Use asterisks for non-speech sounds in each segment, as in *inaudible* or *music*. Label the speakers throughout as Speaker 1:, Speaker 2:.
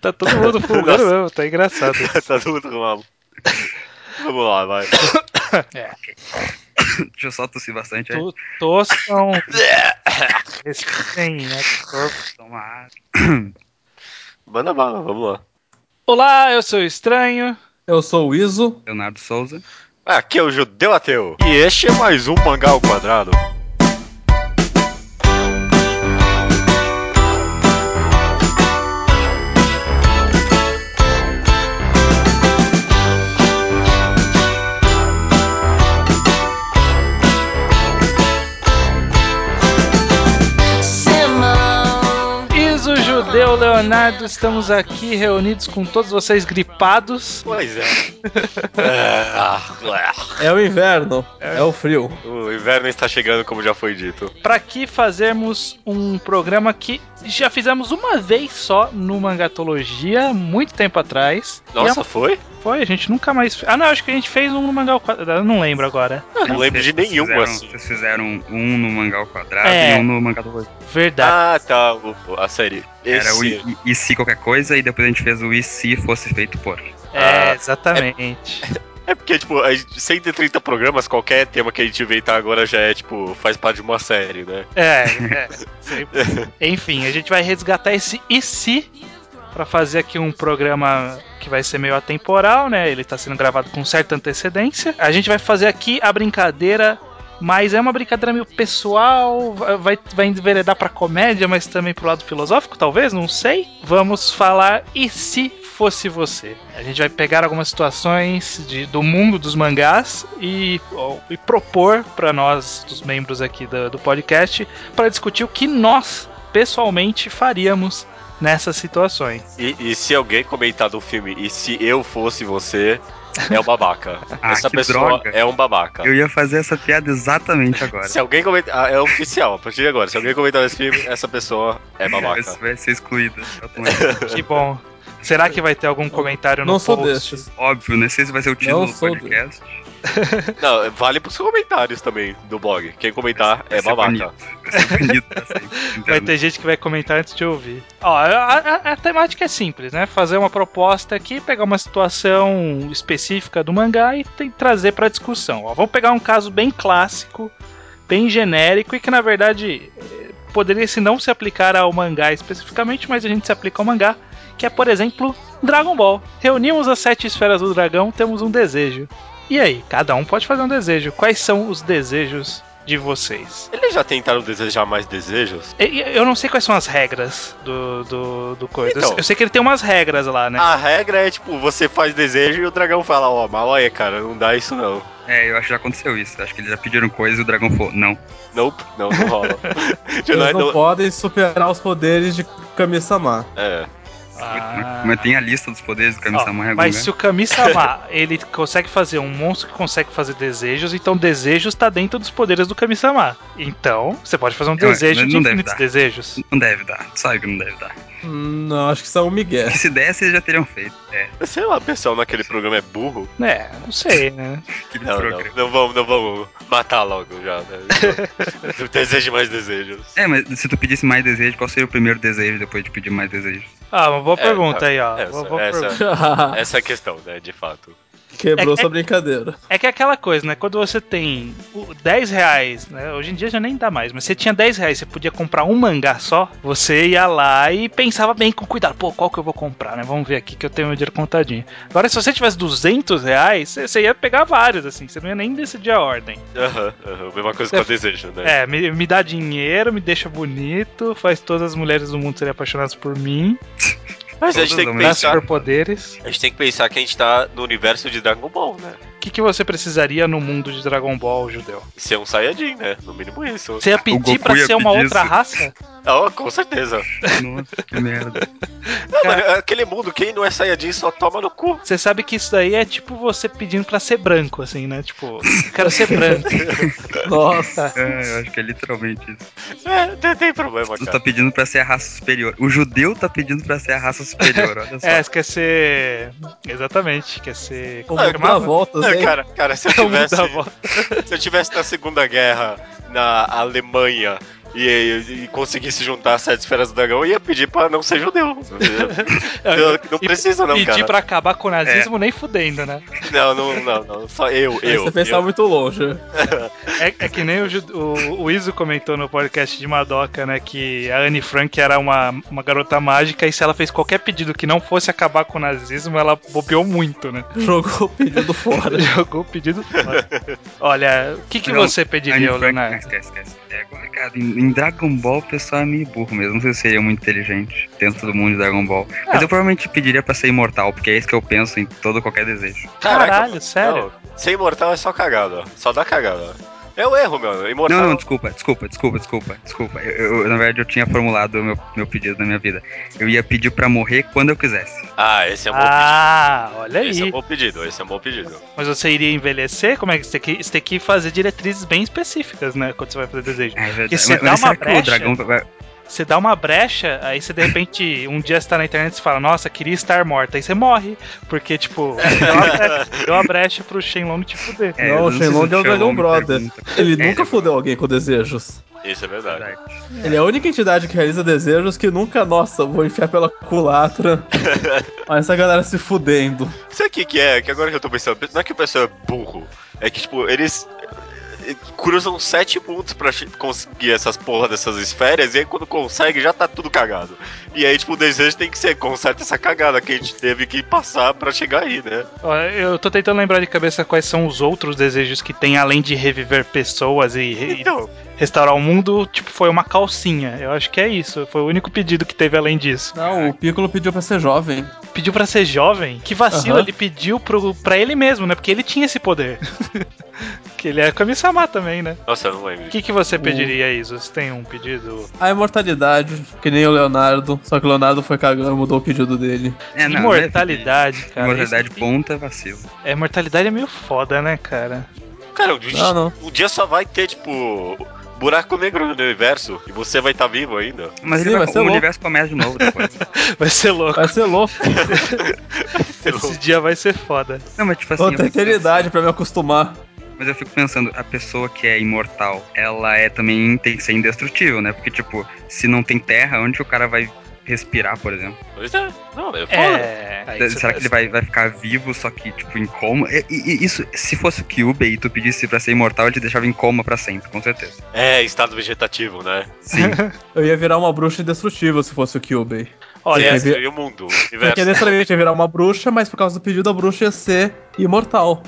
Speaker 1: tá todo mundo folgando mesmo, tá engraçado. *laughs*
Speaker 2: *laughs* tá todo mundo maluco. Vamos lá, vai.
Speaker 1: É.
Speaker 3: Deixa eu só tossir bastante aí.
Speaker 1: Tu, *laughs* tostam. Respeitem, né? Tos-
Speaker 3: Toma água.
Speaker 2: Manda bala, vamos lá.
Speaker 1: Olá, eu sou o Estranho.
Speaker 4: Eu sou o Iso.
Speaker 3: Leonardo Souza.
Speaker 2: Aqui é o Judeu Ateu. E este é mais um Mangá ao Quadrado.
Speaker 1: Iso Judeu Leonardo, estamos aqui reunidos com todos vocês gripados.
Speaker 2: Pois é. Ah,
Speaker 4: É o inverno, é, o frio.
Speaker 2: o inverno está chegando, como já foi dito.
Speaker 1: Para que fazermos um programa que já fizemos uma vez só no Mangatologia, muito tempo atrás. E
Speaker 2: Nossa, foi?
Speaker 1: é- foi, a gente nunca mais. Ah, não, acho que a gente fez um no Mangal Quadrado, não lembro agora.
Speaker 2: Não lembro de
Speaker 3: Vocês
Speaker 2: nenhum,
Speaker 3: fizeram-
Speaker 2: assim.
Speaker 3: Vocês fizeram um no mangá ao quadrado
Speaker 1: É.
Speaker 3: e um no mangá do Rosto.
Speaker 1: Verdade.
Speaker 2: Ah, tá. o- A série.
Speaker 3: Era o
Speaker 2: Esse-
Speaker 3: I- I- e se qualquer coisa e depois a gente fez o e se fosse feito por.
Speaker 1: é,
Speaker 2: ah,
Speaker 1: exatamente.
Speaker 2: É porque, tipo, a gente- 130 programas, qualquer tema que a gente inventar agora já é, tipo, faz parte de uma série, né?
Speaker 1: É, é. sempre. Enfim, a gente vai resgatar esse e se pra fazer aqui um programa que vai ser meio atemporal, né? Ele tá sendo gravado com certa antecedência. A gente vai fazer aqui a brincadeira, mas é uma brincadeira meio pessoal, va- vai, vai enveredar pra comédia, mas também pro lado filosófico, talvez, não sei. Vamos falar e se fosse você. A gente vai pegar algumas situações de- do mundo dos mangás e, ó, e propor pra nós, dos membros aqui do, do podcast, pra discutir o que nós pessoalmente faríamos nessas situações.
Speaker 2: E, e se alguém comentar do filme, e se eu fosse você, é um babaca.
Speaker 3: Ah,
Speaker 2: Essa
Speaker 3: que
Speaker 2: pessoa
Speaker 3: droga.
Speaker 2: é um babaca.
Speaker 3: Eu ia fazer essa piada exatamente agora.
Speaker 2: Se alguém comentar. ah, é oficial, a partir de agora. Se alguém comentar esse filme, essa pessoa é *laughs*
Speaker 3: Isso
Speaker 2: babaca.
Speaker 3: vai ser excluída. automaticamente.
Speaker 1: Que bom. Será que vai ter algum comentário no
Speaker 4: Não sou
Speaker 1: post?
Speaker 4: destes.
Speaker 3: *laughs* Óbvio, né? Se esse vai ser o título
Speaker 4: Não
Speaker 3: do
Speaker 4: sou
Speaker 3: podcast.
Speaker 2: Não, vale pros comentários também do blog. Quem comentar
Speaker 3: vai
Speaker 2: é
Speaker 3: ser
Speaker 2: babaca.
Speaker 3: bonito. Vai ser bonito assim, pra
Speaker 1: *laughs*
Speaker 3: sempre.
Speaker 1: Vai ter gente que vai comentar antes de ouvir. Ó, a, a- a temática é simples, né? Fazer uma proposta aqui, pegar uma situação específica do mangá e tem- trazer pra discussão. Ó, vamos pegar um caso bem clássico, bem genérico e que na verdade eh, poderia se não se aplicar ao mangá especificamente, mas a gente se aplica ao mangá, que é por exemplo Dragon Ball. Reunimos as sete esferas do dragão, temos um desejo. E aí, cada um pode fazer um desejo. Quais são os desejos de vocês?
Speaker 2: Eles já tentaram desejar mais desejos?
Speaker 1: E- Eu não sei quais são as regras do, do, do coisa.
Speaker 2: Então.
Speaker 1: Eu sei que ele tem umas regras lá, né?
Speaker 2: A regra é tipo, você faz desejo e o dragão fala, ó, mal aí, cara, não dá isso não.
Speaker 3: É, eu acho que já aconteceu isso. Acho que eles já pediram coisa e o dragão falou, não.
Speaker 2: Nope, não, não rola.
Speaker 4: Eles
Speaker 2: Não é
Speaker 4: não,
Speaker 2: do-
Speaker 4: podem superar os poderes de Kami-sama.
Speaker 2: É.
Speaker 1: Ah.
Speaker 3: Mas tem a lista dos poderes do
Speaker 2: Ah,
Speaker 3: Kami-sama em algum né?
Speaker 1: Mas
Speaker 3: lugar?
Speaker 1: se o Kami-sama, ele consegue fazer um monstro que consegue fazer desejos, então desejos tá dentro dos poderes do Kami-sama. Então, você pode fazer um
Speaker 3: Eu-
Speaker 1: desejo
Speaker 3: mas
Speaker 1: de
Speaker 3: não deve
Speaker 1: infinitos
Speaker 3: dar.
Speaker 1: desejos.
Speaker 3: Não deve dar. Tu Sabe que não deve dar.
Speaker 4: Hum, Não, acho que são o Miguel.
Speaker 3: Porque se desse, eles já teriam feito. É,
Speaker 2: Sei lá, o pessoal naquele programa é burro.
Speaker 1: É, não sei, né?
Speaker 3: aquele
Speaker 2: Não, não,
Speaker 3: programa.
Speaker 2: não vamos, não vamos matar logo já, *laughs* né? Então, Desejo mais desejos.
Speaker 3: É, mas se tu pedisse mais desejo, qual seria o primeiro desejo depois de pedir
Speaker 1: *laughs*
Speaker 3: mais desejo?
Speaker 1: Ah, uma boa
Speaker 2: É,
Speaker 1: pergunta
Speaker 2: tá.
Speaker 1: aí, ó.
Speaker 2: Essa-
Speaker 1: Boa- boa
Speaker 2: essa-
Speaker 1: pergunta.
Speaker 2: Essa *laughs* é a questão, né, de fato.
Speaker 4: Quebrou
Speaker 1: É-
Speaker 4: sua brincadeira.
Speaker 1: É que é aquela coisa, né? Quando você tem o- 10 reais, né? Hoje em dia já nem dá mais, mas você tinha 10 reais, você podia comprar um mangá só, você ia lá e pensava bem com cuidado, pô, qual que eu vou comprar, né? Vamos ver aqui que eu tenho meu dinheiro contadinho. Agora, se você tivesse 200 reais, você, você ia pegar vários, assim, você não ia nem decidir a ordem.
Speaker 2: Aham, aham, mesma coisa com o desejo, né?
Speaker 1: É, me, me dá dinheiro, me deixa bonito, faz todas as mulheres do mundo serem apaixonadas por mim,
Speaker 2: Mas a gente tem que
Speaker 3: Todas
Speaker 1: dá
Speaker 3: as
Speaker 2: pensar.
Speaker 1: superpoderes.
Speaker 2: A gente tem que pensar que a gente tá no universo de Dragon Ball, né?
Speaker 1: O que, que você precisaria no mundo de Dragon Ball, judeu?
Speaker 2: Ser um Saiyajin, né? No mínimo isso.
Speaker 1: Você ia pedir
Speaker 3: Goku
Speaker 1: pra
Speaker 3: ia
Speaker 1: ser uma
Speaker 3: pedir
Speaker 1: outra
Speaker 3: isso.
Speaker 1: raça?
Speaker 2: Ah, com certeza.
Speaker 3: Nossa, que merda.
Speaker 2: Não, mano, aquele mundo, quem não é Saiyajin só toma no cu.
Speaker 1: Você sabe que isso daí é tipo você pedindo pra ser branco, assim, né? Tipo, quero ser branco.
Speaker 4: Nossa.
Speaker 3: É, eu acho que é literalmente isso.
Speaker 2: É, não tem, tem problema,
Speaker 3: Tu tá
Speaker 2: cara.
Speaker 3: pedindo pra ser a raça superior. O judeu tá pedindo pra ser a
Speaker 1: *laughs*
Speaker 3: raça superior, olha só.
Speaker 1: É, você quer ser. Exatamente, quer ser.
Speaker 4: Como
Speaker 1: é
Speaker 4: é,
Speaker 1: que
Speaker 4: dá
Speaker 1: chamava?
Speaker 4: voltas,
Speaker 2: Não,
Speaker 4: hein?
Speaker 2: cara, cara, se eu
Speaker 1: Como
Speaker 2: tivesse,
Speaker 1: dá a volta.
Speaker 2: se eu tivesse na Segunda Guerra na Alemanha e, e- e conseguir se juntar às sete esferas do dragão, eu ia pedir pra não ser judeu. *laughs* Eu- não
Speaker 1: E
Speaker 2: precisa, não,
Speaker 1: Pedir
Speaker 2: cara. É.
Speaker 1: pra acabar com o nazismo nem fudendo, né?
Speaker 2: Não, não, não, não. Só eu,
Speaker 4: Aí
Speaker 2: eu.
Speaker 4: você pensava muito longe.
Speaker 1: É, é que nem o, Ju- o, o Iso comentou no podcast de Madoka, né? Que a Anne Frank era uma, uma garota mágica e se ela fez qualquer pedido que não fosse acabar com o nazismo, ela bobeou muito, né?
Speaker 4: Jogou o pedido fora.
Speaker 1: Jogou o pedido
Speaker 2: *laughs*
Speaker 1: fora. Olha, o que, que
Speaker 3: Não,
Speaker 1: você
Speaker 3: Anne
Speaker 1: pediria, ô
Speaker 3: Frank- não,
Speaker 1: Leonardo?
Speaker 3: Esquece, esquece. É complicado. Em, em Dragon Ball, o pessoal é meio burro mesmo. Não sei se seria muito inteligente dentro do mundo de Dragon Ball.
Speaker 1: Ah.
Speaker 3: Mas eu provavelmente pediria pra ser imortal, porque é isso que eu penso em todo qualquer desejo.
Speaker 2: Caraca,
Speaker 1: Caralho, sério?
Speaker 2: Não, ser imortal é só cagada, ó. Só dá cagada. É o erro, meu. Imortal.
Speaker 3: Não, não, desculpa, desculpa, desculpa, desculpa, desculpa. Eu, eu- na verdade, eu tinha formulado o meu, meu pedido na minha vida. Eu ia pedir pra morrer quando eu quisesse.
Speaker 2: Ah, esse é um bom
Speaker 1: Ah, olha
Speaker 2: pedido. Esse é um
Speaker 1: aí.
Speaker 2: bom pedido, esse é um bom pedido.
Speaker 1: Mas você iria envelhecer? Como é que você tem que, você tem que fazer diretrizes bem específicas, né? Quando você vai fazer desejo.
Speaker 3: É verdade.
Speaker 1: E se dá uma
Speaker 3: será que
Speaker 1: brecha?
Speaker 3: o dragão vai-
Speaker 1: Você dá uma brecha, aí você de repente, *laughs* um dia você tá na internet e você fala, nossa, queria estar morta. Aí você morre. Porque, tipo, *laughs* deu uma brecha, deu uma brecha pro Shenlong te fuder.
Speaker 3: É,
Speaker 4: Não,
Speaker 3: eu
Speaker 4: o
Speaker 3: sei se
Speaker 4: Shenlong é o Dragão
Speaker 3: me
Speaker 4: Brother.
Speaker 3: pergunta.
Speaker 4: Ele
Speaker 3: É,
Speaker 4: nunca fudeu alguém com desejos.
Speaker 2: Isso é verdade.
Speaker 3: verdade.
Speaker 4: Ele é a única entidade que realiza desejos que nunca, nossa, vou enfiar
Speaker 2: *laughs*
Speaker 4: pela culatra. Olha essa galera se fudendo.
Speaker 2: Sabe o que, que é? Que agora que eu tô pensando, não é que o pessoal é burro, é que, tipo, eles eh, cruzam sete pontos pra che- conseguir essas porra dessas esferas, e aí quando consegue já tá tudo cagado. E aí, tipo, o desejo tem que ser, conserta essa cagada que a gente teve que passar pra chegar aí, né?
Speaker 1: Ó, Eu tô tentando lembrar de cabeça quais são os outros desejos que tem, além de reviver pessoas e, re-
Speaker 2: Então,
Speaker 1: restaurar o mundo. Tipo, foi uma calcinha. Eu acho que é isso. Foi o único pedido que teve além disso.
Speaker 4: Não, o Piccolo pediu pra ser jovem.
Speaker 1: Pediu pra ser jovem? Que vacilo,
Speaker 4: Aham.
Speaker 1: ele pediu pro, pra ele mesmo, né? Porque ele tinha esse poder. que ele é Kami-sama também, né?
Speaker 2: nossa, eu não lembro.
Speaker 1: O que, que você pediria, Iso? Você tem um pedido?
Speaker 4: A imortalidade, que nem o Leonardo, só que o Leonardo foi cagando e mudou o pedido dele.
Speaker 3: É, não,
Speaker 1: imortalidade,
Speaker 3: né?
Speaker 1: cara.
Speaker 3: Imortalidade
Speaker 1: Isso-
Speaker 3: ponta é vacilo.
Speaker 1: É, imortalidade é meio foda, né, cara?
Speaker 2: Cara, um dia,
Speaker 4: Não, não.
Speaker 2: um dia só vai ter, tipo, buraco negro no universo, e você vai estar vivo ainda.
Speaker 3: Mas
Speaker 4: Sim,
Speaker 3: ele vai-
Speaker 4: vai ser
Speaker 3: o
Speaker 4: louco.
Speaker 3: universo começa de novo depois.
Speaker 4: *laughs*
Speaker 1: Vai ser louco.
Speaker 4: Vai ser louco.
Speaker 2: Sei lá.
Speaker 1: Esse dia vai ser foda.
Speaker 3: Não, mas tipo assim.
Speaker 4: Vou
Speaker 3: eu
Speaker 4: ter
Speaker 3: fico
Speaker 4: eternidade pra me acostumar.
Speaker 3: Mas eu fico pensando, a pessoa que é imortal, ela é também tem que ser indestrutível, né? Porque, tipo, se não tem terra, onde que o cara vai respirar, por exemplo?
Speaker 2: Pois é, não, é foda.
Speaker 1: É. aí você
Speaker 3: Será
Speaker 1: tá-
Speaker 3: que ele vai, vai ficar vivo, só que, tipo, em coma? E, e- e isso, se fosse o Kyuubi e tu pedisse pra ser imortal, ele te deixava em coma pra sempre, com certeza.
Speaker 2: É, estado vegetativo, né?
Speaker 3: *laughs* Sim.
Speaker 4: Eu ia virar uma bruxa indestrutível se fosse o Kyubey.
Speaker 1: Olha,
Speaker 2: Olha,
Speaker 4: Sim.
Speaker 2: é assim, e o mundo, o
Speaker 4: Porque
Speaker 2: universo.
Speaker 4: necessariamente ia virar uma bruxa, mas por causa do pedido da bruxa ia ser imortal.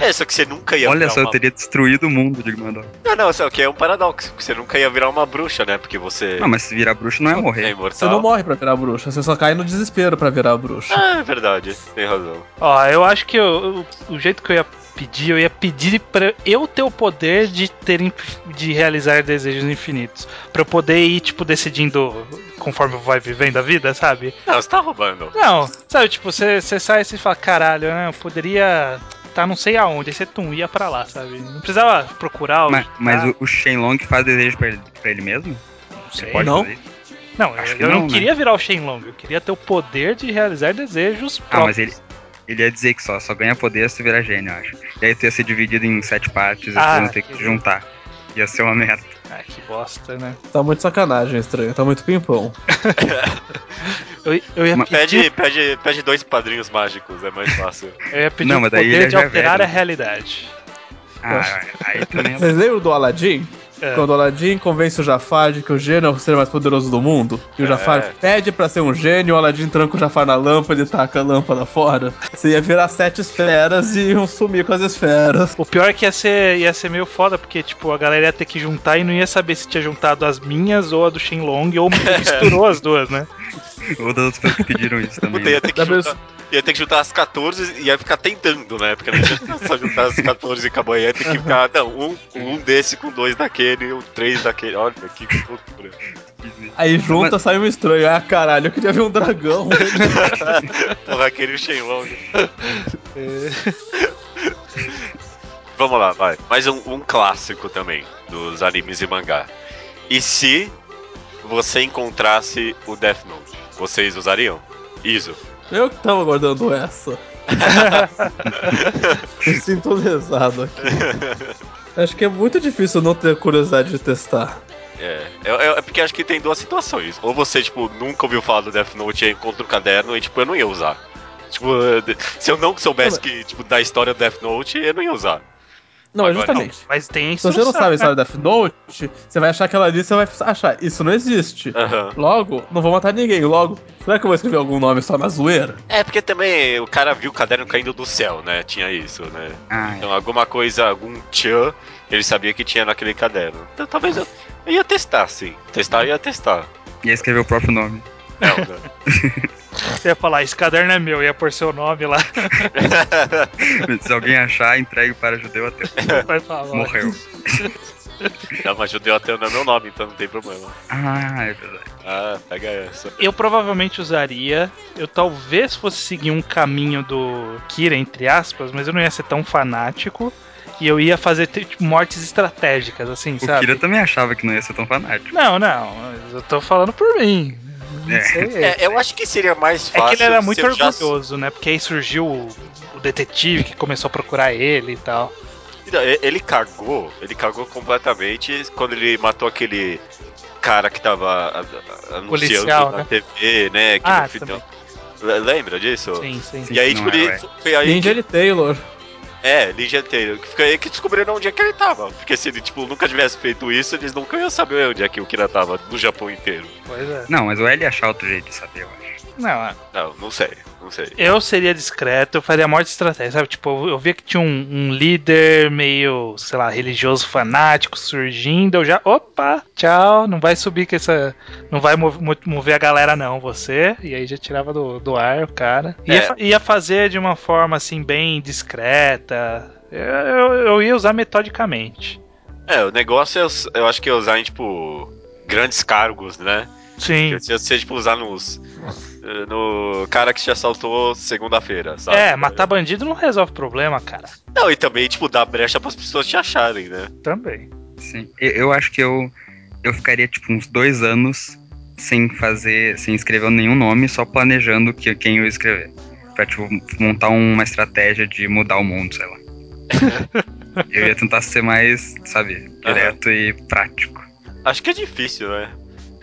Speaker 2: É, só que você nunca ia
Speaker 3: Olha
Speaker 2: virar
Speaker 3: só, eu
Speaker 2: uma
Speaker 3: teria destruído o mundo de Grimandor.
Speaker 2: Não, não, só que é um paradoxo, porque você nunca ia virar uma bruxa, né? Porque você
Speaker 3: Não, mas se virar bruxo não é
Speaker 2: é
Speaker 3: morrer.
Speaker 4: Você
Speaker 2: imortal.
Speaker 4: não morre pra virar bruxa, você só cai no desespero pra virar bruxa.
Speaker 2: Ah, é verdade, tem razão.
Speaker 1: Ó, eu acho que eu- eu- o jeito que eu ia pedir, eu ia pedir pra eu ter o poder de ter inf- de realizar desejos infinitos, Pra eu poder ir tipo decidindo conforme vai vivendo a vida, sabe?
Speaker 2: Não, você tá roubando.
Speaker 1: Não, sabe, tipo, você você sai e você fala, caralho, né, eu poderia tá não sei aonde, aí você tum, ia pra lá, sabe? Não precisava procurar o
Speaker 3: Mas,
Speaker 2: tá.
Speaker 3: mas o, o Shenlong faz desejo pra ele, pra ele mesmo?
Speaker 1: não,
Speaker 3: Ele
Speaker 1: sei.
Speaker 3: pode
Speaker 4: Não.
Speaker 3: fazer isso?
Speaker 1: não,
Speaker 3: acho
Speaker 1: eu,
Speaker 3: que
Speaker 1: eu não,
Speaker 3: não, né?
Speaker 1: queria virar o Shenlong, eu queria ter o poder de realizar desejos
Speaker 3: Ah,
Speaker 1: próprios.
Speaker 3: mas ele, ele ia dizer que só, só ganha poder se virar gênio, eu acho. E aí tu ia ser dividido em sete partes e
Speaker 1: Ah,
Speaker 3: tu ia ter que
Speaker 1: que-
Speaker 3: juntar. Ia ser uma merda.
Speaker 1: Ah, que bosta, né?
Speaker 4: Tá muito sacanagem, estranho. Tá muito pimpão.
Speaker 1: Eu, eu ia
Speaker 3: Mas
Speaker 1: pedir
Speaker 2: Pede, pede, pede dois padrinhos mágicos, é mais fácil.
Speaker 4: *laughs*
Speaker 1: Eu ia pedir
Speaker 3: Não,
Speaker 1: o
Speaker 3: mas daí
Speaker 1: poder
Speaker 3: ele
Speaker 1: de
Speaker 3: já é
Speaker 1: alterar
Speaker 3: velho.
Speaker 1: a realidade.
Speaker 3: Ah, aí também.
Speaker 4: Vocês lembram do Aladdin?
Speaker 1: É.
Speaker 4: Quando o Aladdin convence o Jafar de que o gênio é o ser mais poderoso do mundo, e o
Speaker 2: É.
Speaker 4: Jafar pede pra ser um gênio, o Aladdin tranca o Jafar na lâmpada e taca a lâmpada fora. Você ia virar sete esferas e iam sumir com as esferas.
Speaker 1: O pior é que ia ser, ia ser meio foda, porque, tipo, a galera ia ter que juntar e não ia saber se tinha juntado as minhas ou a do Shenlong, ou misturou as duas, né?
Speaker 3: Ou das outras pessoas que pediram isso também.
Speaker 2: *laughs* Puta, ia ter que
Speaker 4: Da
Speaker 2: juntar,
Speaker 4: pessoa-
Speaker 2: ia ter que juntar as 14 e ia ficar tentando, né? Porque não tinha só juntar as 14 e acabou. Ia ter que
Speaker 4: *laughs*
Speaker 2: ficar, não, um, um desse com dois daquele, um três daquele. Olha, que loucura.
Speaker 4: Aí junta, sai um estranho. Ah, caralho, eu queria ver um dragão.
Speaker 2: Porra, aquele Shenlong. *laughs* Vamos lá, vai. Mais um, um clássico também dos animes e mangá. E se você encontrasse o Death Note, vocês usariam? Isso.
Speaker 4: eu que tava guardando essa. Me sinto lesado aqui. Acho que é muito difícil não ter curiosidade de testar.
Speaker 2: É, é, é porque acho que tem duas situações. Ou você, tipo, nunca ouviu falar do Death Note e aí encontra o caderno e, tipo, eu não ia usar. Tipo, se eu não soubesse que, tipo, da história do Death Note, eu não ia usar.
Speaker 4: Não,
Speaker 2: Agora
Speaker 4: justamente.
Speaker 1: Mas tem a
Speaker 4: Se
Speaker 1: instrução.
Speaker 4: Então você não sabe a
Speaker 1: né?
Speaker 4: história da Death Note, você vai achar aquela ali e você vai achar, isso não existe.
Speaker 2: Aham.
Speaker 4: Logo, não vou matar ninguém. Logo, será que eu vou escrever algum nome só na zoeira?
Speaker 2: É, porque também o cara viu o caderno caindo do céu, né? Tinha isso, né?
Speaker 3: Ah,
Speaker 2: Então alguma coisa, algum tchan, ele sabia que tinha naquele caderno. Então talvez eu, eu ia testar, sim. Testar, eu ia testar.
Speaker 3: é. ia escrever o próprio nome. *laughs*
Speaker 1: É,
Speaker 2: Não, né?
Speaker 1: Você ia falar, esse caderno é meu, ia pôr seu nome lá.
Speaker 2: né?
Speaker 1: *laughs*
Speaker 3: Se alguém achar, entregue para judeu ateu.
Speaker 1: Vai falar.
Speaker 3: Morreu.
Speaker 2: não, mas judeu até não é meu nome, então não tem problema.
Speaker 3: Ah, é verdade.
Speaker 2: Ah, pega essa.
Speaker 1: Eu provavelmente usaria. Eu talvez fosse seguir um caminho do Kira, entre aspas, mas eu não ia ser tão fanático. E eu ia fazer tipo, mortes estratégicas, assim,
Speaker 3: O
Speaker 1: sabe?
Speaker 3: Kira também achava que não ia ser tão fanático.
Speaker 1: Não, não. Eu tô falando por mim. Não
Speaker 3: É.
Speaker 1: sei.
Speaker 2: É, eu acho que seria mais
Speaker 1: É
Speaker 2: fácil.
Speaker 1: que ele era
Speaker 2: se
Speaker 1: muito
Speaker 2: eu já-
Speaker 1: orgulhoso, né? Porque aí surgiu o, o detetive que começou a procurar ele e tal.
Speaker 2: Não, e- Ele cagou, ele cagou completamente quando ele matou aquele cara que tava a- a- anunciando
Speaker 1: Policial,
Speaker 2: na
Speaker 1: né?
Speaker 2: TV, né? Que
Speaker 1: Ah,
Speaker 2: no final. Le- Lembra disso?
Speaker 1: Sim, sim.
Speaker 2: E aí,
Speaker 3: Não
Speaker 2: tipo,
Speaker 3: era,
Speaker 2: ele,
Speaker 3: é.
Speaker 2: foi aí
Speaker 4: Ninja Taylor.
Speaker 2: É, Ninja Taylor. Que Fica aí que descobriram onde é que ele tava. Porque se ele, tipo, nunca tivesse feito isso, eles nunca iam saber onde é que o Kira tava, no Japão inteiro.
Speaker 1: Pois é.
Speaker 3: Não, mas o L ia achar outro jeito de saber, eu acho.
Speaker 1: Não, é.
Speaker 2: Não, não sei, não sei.
Speaker 1: eu seria discreto, eu faria morte estratégica, sabe? Tipo, eu- eu via que tinha um, um líder meio, sei lá, religioso fanático surgindo, eu já, opa, tchau, não vai subir com essa, não vai mov- mo- mover a galera não, você, e aí já tirava do, do ar o cara. Ia,
Speaker 2: É.
Speaker 1: fa- ia fazer de uma forma, assim, bem discreta, eu, eu, eu ia usar metodicamente.
Speaker 2: É, o negócio é, us- eu acho que é usar em, tipo, grandes cargos, né?
Speaker 1: Sim.
Speaker 2: Que Se você, tipo, usar nos. eh, No cara que te assaltou segunda-feira, sabe?
Speaker 1: É, matar bandido não resolve problema, cara.
Speaker 2: Não, e também, tipo, dar brecha pras pessoas te acharem, né?
Speaker 1: Também.
Speaker 3: Sim. Eu, eu acho que eu, eu ficaria, tipo, uns dois anos sem fazer, sem escrever nenhum nome, só planejando que, quem eu ia escrever. Pra, tipo, montar uma estratégia de mudar o mundo, sei
Speaker 2: *laughs*
Speaker 3: lá. eu ia tentar ser mais, sabe, direto e prático.
Speaker 2: Acho que é difícil, né?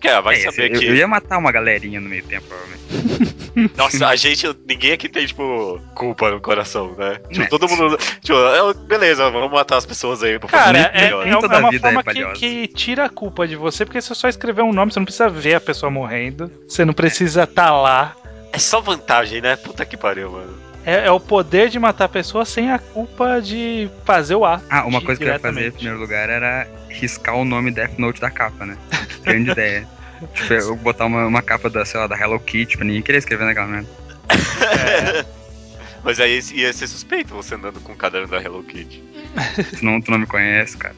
Speaker 2: Porque ah, vai
Speaker 3: É,
Speaker 2: saber
Speaker 3: eu,
Speaker 2: que.
Speaker 3: eu ia matar uma galerinha no meio tempo, provavelmente.
Speaker 2: Nossa, a gente, ninguém aqui tem, tipo, culpa no coração, né? Tipo,
Speaker 3: Né.
Speaker 2: todo mundo. Tipo, é, beleza, vamos matar as pessoas aí pra
Speaker 1: Cara,
Speaker 2: fazer
Speaker 1: é,
Speaker 2: melhor. assim.
Speaker 1: é uma-
Speaker 3: toda
Speaker 1: é uma
Speaker 3: vida é
Speaker 1: forma que,
Speaker 3: valiosa.
Speaker 1: que tira a culpa de você, porque se você só escrever um nome, você não precisa ver a pessoa morrendo. Você não precisa estar lá.
Speaker 2: É só vantagem, né? Puta que pariu, mano.
Speaker 1: É, é o poder de matar a pessoa sem a culpa de fazer o ato.
Speaker 3: Ah, uma coisa que eu ia fazer em
Speaker 1: Diretamente.
Speaker 3: primeiro lugar era riscar o nome Death Note da capa, né? Grande ideia. Tipo, eu botar uma, uma capa da, sei lá, da Hello Kitty pra ninguém querer escrever naquela merda.
Speaker 2: Mas aí ia ser suspeito você andando com o caderno da
Speaker 1: *laughs*
Speaker 2: Hello Kitty.
Speaker 3: Senão tu não me conhece, cara.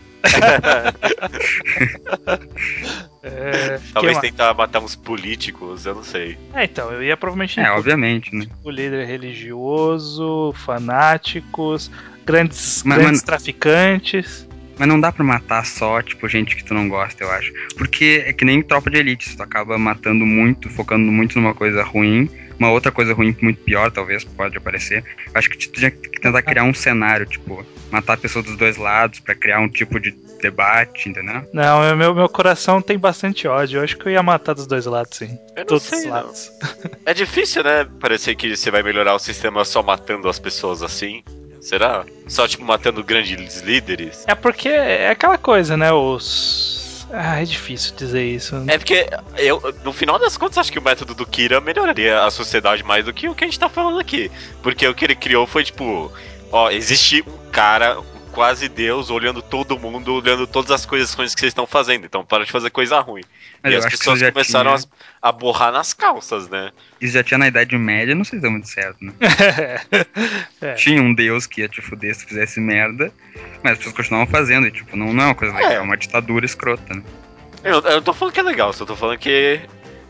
Speaker 1: É,
Speaker 2: *laughs* Talvez
Speaker 1: que
Speaker 2: tentar matar uns políticos, eu não sei.
Speaker 1: mais? É, então, eu ia provavelmente
Speaker 3: É, obviamente, né?
Speaker 1: o líder religioso, fanáticos, grandes,
Speaker 3: Mas,
Speaker 1: grandes
Speaker 3: mano-
Speaker 1: traficantes.
Speaker 3: Mas não dá pra matar só, tipo, gente que tu não gosta, eu acho. Porque é que nem tropa de elite, se tu acaba matando muito, focando muito numa coisa ruim, uma outra coisa ruim muito pior, talvez, pode aparecer. Acho que tu tinha que tentar criar um cenário, tipo, matar pessoas dos dois lados pra criar um tipo de debate, entendeu?
Speaker 1: Não, eu- meu, meu coração tem bastante ódio. Eu acho que eu ia matar dos dois lados, sim.
Speaker 2: Eu não
Speaker 1: Todos os
Speaker 2: sei, não.
Speaker 1: lados.
Speaker 2: É difícil, né? Parecer que você vai melhorar o sistema só matando as pessoas assim. Será? Só, tipo, matando grandes líderes?
Speaker 1: É porque é aquela coisa, né? Os. Ah, é difícil dizer isso. né?
Speaker 2: *laughs* É porque, eu, no final das contas, acho que o método do Kira melhoraria a sociedade mais do que o que a gente tá falando aqui. Porque o que ele criou foi tipo: ó, existe um cara, um quase Deus, olhando todo mundo, olhando todas as coisas ruins que vocês estão fazendo. Então para de fazer coisa ruim.
Speaker 3: Mas
Speaker 2: e
Speaker 3: É, eu
Speaker 2: as
Speaker 3: acho que
Speaker 2: pessoas
Speaker 3: isso já
Speaker 2: começaram
Speaker 3: tinha-
Speaker 2: a, a borrar nas calças, né?
Speaker 3: Isso já tinha na Idade Média, não sei se deu muito certo, né?
Speaker 1: É.
Speaker 3: Tinha um deus que ia te fuder se tu fizesse merda, mas as pessoas continuavam fazendo, e tipo, não, não é uma coisa legal, é uma ditadura escrota, né?
Speaker 2: Eu, eu não tô falando que é legal, só tô falando que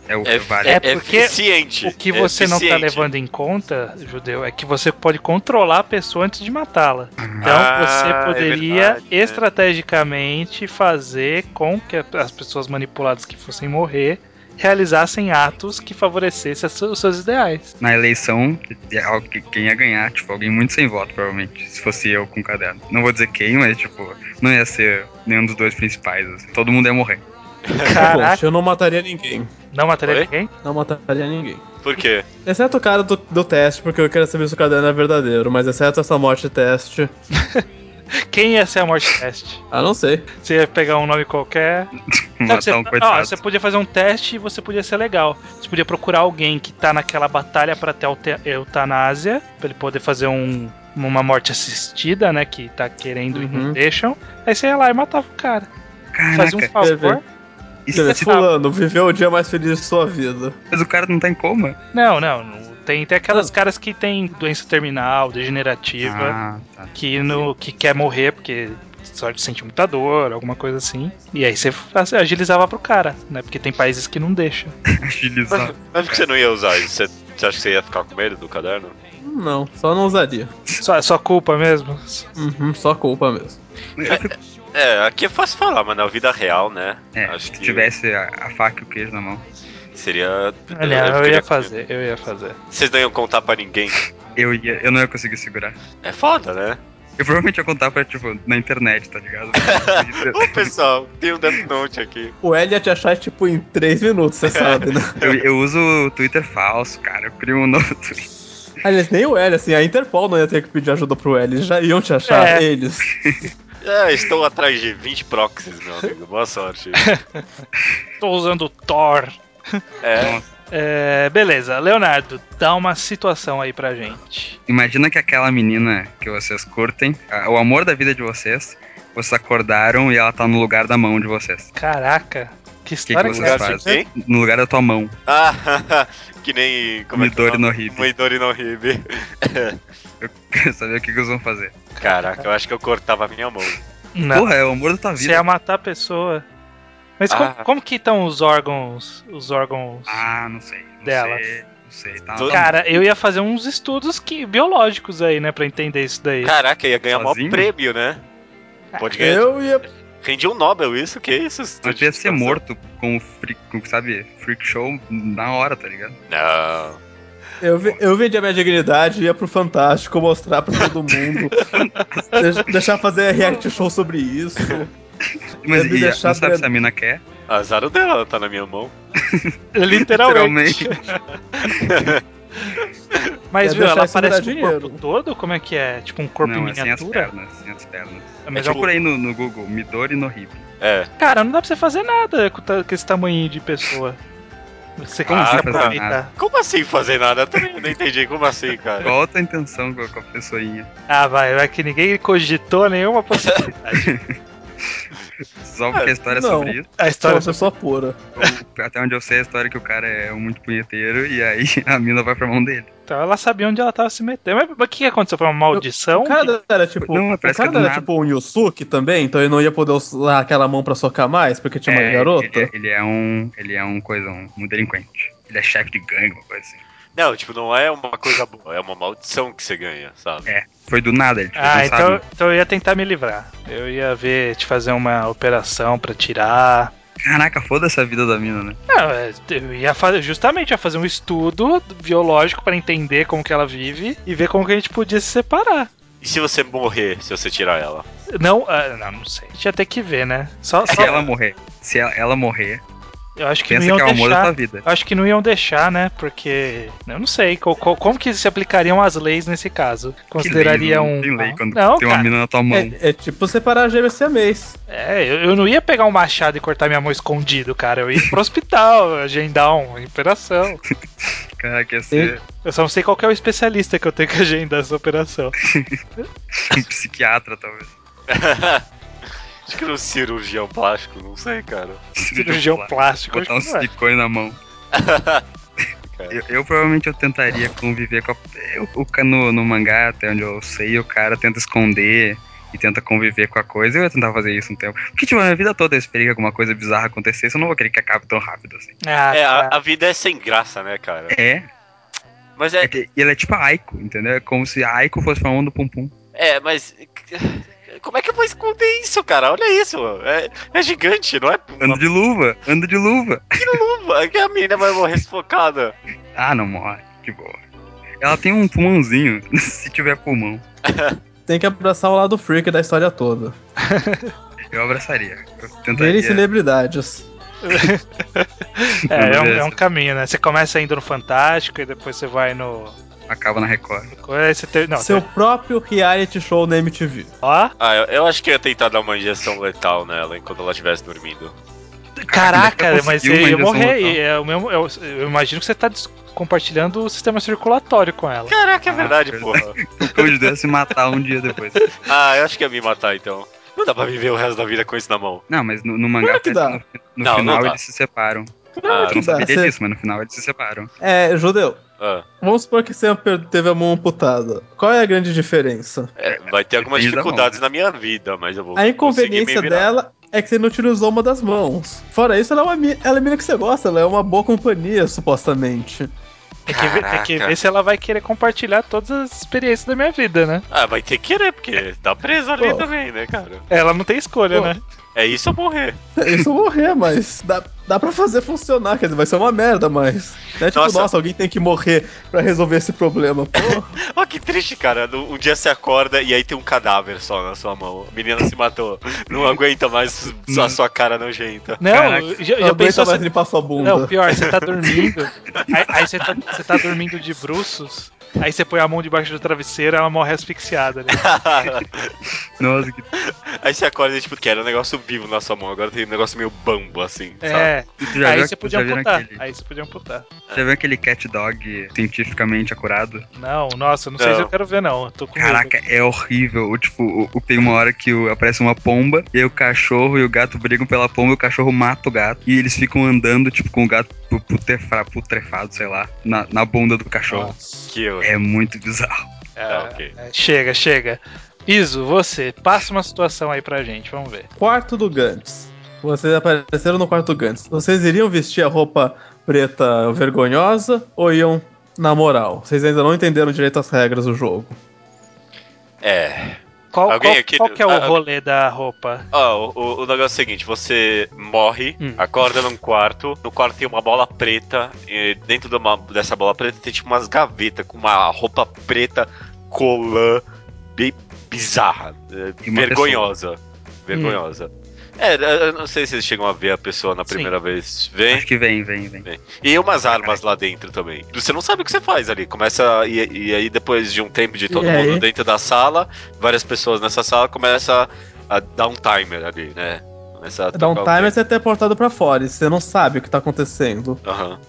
Speaker 3: É o
Speaker 2: é,
Speaker 3: que vale.
Speaker 1: É porque
Speaker 2: eficiente.
Speaker 1: O que
Speaker 2: é
Speaker 1: você não tá
Speaker 2: eficiente.
Speaker 1: levando em conta, judeu, é que você pode controlar a pessoa antes de matá-la. Então
Speaker 2: Ah, é
Speaker 1: você poderia
Speaker 2: verdade, né?
Speaker 1: estrategicamente fazer com que as pessoas manipuladas que fossem morrer realizassem atos que favorecessem as su- os seus
Speaker 2: *laughs*
Speaker 1: ideais.
Speaker 3: Na eleição, é algo que quem ia ganhar, tipo, alguém muito sem voto, provavelmente, se fosse eu com caderno. Não vou dizer quem, mas, tipo, não ia ser nenhum dos dois principais, assim. Todo mundo ia morrer.
Speaker 1: Caraca,
Speaker 4: Poxa, eu não mataria ninguém.
Speaker 1: não mataria
Speaker 2: Oi?
Speaker 1: ninguém?
Speaker 4: Não mataria ninguém.
Speaker 2: Por quê?
Speaker 4: Exceto o cara do, do teste, porque eu quero saber se o caderno é verdadeiro, mas exceto essa morte teste,
Speaker 1: Quem ia ser a morte teste?
Speaker 4: ah, não sei.
Speaker 1: Você ia pegar um nome qualquer. Sabe,
Speaker 3: Matar
Speaker 1: você,
Speaker 3: um
Speaker 1: ó,
Speaker 3: coitado.
Speaker 1: você podia fazer um teste e você podia ser legal. Você podia procurar alguém que tá naquela batalha pra ter alte- eutanásia, pra ele poder fazer um- uma morte assistida, né? Que tá querendo e não
Speaker 4: Uhum.
Speaker 1: deixam. Aí você ia lá e matava o cara. Fazia um
Speaker 3: Caraca,
Speaker 1: favor.
Speaker 3: isso
Speaker 4: Você vê,
Speaker 3: é
Speaker 1: se-
Speaker 4: fulano, viveu o dia mais feliz de sua vida.
Speaker 3: mas o cara não tá em coma.
Speaker 1: Não, não. não. Tem, tem aquelas caras que tem doença terminal, degenerativa,
Speaker 3: Ah,
Speaker 2: né?
Speaker 3: tá. *laughs*
Speaker 1: que, no, que quer morrer porque só sente muita dor, alguma coisa assim. E aí você fa- agilizava pro cara, né? Porque tem países que não deixam.
Speaker 3: Agilizar.
Speaker 2: *laughs* Mas, mas por que você não ia usar isso? Você, você acha que você ia ficar com medo do caderno?
Speaker 4: Não, só não usaria.
Speaker 1: Só, é só culpa mesmo.
Speaker 4: Uhum, só culpa mesmo.
Speaker 3: Eu fico-
Speaker 2: É, aqui é fácil falar, mas na vida real, né?
Speaker 3: É,
Speaker 2: acho
Speaker 3: se
Speaker 2: que
Speaker 3: tivesse a, a faca e o queijo na mão.
Speaker 2: seria.
Speaker 1: Olha, eu
Speaker 2: queria-
Speaker 1: ia fazer, eu ia fazer.
Speaker 2: Vocês não iam contar pra ninguém.
Speaker 3: Eu, ia, eu não ia conseguir segurar.
Speaker 2: É foda, né?
Speaker 3: Eu provavelmente ia contar pra, tipo, na internet, tá ligado?
Speaker 2: *laughs* Ô pessoal, tem um Death Note aqui.
Speaker 4: O L ia te achar, tipo, em 3 minutos, você sabe,
Speaker 3: *laughs*
Speaker 4: né?
Speaker 3: eu, eu uso o Twitter falso, cara. Eu crio um novo Twitter.
Speaker 4: Aliás, nem o L, assim, a Interpol não ia ter que pedir ajuda pro L, eles já iam te achar,
Speaker 1: É.
Speaker 4: eles.
Speaker 2: É, estou atrás de 20 proxies, meu amigo. Boa
Speaker 3: *laughs*
Speaker 2: sorte.
Speaker 1: Tô usando o Thor.
Speaker 2: É,
Speaker 1: É, beleza, Leonardo, dá uma situação aí pra gente.
Speaker 3: Imagina que aquela menina que vocês curtem, a- o amor da vida de vocês, vocês acordaram e ela tá no lugar da mão de vocês.
Speaker 1: Caraca, que
Speaker 3: que
Speaker 1: história que,
Speaker 3: vocês
Speaker 1: é
Speaker 3: fazem?
Speaker 1: essa?
Speaker 2: de quem?
Speaker 3: No lugar da tua mão. *laughs*
Speaker 2: Ah, *laughs* que nem. Como
Speaker 3: Midori
Speaker 2: é que
Speaker 3: no
Speaker 2: é?
Speaker 3: Hib.
Speaker 2: Midori no Hib.
Speaker 3: Eu quero saber o que, que eles vão fazer.
Speaker 2: Caraca, eu acho que eu cortava a minha mão.
Speaker 1: Não,
Speaker 3: Porra, é o amor da tua
Speaker 1: você
Speaker 3: vida.
Speaker 1: ia matar a pessoa. Mas como,
Speaker 2: Ah.
Speaker 1: como que estão os órgãos? Os órgãos.
Speaker 3: Ah, não sei. Não
Speaker 1: Dela.
Speaker 3: sei. Não sei. Tá,
Speaker 2: Tô-
Speaker 1: Cara, eu ia fazer uns estudos que, biológicos aí, né, pra entender isso daí.
Speaker 2: Caraca, ia ganhar maior
Speaker 3: Sozinho? Ah,
Speaker 2: prêmio, né? Pode
Speaker 3: É.
Speaker 2: ganhar.
Speaker 4: Eu ia.
Speaker 2: Rendi um Nobel, isso? Que isso?
Speaker 3: Mas tu ia ser morto com o freak, com, sabe, freak show na hora, tá ligado?
Speaker 2: Não.
Speaker 4: Eu, ve- eu vendia minha dignidade e ia pro Fantástico mostrar pra todo
Speaker 3: *laughs*
Speaker 4: mundo. Deix- deixar fazer react show sobre isso.
Speaker 3: Mas
Speaker 4: me
Speaker 3: e,
Speaker 4: deixar
Speaker 3: não sabe
Speaker 4: doendo.
Speaker 3: se a mina quer?
Speaker 2: Azar o dela, ela tá na minha mão.
Speaker 1: *laughs* Literalmente. *laughs* Mas,
Speaker 4: Ia
Speaker 1: viu,
Speaker 4: deixar
Speaker 1: ela
Speaker 4: isso virar
Speaker 1: aparece com o
Speaker 4: dinheiro.
Speaker 1: corpo todo? Como é que é? Tipo um corpo
Speaker 3: não,
Speaker 1: em
Speaker 3: é sem as
Speaker 1: miniatura?
Speaker 3: pernas, sem as pernas.
Speaker 1: É,
Speaker 3: É
Speaker 1: mas é um-
Speaker 3: tipo aí no, no Google, Midori no Hip.
Speaker 2: É.
Speaker 1: Cara, não dá pra você fazer nada com, ta- com esse tamanho de pessoa. Você
Speaker 2: Como
Speaker 1: consegue
Speaker 2: você fazer
Speaker 1: aproveitar.
Speaker 3: Ah, nada?
Speaker 2: Como assim fazer nada? Eu também não entendi. Como assim, cara?
Speaker 3: Qual a tua intenção com a, com a pessoinha?
Speaker 1: Ah, vai, vai que ninguém cogitou
Speaker 3: *laughs*
Speaker 1: nenhuma possibilidade.
Speaker 3: Só porque a história é
Speaker 4: Não.
Speaker 3: sobre isso.
Speaker 1: A
Speaker 4: Só
Speaker 1: história
Speaker 4: uma pessoa pura.
Speaker 3: O- Até onde eu sei a história é que o cara é muito punheteiro e aí *laughs* a mina vai pra mão dele.
Speaker 1: Então ela sabia onde ela tava se metendo. Mas mas o que que aconteceu? Foi uma maldição?
Speaker 4: O cara dela era tipo.
Speaker 3: Não,
Speaker 4: o
Speaker 3: é um parece
Speaker 4: cara
Speaker 3: que é do
Speaker 4: dela era
Speaker 3: nada.
Speaker 4: tipo um Yusuke também, então ele não ia poder usar aquela mão pra socar mais, porque tinha uma
Speaker 3: É,
Speaker 4: garota.
Speaker 3: Ele, ele é um. Ele é um coisa, um, um delinquente. Ele é chefe de gangue, uma coisa assim.
Speaker 2: Não, tipo, não é uma coisa boa, é uma maldição que você ganha, sabe?
Speaker 3: É. Foi do nada, ele tipo,
Speaker 1: Ah,
Speaker 3: não
Speaker 1: então,
Speaker 3: sabe.
Speaker 1: então eu ia tentar me livrar. Eu ia ver, te fazer uma operação pra tirar.
Speaker 3: Caraca, foda-se a vida da mina, né?
Speaker 1: Não, é, eu ia fazer, justamente ia fazer um estudo biológico pra entender como que ela vive e ver como que a gente podia se separar.
Speaker 2: E se você morrer, se você tirar ela?
Speaker 1: Não, ah, não, não sei. A gente ia ter que ver, né? Só,
Speaker 3: Se
Speaker 1: só-
Speaker 3: ela morrer. Se ela, ela morrer,
Speaker 1: eu acho que não
Speaker 3: pensa
Speaker 1: iam
Speaker 3: que é o amor da
Speaker 1: deixar.
Speaker 3: tua vida.
Speaker 1: Eu Acho que não iam deixar, né? Porque. Eu não sei. co- co- como que se aplicariam as leis nesse caso? Consideraria
Speaker 3: Que lei, não
Speaker 1: um.
Speaker 3: Tem lei quando
Speaker 1: não,
Speaker 3: tem uma
Speaker 1: cara,
Speaker 3: mina na tua mão.
Speaker 4: É, é tipo separar gêmeos esse mês.
Speaker 1: É, eu, eu não ia pegar um machado e cortar minha mão escondido, cara. Eu ia pro *laughs* hospital, agendar uma operação.
Speaker 3: Cara, quer ser
Speaker 1: Eu só não sei qual que é o especialista que eu tenho que agendar essa
Speaker 3: *laughs*
Speaker 1: operação.
Speaker 3: um psiquiatra, talvez.
Speaker 2: Acho que era um cirurgião plástico, não sei, cara.
Speaker 1: Cirurgião
Speaker 3: plástico.
Speaker 1: plástico.
Speaker 3: Botar um
Speaker 1: acho que não é.
Speaker 3: silicone na mão.
Speaker 2: Cara.
Speaker 3: Eu, eu provavelmente eu tentaria conviver com a. eu- o ca- no, no mangá, até onde eu sei, o cara tenta esconder e tenta conviver com a coisa. Eu ia tentar fazer isso um tempo. Porque, tipo, a minha vida toda eu esperei que alguma coisa bizarra acontecesse. Eu não vou querer que acabe tão rápido assim.
Speaker 1: Ah,
Speaker 2: É,
Speaker 1: cara.
Speaker 2: a, a vida é sem graça, né, cara?
Speaker 3: É.
Speaker 2: Mas
Speaker 3: é
Speaker 2: é.
Speaker 3: que- e ela é tipo a Aiko, entendeu? É como se a Aiko fosse pra mão do Pum Pum.
Speaker 2: É, mas. *laughs* Como é que eu vou esconder isso, cara? Olha isso. É, é gigante, não é?
Speaker 3: Anda de luva, anda de luva.
Speaker 2: Que luva? é Que a menina vai morrer sufocada.
Speaker 3: Ah, não morre, que boa. Ela tem um pulmãozinho, *laughs* se tiver pulmão.
Speaker 4: Tem que abraçar o lado freak da história toda.
Speaker 3: Eu abraçaria. Eu
Speaker 4: Verem
Speaker 3: tentaria.
Speaker 4: celebridades.
Speaker 1: É, é um,
Speaker 3: Beleza.
Speaker 1: é um caminho, né? Você começa indo no Fantástico e depois você vai no.
Speaker 3: Acaba na Record.
Speaker 1: Aí você ter... Não,
Speaker 4: Seu
Speaker 1: ter-
Speaker 4: próprio reality show na MTV.
Speaker 1: Ó.
Speaker 2: Ah, eu, eu acho que eu ia tentar dar uma injeção letal nela enquanto ela estivesse dormindo.
Speaker 1: Caraca,
Speaker 3: Ainda
Speaker 1: mas
Speaker 3: conseguiu
Speaker 1: eu
Speaker 3: uma
Speaker 1: ia
Speaker 3: injeção
Speaker 1: morrer.
Speaker 3: letal.
Speaker 1: e é o mesmo, eu, eu imagino que você tá des- compartilhando o sistema circulatório com ela.
Speaker 2: Caraca, é
Speaker 3: Ah,
Speaker 2: verdade,
Speaker 3: verdade.
Speaker 2: porra.
Speaker 3: O cão de Deus se matar um dia depois.
Speaker 2: Ah, eu acho que ia me matar então. Não dá pra viver o resto da vida com isso na mão.
Speaker 3: Não, mas no, no mangá
Speaker 4: que
Speaker 3: parece que no, no
Speaker 2: Não, não
Speaker 3: final
Speaker 2: dá.
Speaker 3: eles se separam.
Speaker 2: Ah,
Speaker 3: Eu não tipo,
Speaker 4: dá.
Speaker 3: sabia
Speaker 4: Cê-
Speaker 3: disso, mas no final eles se separam.
Speaker 4: É, judeu.
Speaker 2: ah,
Speaker 4: Vamos supor que você per- teve a mão amputada. Qual é a grande diferença?
Speaker 2: é, vai ter algumas
Speaker 3: Depende da
Speaker 2: dificuldades na minha vida, mas eu vou.
Speaker 4: A
Speaker 2: conseguir me
Speaker 4: inconveniência
Speaker 2: virar.
Speaker 4: dela é que você não utilizou uma das mãos. Fora isso, ela é uma mi- ela é mina que você gosta, ela é uma boa companhia, supostamente. *laughs*
Speaker 1: Tem que, ver, tem que
Speaker 2: Caraca.
Speaker 1: ver se ela vai querer compartilhar todas as experiências da minha vida, né?
Speaker 2: Ah, vai ter que querer, porque tá preso ali
Speaker 4: Pô.
Speaker 2: também, né, cara?
Speaker 1: Ela não tem escolha,
Speaker 4: Pô.
Speaker 1: né?
Speaker 2: É isso ou morrer.
Speaker 4: Isso eu morrer, mas dá, dá pra fazer funcionar, quer dizer, vai ser uma merda, mas. Não é tipo,
Speaker 2: Nossa.
Speaker 4: nossa. alguém tem que morrer pra resolver esse problema. Pô,
Speaker 2: Ó, que triste, cara. No- Um dia você acorda e aí tem um cadáver só na sua mão. A menina se matou. Não aguenta mais a sua cara nojenta. *laughs*
Speaker 1: Não,
Speaker 3: Caraca.
Speaker 4: *laughs*
Speaker 1: já,
Speaker 4: não
Speaker 1: já
Speaker 4: aguenta
Speaker 1: pensou
Speaker 4: mais
Speaker 1: se-
Speaker 4: limpar sua bunda.
Speaker 1: Não, pior, você tá dormindo. aí aí você, tá, você tá dormindo de bruços. Aí você põe a mão debaixo do travesseiro ela morre asfixiada. Né?
Speaker 3: Nossa, que
Speaker 2: aí você acorda e tipo, que era um negócio vivo na sua mão. Agora tem um negócio meio bambo, assim, sabe?
Speaker 1: É,
Speaker 3: tu já
Speaker 1: aí
Speaker 3: viu,
Speaker 1: você
Speaker 3: você
Speaker 1: podia
Speaker 3: já viram
Speaker 1: amputar.
Speaker 3: aquele,
Speaker 1: Aí você podia amputar.
Speaker 3: já viu aquele cat dog cientificamente acurado?
Speaker 1: Não, nossa, não, sei se
Speaker 2: Não.
Speaker 1: eu quero ver, não. Eu tô com medo.
Speaker 3: Caraca, é horrível. O, tipo, o, o- tem uma hora que o- aparece uma pomba, e aí o cachorro e o gato brigam pela pomba, e o cachorro mata o gato. E eles ficam andando, tipo, com o gato pu- putrefra, putrefado, sei lá, na, na bunda do cachorro.
Speaker 1: Nossa.
Speaker 2: Que eu...
Speaker 3: É muito bizarro.
Speaker 2: É, ok.
Speaker 1: É, Chega, chega. Iso, você, passa uma situação aí pra gente, vamos ver.
Speaker 4: Quarto do Gantz. Vocês apareceram no quarto do Gantz. Vocês iriam vestir a roupa preta vergonhosa ou iam na moral? Vocês ainda não entenderam direito as regras do jogo.
Speaker 2: É.
Speaker 1: Qual,
Speaker 2: Alguém
Speaker 1: qual-
Speaker 2: aqui-
Speaker 1: qual que é o
Speaker 2: ah,
Speaker 1: rolê da roupa?
Speaker 2: Ó, o, o negócio é o seguinte: você morre,
Speaker 1: Hum.
Speaker 2: acorda num quarto, no quarto tem uma bola preta, e dentro de uma- dessa bola preta tem tipo umas gavetas com uma roupa preta, colã, bem bizarra, é,
Speaker 3: E uma
Speaker 2: vergonhosa. Vergonhosa. É, eu não sei se eles chegam a ver a pessoa na
Speaker 1: Sim.
Speaker 2: primeira vez. Vem.
Speaker 3: Acho que vem, vem, vem.
Speaker 2: E umas armas lá dentro também. Você não sabe o que você faz ali. Começa. a- E, e aí, depois de um tempo de todo
Speaker 4: E aí?
Speaker 2: mundo dentro da sala, várias pessoas nessa sala começa a dar um timer ali, né? Começa a
Speaker 4: Dá um
Speaker 2: tocar o
Speaker 4: timer você é teleportado pra fora e você não sabe o que tá acontecendo.
Speaker 2: tempo. Aham.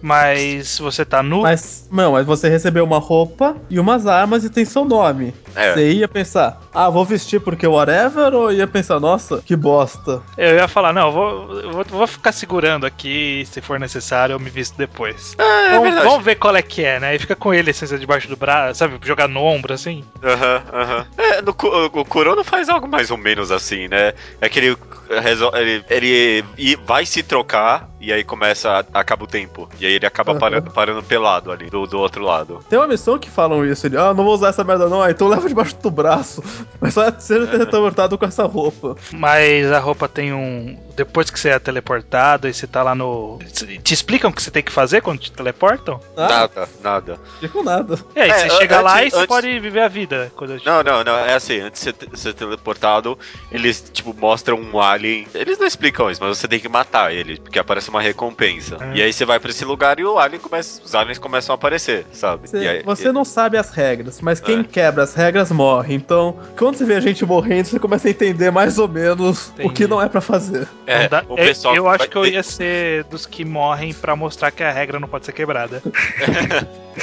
Speaker 1: Mas você tá nu?
Speaker 4: Mas, não, mas você recebeu uma roupa e umas armas e tem seu nome.
Speaker 2: É.
Speaker 4: Você ia pensar, ah, vou vestir porque whatever, ou ia pensar, nossa, que bosta.
Speaker 1: Eu ia falar, não, eu vou, eu vou, vou ficar segurando aqui, se for necessário, eu me visto depois.
Speaker 2: É, é
Speaker 1: vamos,
Speaker 2: verdade.
Speaker 1: vamos ver qual é que é, né? E fica com ele assim, debaixo do braço, sabe? Jogar no ombro, assim.
Speaker 2: Aham, aham. É, no Ku- o- o Kurono faz algo mais ou menos assim, né? É que ele, resol- ele, ele e- vai se trocar e aí começa, a- acaba o tempo. E aí ele acaba
Speaker 4: Aham.
Speaker 2: para- parando pelado ali, do, do outro lado.
Speaker 4: Tem uma missão que falam isso, ele, ah, não vou usar essa merda não, ah, então leva debaixo do braço. *laughs* Mas só seja teleportado tá com essa roupa.
Speaker 1: Mas a roupa tem um. Depois que você é teleportado e você tá lá no. Te explicam o que você tem que fazer quando te teleportam?
Speaker 4: Ah,
Speaker 2: Nada, nada.
Speaker 4: não com nada.
Speaker 1: E aí,
Speaker 2: É,
Speaker 1: você
Speaker 2: an-
Speaker 1: chega lá e
Speaker 2: antes-
Speaker 1: você
Speaker 2: antes-
Speaker 1: pode viver a vida. Quando eu te-
Speaker 2: Não, não, não, é assim, antes de ser te- ser teleportado, eles, tipo, mostram um alien. Eles não explicam isso, mas você tem que matar ele, porque aparece uma recompensa.
Speaker 1: Ah.
Speaker 2: E aí você vai pra esse lugar e o alien começa, os aliens começam a aparecer, sabe?
Speaker 4: Você,
Speaker 2: E aí-
Speaker 4: você não sabe as regras, mas quem
Speaker 2: É.
Speaker 4: quebra as regras morre. Então, quando você vê a gente morrendo, você começa a entender mais ou menos o
Speaker 1: Entendi.
Speaker 4: que não é pra fazer.
Speaker 2: é,
Speaker 1: Não dá-
Speaker 2: o
Speaker 1: eu-
Speaker 2: pessoal
Speaker 1: eu
Speaker 2: vai-
Speaker 1: acho que eu ia ser dos que morrem pra mostrar que a regra não pode ser quebrada.
Speaker 2: *laughs*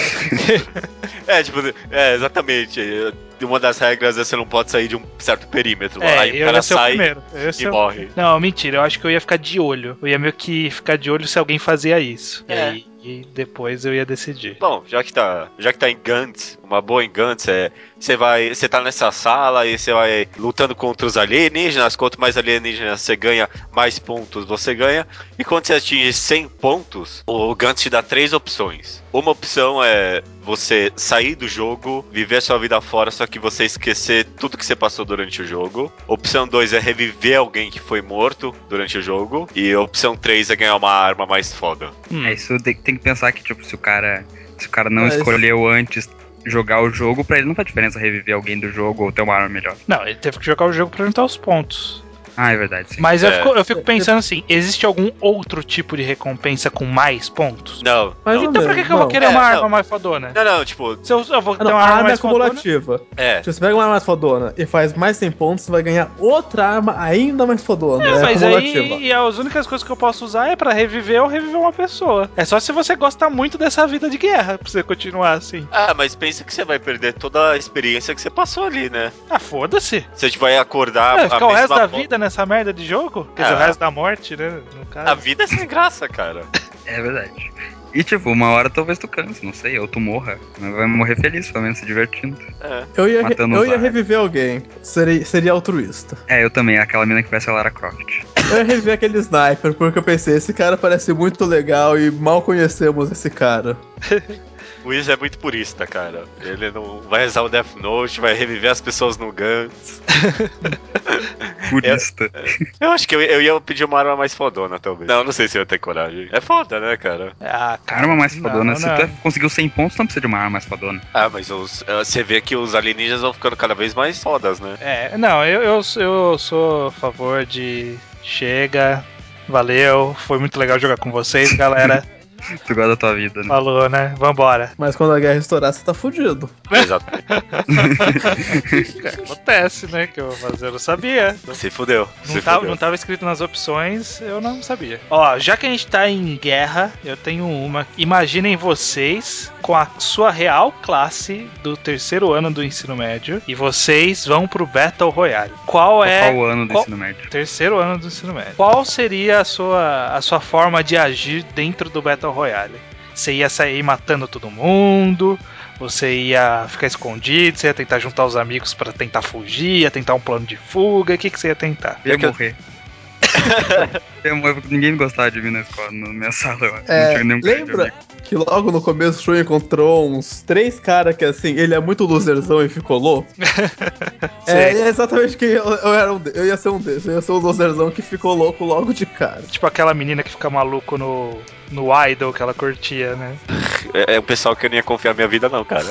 Speaker 2: É, tipo, é, exatamente. é, Uma das regras é você não pode sair de um certo perímetro.
Speaker 1: é,
Speaker 2: aí o
Speaker 1: eu
Speaker 2: cara
Speaker 1: ia ser o
Speaker 2: sai
Speaker 1: primeiro. Eu ia
Speaker 2: e
Speaker 1: ser o-
Speaker 2: morre.
Speaker 1: Não, mentira, eu acho que eu ia ficar de olho. Eu ia meio que ficar de olho se alguém fazia isso. E
Speaker 2: É.
Speaker 1: aí E depois eu ia decidir.
Speaker 2: Bom, já que tá, já que tá em Gantz, uma boa em Gantz é, você vai, você tá nessa sala e você vai lutando contra os alienígenas, quanto mais alienígenas você ganha, mais pontos você ganha. E quando você atinge 100 pontos, o Gantz te dá três opções. Uma opção é você sair do jogo, viver sua vida fora, só que você esquecer tudo que você passou durante o jogo. Opção 2 é reviver alguém que foi morto durante o jogo. E opção 3 é ganhar uma arma mais foda.
Speaker 3: É, isso tem, tem que pensar que, tipo, se o cara. Se o cara não escolheu antes jogar o jogo, pra ele não faz diferença reviver alguém do jogo ou ter uma arma melhor.
Speaker 1: Não, ele teve que jogar o jogo pra juntar os pontos.
Speaker 3: Ah, é verdade, sim.
Speaker 1: Mas eu,
Speaker 2: É.
Speaker 1: fico, eu fico pensando assim: existe algum outro tipo de recompensa com mais pontos?
Speaker 2: Não.
Speaker 4: Mais
Speaker 2: não.
Speaker 4: ou
Speaker 1: Então pra que, que eu vou
Speaker 4: Não.
Speaker 1: querer
Speaker 2: É,
Speaker 1: uma
Speaker 2: não.
Speaker 1: arma mais fodona?
Speaker 2: Não, não, tipo,
Speaker 1: Se eu, eu vou
Speaker 4: Ah,
Speaker 1: ter
Speaker 4: não,
Speaker 1: uma
Speaker 4: a
Speaker 1: arma
Speaker 4: arma é
Speaker 1: mais fodona.
Speaker 4: acumulativa.
Speaker 2: é.
Speaker 4: Se você pega uma arma mais fodona e faz mais 100 pontos, você vai ganhar outra arma ainda mais fodona.
Speaker 1: É,
Speaker 4: É,
Speaker 1: mas
Speaker 4: acumulativa.
Speaker 1: aí as únicas coisas que eu posso usar é pra reviver ou reviver uma pessoa. É só se você gosta muito dessa vida de guerra, pra você continuar assim.
Speaker 2: Ah, mas pensa que você vai perder toda a experiência que você passou ali, né?
Speaker 1: Ah, foda-se.
Speaker 2: Você tipo, vai acordar
Speaker 1: É,
Speaker 2: a
Speaker 1: ficar o resto
Speaker 2: mesma
Speaker 1: da
Speaker 2: mo-
Speaker 1: vida nessa merda de jogo? Quer dizer,
Speaker 2: Ah.
Speaker 1: o resto da morte, né? No caso.
Speaker 2: A vida é sem
Speaker 1: *laughs*
Speaker 2: graça, cara.
Speaker 3: É verdade. E tipo, uma hora talvez tu canse, não sei, ou tu morra. Mas vai morrer feliz, pelo menos se divertindo.
Speaker 2: É.
Speaker 4: Eu ia, re-
Speaker 3: Matando
Speaker 4: eu
Speaker 3: os
Speaker 4: ia
Speaker 3: aliens.
Speaker 4: reviver alguém. Seria, seria altruísta.
Speaker 3: É, eu também, aquela mina que parece a Lara Croft.
Speaker 4: Eu ia reviver aquele sniper, porque eu pensei, esse cara parece muito legal e mal conhecemos esse cara.
Speaker 2: O Wiz é muito purista, cara. Ele não vai rezar o Death Note, vai reviver as pessoas no Gantz.
Speaker 3: Purista.
Speaker 2: Eu acho que eu, eu ia pedir uma arma mais fodona, talvez. Não, não sei se eu ia ter coragem. É foda, né, cara?
Speaker 1: Ah,
Speaker 3: A arma mais fodona.
Speaker 1: Não,
Speaker 3: se
Speaker 1: não.
Speaker 3: tu conseguiu 100 pontos, não precisa de uma arma mais fodona.
Speaker 2: Ah, mas os- ah, você vê que os alienígenas vão ficando cada vez mais fodas, *laughs* né?
Speaker 1: É, não, eu, eu, eu sou a favor de. Chega, valeu, foi muito legal jogar com vocês,
Speaker 3: *laughs*
Speaker 1: galera.
Speaker 3: Tu gosta da tua vida, né?
Speaker 1: Falou, né? Vambora.
Speaker 4: Mas quando a guerra estourar, você tá fudido.
Speaker 2: Exato.
Speaker 1: Acontece, né? Que eu vou fazer, eu não sabia. Não-
Speaker 2: Se
Speaker 1: Não
Speaker 2: fudeu.
Speaker 1: tá
Speaker 2: Se
Speaker 1: tava,
Speaker 2: fudeu.
Speaker 1: não tava escrito nas opções, eu não sabia. Ó, já que a gente tá em guerra, eu tenho uma. Imaginem vocês com a sua real classe do terceiro ano do ensino médio e vocês vão pro Battle Royale. Qual é.
Speaker 3: Qual o ano do
Speaker 1: qual-
Speaker 3: ensino médio?
Speaker 1: Terceiro ano do ensino médio. Qual seria a sua, a sua forma de agir dentro do Battle Royale? Você ia sair matando todo mundo? Você ia ficar escondido? Você ia tentar juntar os amigos pra tentar fugir? Ia tentar um plano de fuga? O que, que você ia tentar?
Speaker 3: Eu
Speaker 2: que
Speaker 3: ia
Speaker 2: eu-
Speaker 3: morrer. Eu ia morrer porque ninguém gostava de mim na escola, na minha sala, eu acho. não
Speaker 4: É,
Speaker 3: tinha nenhum cara de
Speaker 4: lembra
Speaker 3: amigo.
Speaker 4: que logo no começo o Shun encontrou uns três caras que assim, ele é muito loserzão e ficou louco? é,
Speaker 1: Sei.
Speaker 4: é exatamente quem eu, eu era um de- Eu ia ser um desses, eu ia ser um loserzão que ficou louco logo de cara.
Speaker 1: Tipo aquela menina que fica maluco no, no Idol que ela curtia, né?
Speaker 2: É, é um pessoal que eu não ia confiar minha vida,
Speaker 1: *laughs*
Speaker 2: não, cara.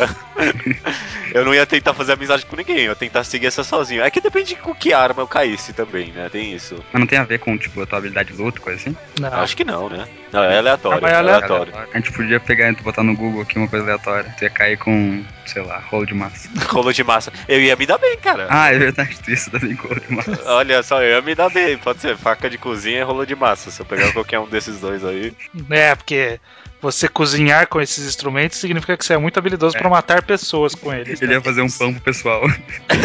Speaker 2: eu não ia tentar fazer amizade com ninguém, eu ia tentar seguir essa sozinho. É que depende de com que arma eu caísse também, né? Tem isso.
Speaker 3: Mas não tem a ver com, tipo, a tua habilidade de luta, coisa assim?
Speaker 1: Não.
Speaker 2: Acho que não, né? Não, é aleatório.
Speaker 1: Ah, mas é
Speaker 2: é
Speaker 1: aleatório.
Speaker 2: aleatório.
Speaker 3: A gente podia pegar e botar no Google aqui uma coisa aleatória. Tu ia cair com, sei lá, rolo de massa.
Speaker 2: Rolo de massa. Eu ia me dar bem, cara.
Speaker 3: Ah, é verdade, tu ia se dar bem com rolo de massa.
Speaker 2: Olha só, eu ia me dar bem. Pode ser faca de cozinha e rolo de massa. Se eu pegar qualquer um desses dois aí.
Speaker 1: É, porque você cozinhar com esses instrumentos significa que você é muito habilidoso pra matar pessoas com eles.
Speaker 3: Ele
Speaker 1: né?
Speaker 3: ia fazer um pão pro pessoal. *laughs*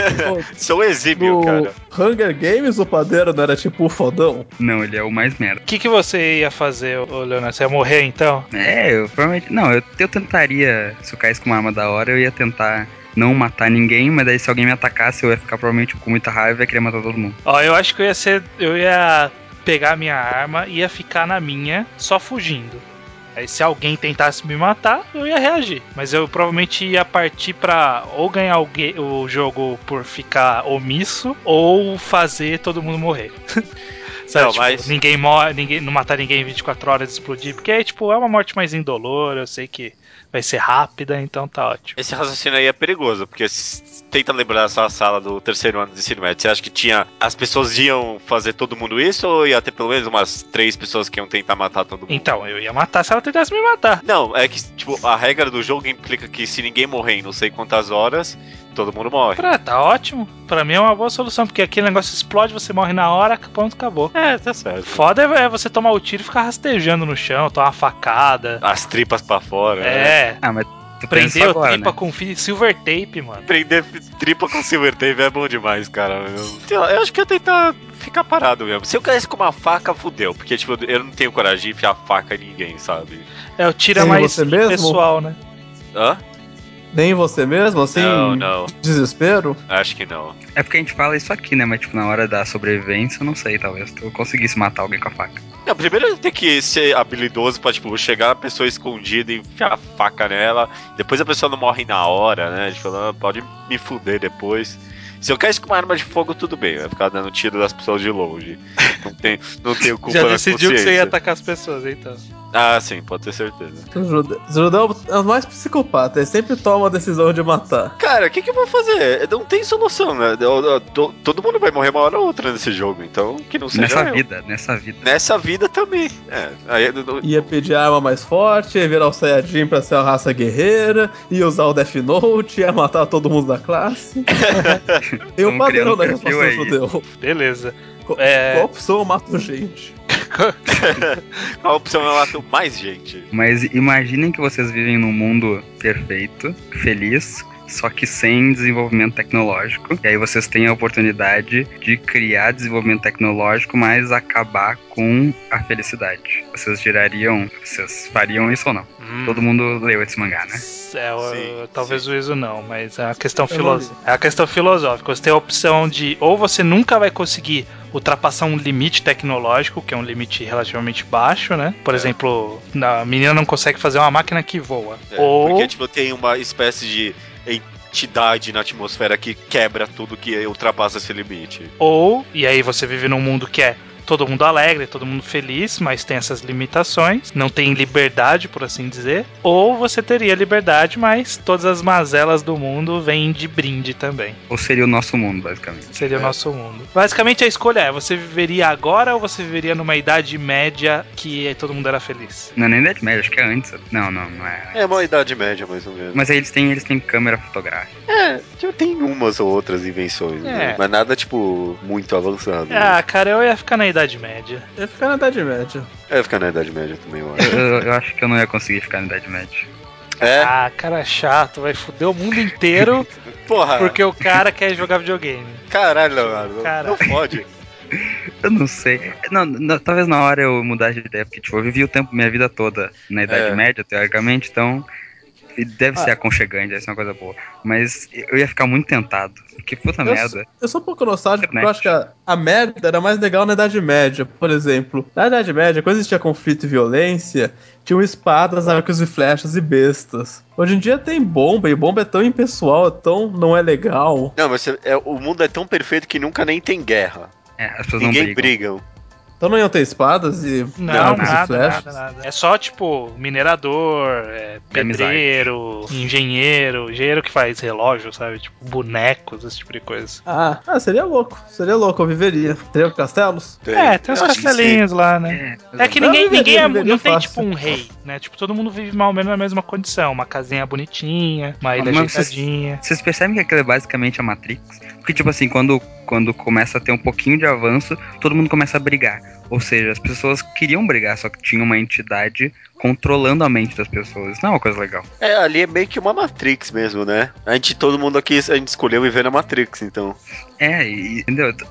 Speaker 2: Sou exímio,
Speaker 4: No
Speaker 2: cara.
Speaker 4: Hunger Games, o padeiro não era tipo o fodão?
Speaker 3: Não, ele é o mais merda.
Speaker 1: O que, que você ia fazer, ô Leonardo? Você ia morrer então?
Speaker 3: É, eu provavelmente. Não, eu, eu tentaria. Se eu caísse com uma arma da hora, eu ia tentar não matar ninguém, mas daí se alguém me atacasse, eu ia ficar provavelmente com muita raiva e ia querer matar todo mundo.
Speaker 1: Ó, eu acho que eu ia ser. Eu ia pegar minha arma, ia ficar na minha, só fugindo. Aí se alguém tentasse me matar, eu ia reagir. Mas eu provavelmente ia partir pra ou ganhar o, ga- o jogo por ficar omisso, ou fazer todo mundo morrer. *laughs* Sabe,
Speaker 2: Não,
Speaker 1: tipo,
Speaker 2: mas-
Speaker 1: ninguém morre, ninguém, não matar ninguém em 24 horas e explodir, porque aí, tipo, é uma morte mais indolor, eu sei que vai ser rápida, então tá ótimo.
Speaker 2: Esse raciocínio aí é perigoso, porque s- tenta lembrar essa sala do terceiro ano de ensino médio. Você acha que tinha. As pessoas iam fazer todo mundo isso ou ia ter pelo menos umas três pessoas que iam tentar matar todo mundo?
Speaker 1: Então, eu ia matar se ela tentasse me matar.
Speaker 2: Não, é que, tipo, a regra do jogo implica que se ninguém morrer em não sei quantas horas, todo mundo morre.
Speaker 1: Pra, tá ótimo. Pra mim é uma boa solução, porque aquele negócio explode, você morre na hora, ponto, acabou.
Speaker 2: É, tá certo.
Speaker 1: Foda é é você tomar o tiro e ficar rastejando no chão, tomar uma facada.
Speaker 2: As tripas pra fora. né?
Speaker 1: É.
Speaker 3: Ah, mas Tu
Speaker 1: Prender
Speaker 3: pensa
Speaker 1: o
Speaker 3: agora,
Speaker 1: tripa
Speaker 3: né?
Speaker 1: com fio- silver tape, mano.
Speaker 2: Prender tripa com silver tape é bom demais, cara. Eu, sei lá, eu acho que ia tentar ficar parado mesmo. Se eu caísse com uma faca, fudeu. Porque, tipo, eu não tenho coragem de enfiar faca em ninguém, sabe?
Speaker 1: É o tira
Speaker 4: Sem
Speaker 1: mais
Speaker 4: você mesmo?
Speaker 1: pessoal, né?
Speaker 2: Hã?
Speaker 4: Nem você mesmo, assim?
Speaker 2: Não, não.
Speaker 4: Desespero?
Speaker 2: Acho que não.
Speaker 3: É porque a gente fala isso aqui, né? Mas, tipo, na hora da sobrevivência, eu não sei, talvez tu conseguisse matar alguém com a faca.
Speaker 2: Não, primeiro ele tem que ser habilidoso pra, tipo, chegar a pessoa escondida e enfiar a faca nela. Depois a pessoa não morre na hora, né? Tipo, ela pode me fuder depois. Se eu caísse com uma arma de fogo, tudo bem. Eu ia ficar dando tiro das pessoas de longe. Não, tem,
Speaker 1: *laughs*
Speaker 2: não tenho culpa
Speaker 1: Já
Speaker 2: na
Speaker 1: decidiu que você ia
Speaker 2: consciência.
Speaker 1: atacar as pessoas, então.
Speaker 2: Ah, sim, pode ter certeza.
Speaker 4: O Judeu o Judeu é o mais psicopata, ele sempre toma a decisão de matar.
Speaker 2: Cara, o que, que eu vou fazer? Não tem solução, né? Eu- eu- to- Todo mundo vai morrer uma hora ou outra nesse jogo, então que não seja
Speaker 3: nessa
Speaker 2: eu.
Speaker 3: vida, nessa vida.
Speaker 2: Nessa vida também. É, aí eu não-
Speaker 4: Ia pedir arma mais forte, ia virar o Saiyajin pra ser a raça guerreira, ia usar o Death Note, ia matar todo mundo da classe. Tem um
Speaker 3: Tão
Speaker 4: padrão
Speaker 3: criando
Speaker 4: da
Speaker 3: perfil
Speaker 4: resposta do
Speaker 3: aí.
Speaker 4: judeu.
Speaker 1: Beleza.
Speaker 4: Co-
Speaker 1: É.
Speaker 4: Qual opção mata gente?
Speaker 2: a opção é matar mais gente.
Speaker 3: Mas imaginem que vocês vivem num mundo perfeito, feliz, só que sem desenvolvimento tecnológico. E aí vocês têm a oportunidade de criar desenvolvimento tecnológico, mas acabar com a felicidade. Vocês tirariam, vocês fariam isso ou não?
Speaker 1: Hum.
Speaker 3: Todo mundo leu esse mangá, né?
Speaker 1: É, eu-
Speaker 2: Sim,
Speaker 1: talvez o Iso não, mas é uma questão,
Speaker 4: Eu
Speaker 1: filo... é uma questão filosófica. Você tem a opção de ou você nunca vai conseguir ultrapassar um limite tecnológico, que é um limite relativamente baixo, né?
Speaker 2: É.
Speaker 1: Por exemplo, a menina não consegue fazer uma máquina que voa.
Speaker 2: É,
Speaker 1: ou
Speaker 2: Porque, tipo, tem uma espécie de entidade na atmosfera que quebra tudo que ultrapassa esse limite.
Speaker 1: Ou, e aí você vive num mundo que é todo mundo alegre, todo mundo feliz, mas tem essas limitações, não tem liberdade, por assim dizer. Ou você teria liberdade, mas todas as mazelas do mundo vêm de brinde também.
Speaker 3: Ou seria o nosso mundo, basicamente?
Speaker 1: Seria o
Speaker 2: É.
Speaker 1: nosso mundo. Basicamente a escolha é: você viveria agora ou você viveria numa idade média que todo mundo era feliz?
Speaker 3: Não é nem Dead Média, acho que é antes. Não, não, não é.
Speaker 2: É uma idade média, mais ou menos.
Speaker 3: Mas aí eles têm, eles têm câmera fotográfica.
Speaker 2: É, tipo, tem umas ou outras invenções, né?
Speaker 1: É.
Speaker 2: Mas nada, tipo, muito avançado. né?
Speaker 1: Ah, cara, eu ia ficar na idade média.
Speaker 4: Ia ficar na Idade Média.
Speaker 2: É ficar na idade média também, eu acho.
Speaker 3: Eu, eu acho que eu não ia conseguir ficar na Idade Média.
Speaker 2: É,
Speaker 1: Ah, cara chato, vai foder o mundo
Speaker 2: *laughs*
Speaker 1: inteiro
Speaker 2: porra.
Speaker 1: porque o cara quer jogar videogame.
Speaker 2: Caralho, Leonardo.
Speaker 1: Cara.
Speaker 2: Não pode.
Speaker 3: Eu não sei. Não, não, talvez na hora eu mudasse de ideia, porque tipo, eu vivi o tempo, minha vida toda na Idade
Speaker 2: É.
Speaker 3: Média, teoricamente, então e deve
Speaker 1: Ah.
Speaker 3: ser aconchegante, deve ser uma coisa boa. Mas eu ia ficar muito tentado. Porque puta
Speaker 4: Eu
Speaker 3: merda.
Speaker 4: Eu sou um pouco nostálgico porque eu
Speaker 3: Internet.
Speaker 4: acho que a, a merda era mais legal na Idade Média. Por exemplo, na Idade Média, quando existia conflito e violência, tinham espadas, arcos e flechas e bestas. Hoje em dia tem bomba, e bomba é tão impessoal, é tão não é legal.
Speaker 2: Não, mas você- é, o mundo é tão perfeito que nunca nem tem guerra.
Speaker 3: É, as pessoas
Speaker 2: Ninguém
Speaker 3: não brigam.
Speaker 2: brigam.
Speaker 4: Então não iam ter espadas e
Speaker 1: Não,
Speaker 4: arcos e
Speaker 1: nada,
Speaker 4: flechas.
Speaker 1: nada, nada. É só tipo minerador, é,
Speaker 3: amizade.
Speaker 1: pedreiro, engenheiro, engenheiro que faz relógio, sabe? Tipo bonecos, esse tipo de coisa.
Speaker 4: Ah, ah, seria louco. Seria louco, eu viveria. Teria castelos?
Speaker 2: Tem.
Speaker 1: É, tem uns
Speaker 2: Eu acho que sim.
Speaker 1: castelinhos lá, né? É que
Speaker 4: Não,
Speaker 1: ninguém,
Speaker 4: viveria,
Speaker 1: ninguém é,
Speaker 4: viveria
Speaker 1: não tem
Speaker 4: fácil.
Speaker 1: tipo um rei, né? Tipo, todo mundo vive mais ou menos na mesma condição. Uma casinha bonitinha, uma ilha
Speaker 3: mas é vocês-
Speaker 1: ajeitadinha.
Speaker 3: Vocês percebem que aquilo é basicamente a Matrix? Porque, tipo assim, quando, quando começa a ter um pouquinho de avanço, todo mundo começa a brigar. Ou seja, as pessoas queriam brigar, só que tinha uma entidade controlando a mente das pessoas. Isso não é uma coisa legal.
Speaker 2: É, ali é meio que uma Matrix mesmo, né? A gente, todo mundo aqui, a gente escolheu viver na Matrix, então.
Speaker 3: É, e- entendeu? Tu-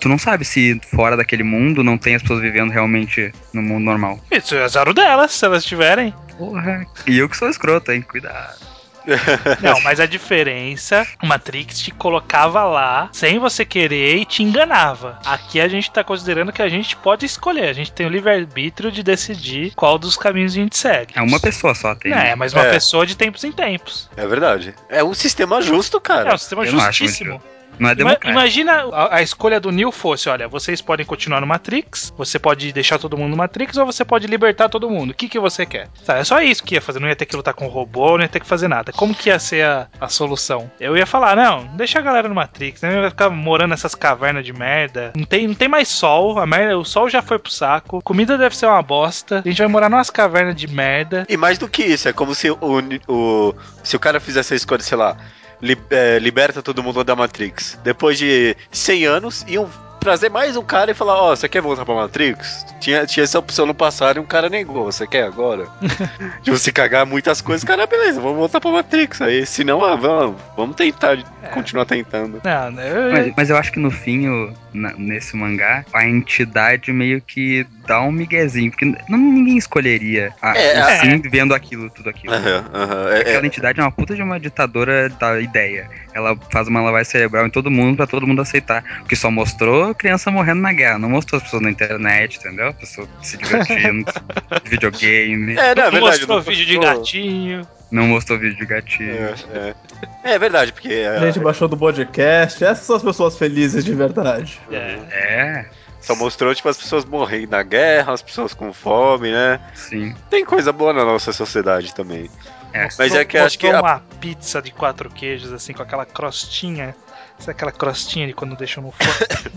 Speaker 3: Tu não sabe se fora daquele mundo não tem as pessoas vivendo realmente no mundo normal.
Speaker 1: Isso é azar o delas, se elas
Speaker 3: *laughs*
Speaker 1: tiverem.
Speaker 3: Porra. E eu que sou escroto, hein? Cuidado.
Speaker 1: Não, mas a diferença, o Matrix te colocava lá sem você querer e te enganava. Aqui a gente tá considerando que a gente pode escolher. A gente tem o livre-arbítrio de decidir qual dos caminhos a gente segue.
Speaker 3: É uma pessoa só, tem.
Speaker 1: É, mas uma
Speaker 2: É.
Speaker 1: pessoa de tempos em tempos.
Speaker 2: É verdade. É um sistema justo,
Speaker 1: É
Speaker 2: cara.
Speaker 1: um sistema
Speaker 3: eu não acho
Speaker 1: justíssimo.
Speaker 3: Não é
Speaker 1: Ima-
Speaker 3: democrático.
Speaker 1: Imagina a, a escolha do Neil fosse: olha, vocês podem continuar no Matrix, você pode deixar todo mundo no Matrix, ou você pode libertar todo mundo. O que, que você quer? Sabe, é só isso que ia fazer. Não ia ter que lutar com o robô, não ia ter que fazer nada. Como que ia ser a, a solução? Eu ia falar: não, deixa a galera no Matrix, né? Vai ficar morando nessas cavernas de merda. Não tem, não tem mais sol, a merda, o sol já foi pro saco. Comida deve ser uma bosta. A gente vai morar numas cavernas de merda.
Speaker 2: E mais do que isso, é como se o, o- se o cara fizesse a escolha, sei lá, li- é, liberta todo mundo da Matrix. Depois de 100 anos, iam trazer mais um cara e falar, ó, você quer voltar pra Matrix? Tinha, tinha essa opção no passado e um cara negou, você
Speaker 1: *laughs*
Speaker 2: quer agora? de você cagar muitas coisas, cara, beleza, vamos voltar pra Matrix. Aí, se não, ah, vamos, vamos tentar,
Speaker 1: É.
Speaker 2: continuar tentando.
Speaker 1: Não, né, eu-
Speaker 3: Mas, é, mas eu acho que no fim, o- na- nesse mangá, a entidade meio que dá um miguezinho, porque n- não, ninguém escolheria a,
Speaker 2: É,
Speaker 3: o
Speaker 1: é.
Speaker 3: Sim vendo aquilo, tudo aquilo.
Speaker 2: Aham, aham, é- é-
Speaker 3: Aquela entidade é uma puta de uma ditadora da ideia. Ela faz uma lavagem cerebral em todo mundo pra todo mundo aceitar. Porque só mostrou criança morrendo na guerra, não mostrou as pessoas na internet, entendeu? As pessoas se divertindo, videogame,
Speaker 2: É, não,
Speaker 1: não
Speaker 2: é verdade.
Speaker 1: mostrou
Speaker 2: não
Speaker 1: vídeo de
Speaker 2: mostrou.
Speaker 1: gatinho.
Speaker 3: não mostrou vídeo de gatilho.
Speaker 2: É, é. É verdade, porque. é,
Speaker 4: A gente baixou do podcast. Essas são as pessoas felizes de verdade.
Speaker 1: É.
Speaker 3: É,
Speaker 2: Só mostrou, tipo, as pessoas morrendo na guerra, as pessoas com fome, né?
Speaker 3: sim.
Speaker 2: Tem coisa boa na nossa sociedade também.
Speaker 3: É.
Speaker 2: Mas é que
Speaker 1: Mostrou-
Speaker 2: acho que
Speaker 1: mostrou
Speaker 2: a-
Speaker 1: uma pizza de quatro queijos, assim, com aquela crostinha. Sabe aquela crostinha de quando deixam no
Speaker 2: *laughs*
Speaker 1: forno?